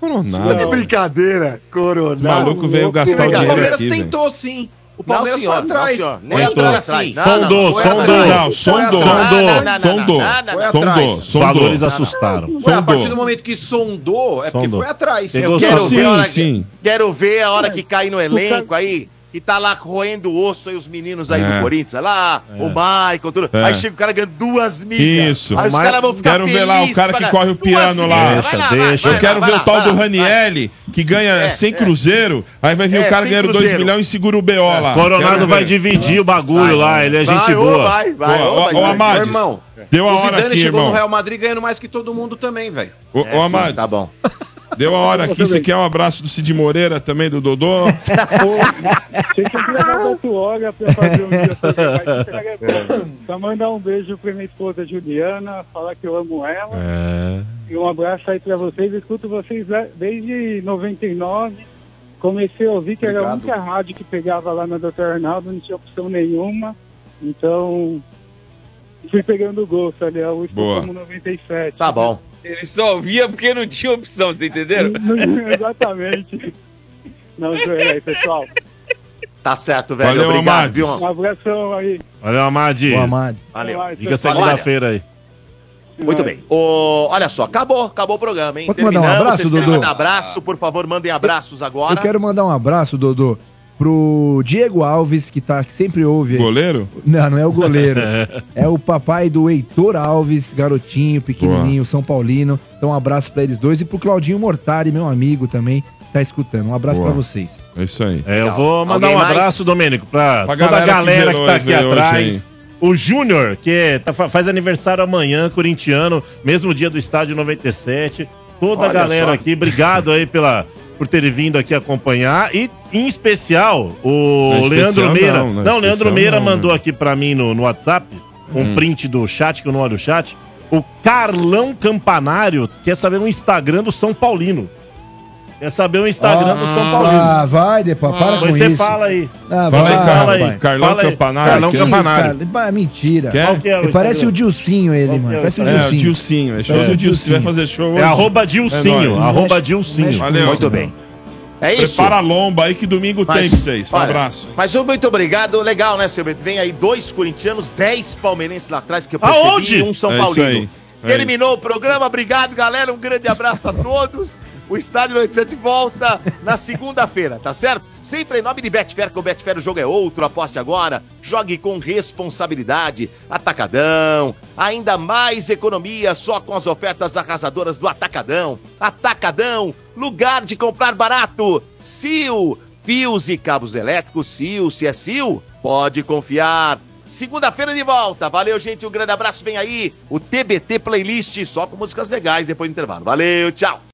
Coronado.
É
de
brincadeira, Coronado.
O maluco veio gastar o
O
dinheiro
Palmeiras
aqui, velho.
tentou sim. O Palmeiras
Não, senhora,
foi atrás.
não, senhora.
Foi
Tentou.
atrás sim.
Sondou,
Foi um
sondou.
atrás.
Não,
sondou,
sondou,
um
sondou, sondou. Valores assustaram.
Ué, a partir
Sondou.
do momento que sondou, é porque
Sondou.
foi atrás.
Pegou
Eu
só
quero
assim,
ver a hora que-
Sim.
Quero ver a
É.
hora que cai no elenco aí. E tá lá roendo o osso aí, os meninos aí
É.
do Corinthians, olha lá, o Michael, tudo.
É.
Aí chega o cara ganhando duas milhas.
Isso.
Aí os caras vão ficar
Quero ver lá o
felizes
cara
pra
que
gar-
corre o
duas
piano lá.
milhas. Vai lá, vai lá,
Eu
vai lá,
quero
vai
ver
lá,
o tal
vai
do
lá.
Ranielli, que ganha
É,
100
é.
cruzeiro, aí vai vir
É,
o cara
100
ganhando 2
cruzeiro. É.
milhões e segura o BO lá.
Coronado
Quero
vai
ver.
dividir o bagulho lá, ele é
Vai,
gente
ô,
boa.
vai, vai, ô, vai, vai.
Amades,
Ô, irmão,
deu a
o
hora
Zidane
aqui,
chegou
irmão.
no Real Madrid ganhando mais que todo mundo também, velho.
Ô,
É,
ô
sim,
Amade.
Tá bom.
Deu a hora aqui. Você quer um abraço do Cid Moreira também, do Dodô?
Tem que entregar o outro hora pra fazer um dia sobre, mas entrega- Só mandar um beijo pra minha esposa Juliana, falar que eu amo ela. E um abraço aí pra vocês. Eu Escuto vocês lá desde 99. Comecei a ouvir que era a
Obrigado.
única rádio que pegava lá na Dr. Arnaldo, não tinha opção nenhuma. Então, fui pegando gosto, aliás, eu estou
Boa.
como 97.
Tá bom.
Ele só via porque não tinha opção, vocês entenderam?
Exatamente. Não, zoeira aí, pessoal.
Tá certo, velho.
Valeu,
Obrigado,
Amades.
viu?
Um abração aí.
Valeu, Amade.
Boa,
Amades.
Valeu.
Liga segunda-feira aí.
Muito bem. Ô, olha só, acabou, acabou o programa, hein?
Pode mandar um abraço,
vocês querem
Dodô?
mandar abraço, por favor, mandem abraços agora.
Eu quero mandar um abraço, Dodô, pro Diego Alves, que tá que sempre ouve aí.
Goleiro?
Não, não é o goleiro. é o papai do Heitor Alves, garotinho, pequenininho, São Paulino. Então, um abraço pra eles dois e pro Claudinho Mortari, meu amigo também, que tá escutando. Um abraço
Boa.
pra vocês.
É isso aí.
É, eu vou mandar
Alguém
um
mais?
abraço, Domênico, pra,
Pra
toda a
galera que
galera que,
zerou
tá
aí,
aqui
veio hoje aí.
atrás. O Júnior, que é- tá- fa- faz aniversário amanhã, corintiano, mesmo dia do estádio 97. Toda a
Olha
galera
só.
aqui, obrigado aí pela, por terem vindo aqui acompanhar. E, em especial, o
Não é
Leandro
especial
Meira. Não,
não, não é
Leandro
especial
Meira
não,
mandou aqui pra mim no, no WhatsApp, um
Hum.
print do chat, que eu não olho o chat. O Carlão Campanário quer saber um Instagram do São Paulino. Quer saber um Instagram do São Paulino.
Ah, vai, Depa, para com
Mas você
isso.
fala aí. Fala
Ah, vai,
aí, Carlão.
vai.
Fala aí. Carlão Fala aí. Campanário.
Carlão
Aqui,
Campanário. Ah, mentira.
Quer? Qual que é o
Ele parece
Instagram?
o Dilcinho, ele, mano. Parece o Dilcinho.
É, o Dilcinho. é show.
Parece
É,
o
o Dilcinho.
Dilcinho.
Vai fazer show
É
hoje.
arroba Dilcinho,
nóis.
arroba Dilcinho.
Valeu.
Muito bem.
É isso.
Prepara a lomba aí que domingo tem pra vocês. Um
olha,
abraço.
Mas ô, muito obrigado. Legal, né, seu Beto? Vem aí dois corintianos, dez palmeirenses lá atrás, que eu percebi,
Aonde?
e um São
É isso aí,
Paulino.
é
Terminou o programa. Obrigado, galera. Um grande abraço a todos. O Estádio 97 volta na segunda-feira, tá certo? Sempre em nome de Betfair, com Betfair o jogo é outro. Aposte agora, jogue com responsabilidade. Atacadão, ainda mais economia só com as ofertas arrasadoras do Atacadão. Atacadão, lugar de comprar barato. Sil, fios e cabos elétricos. Sil, se é Sil, pode confiar. Segunda-feira de volta. Valeu, gente. Um grande abraço. Vem aí o TBT Playlist só com músicas legais depois do intervalo. Valeu, tchau.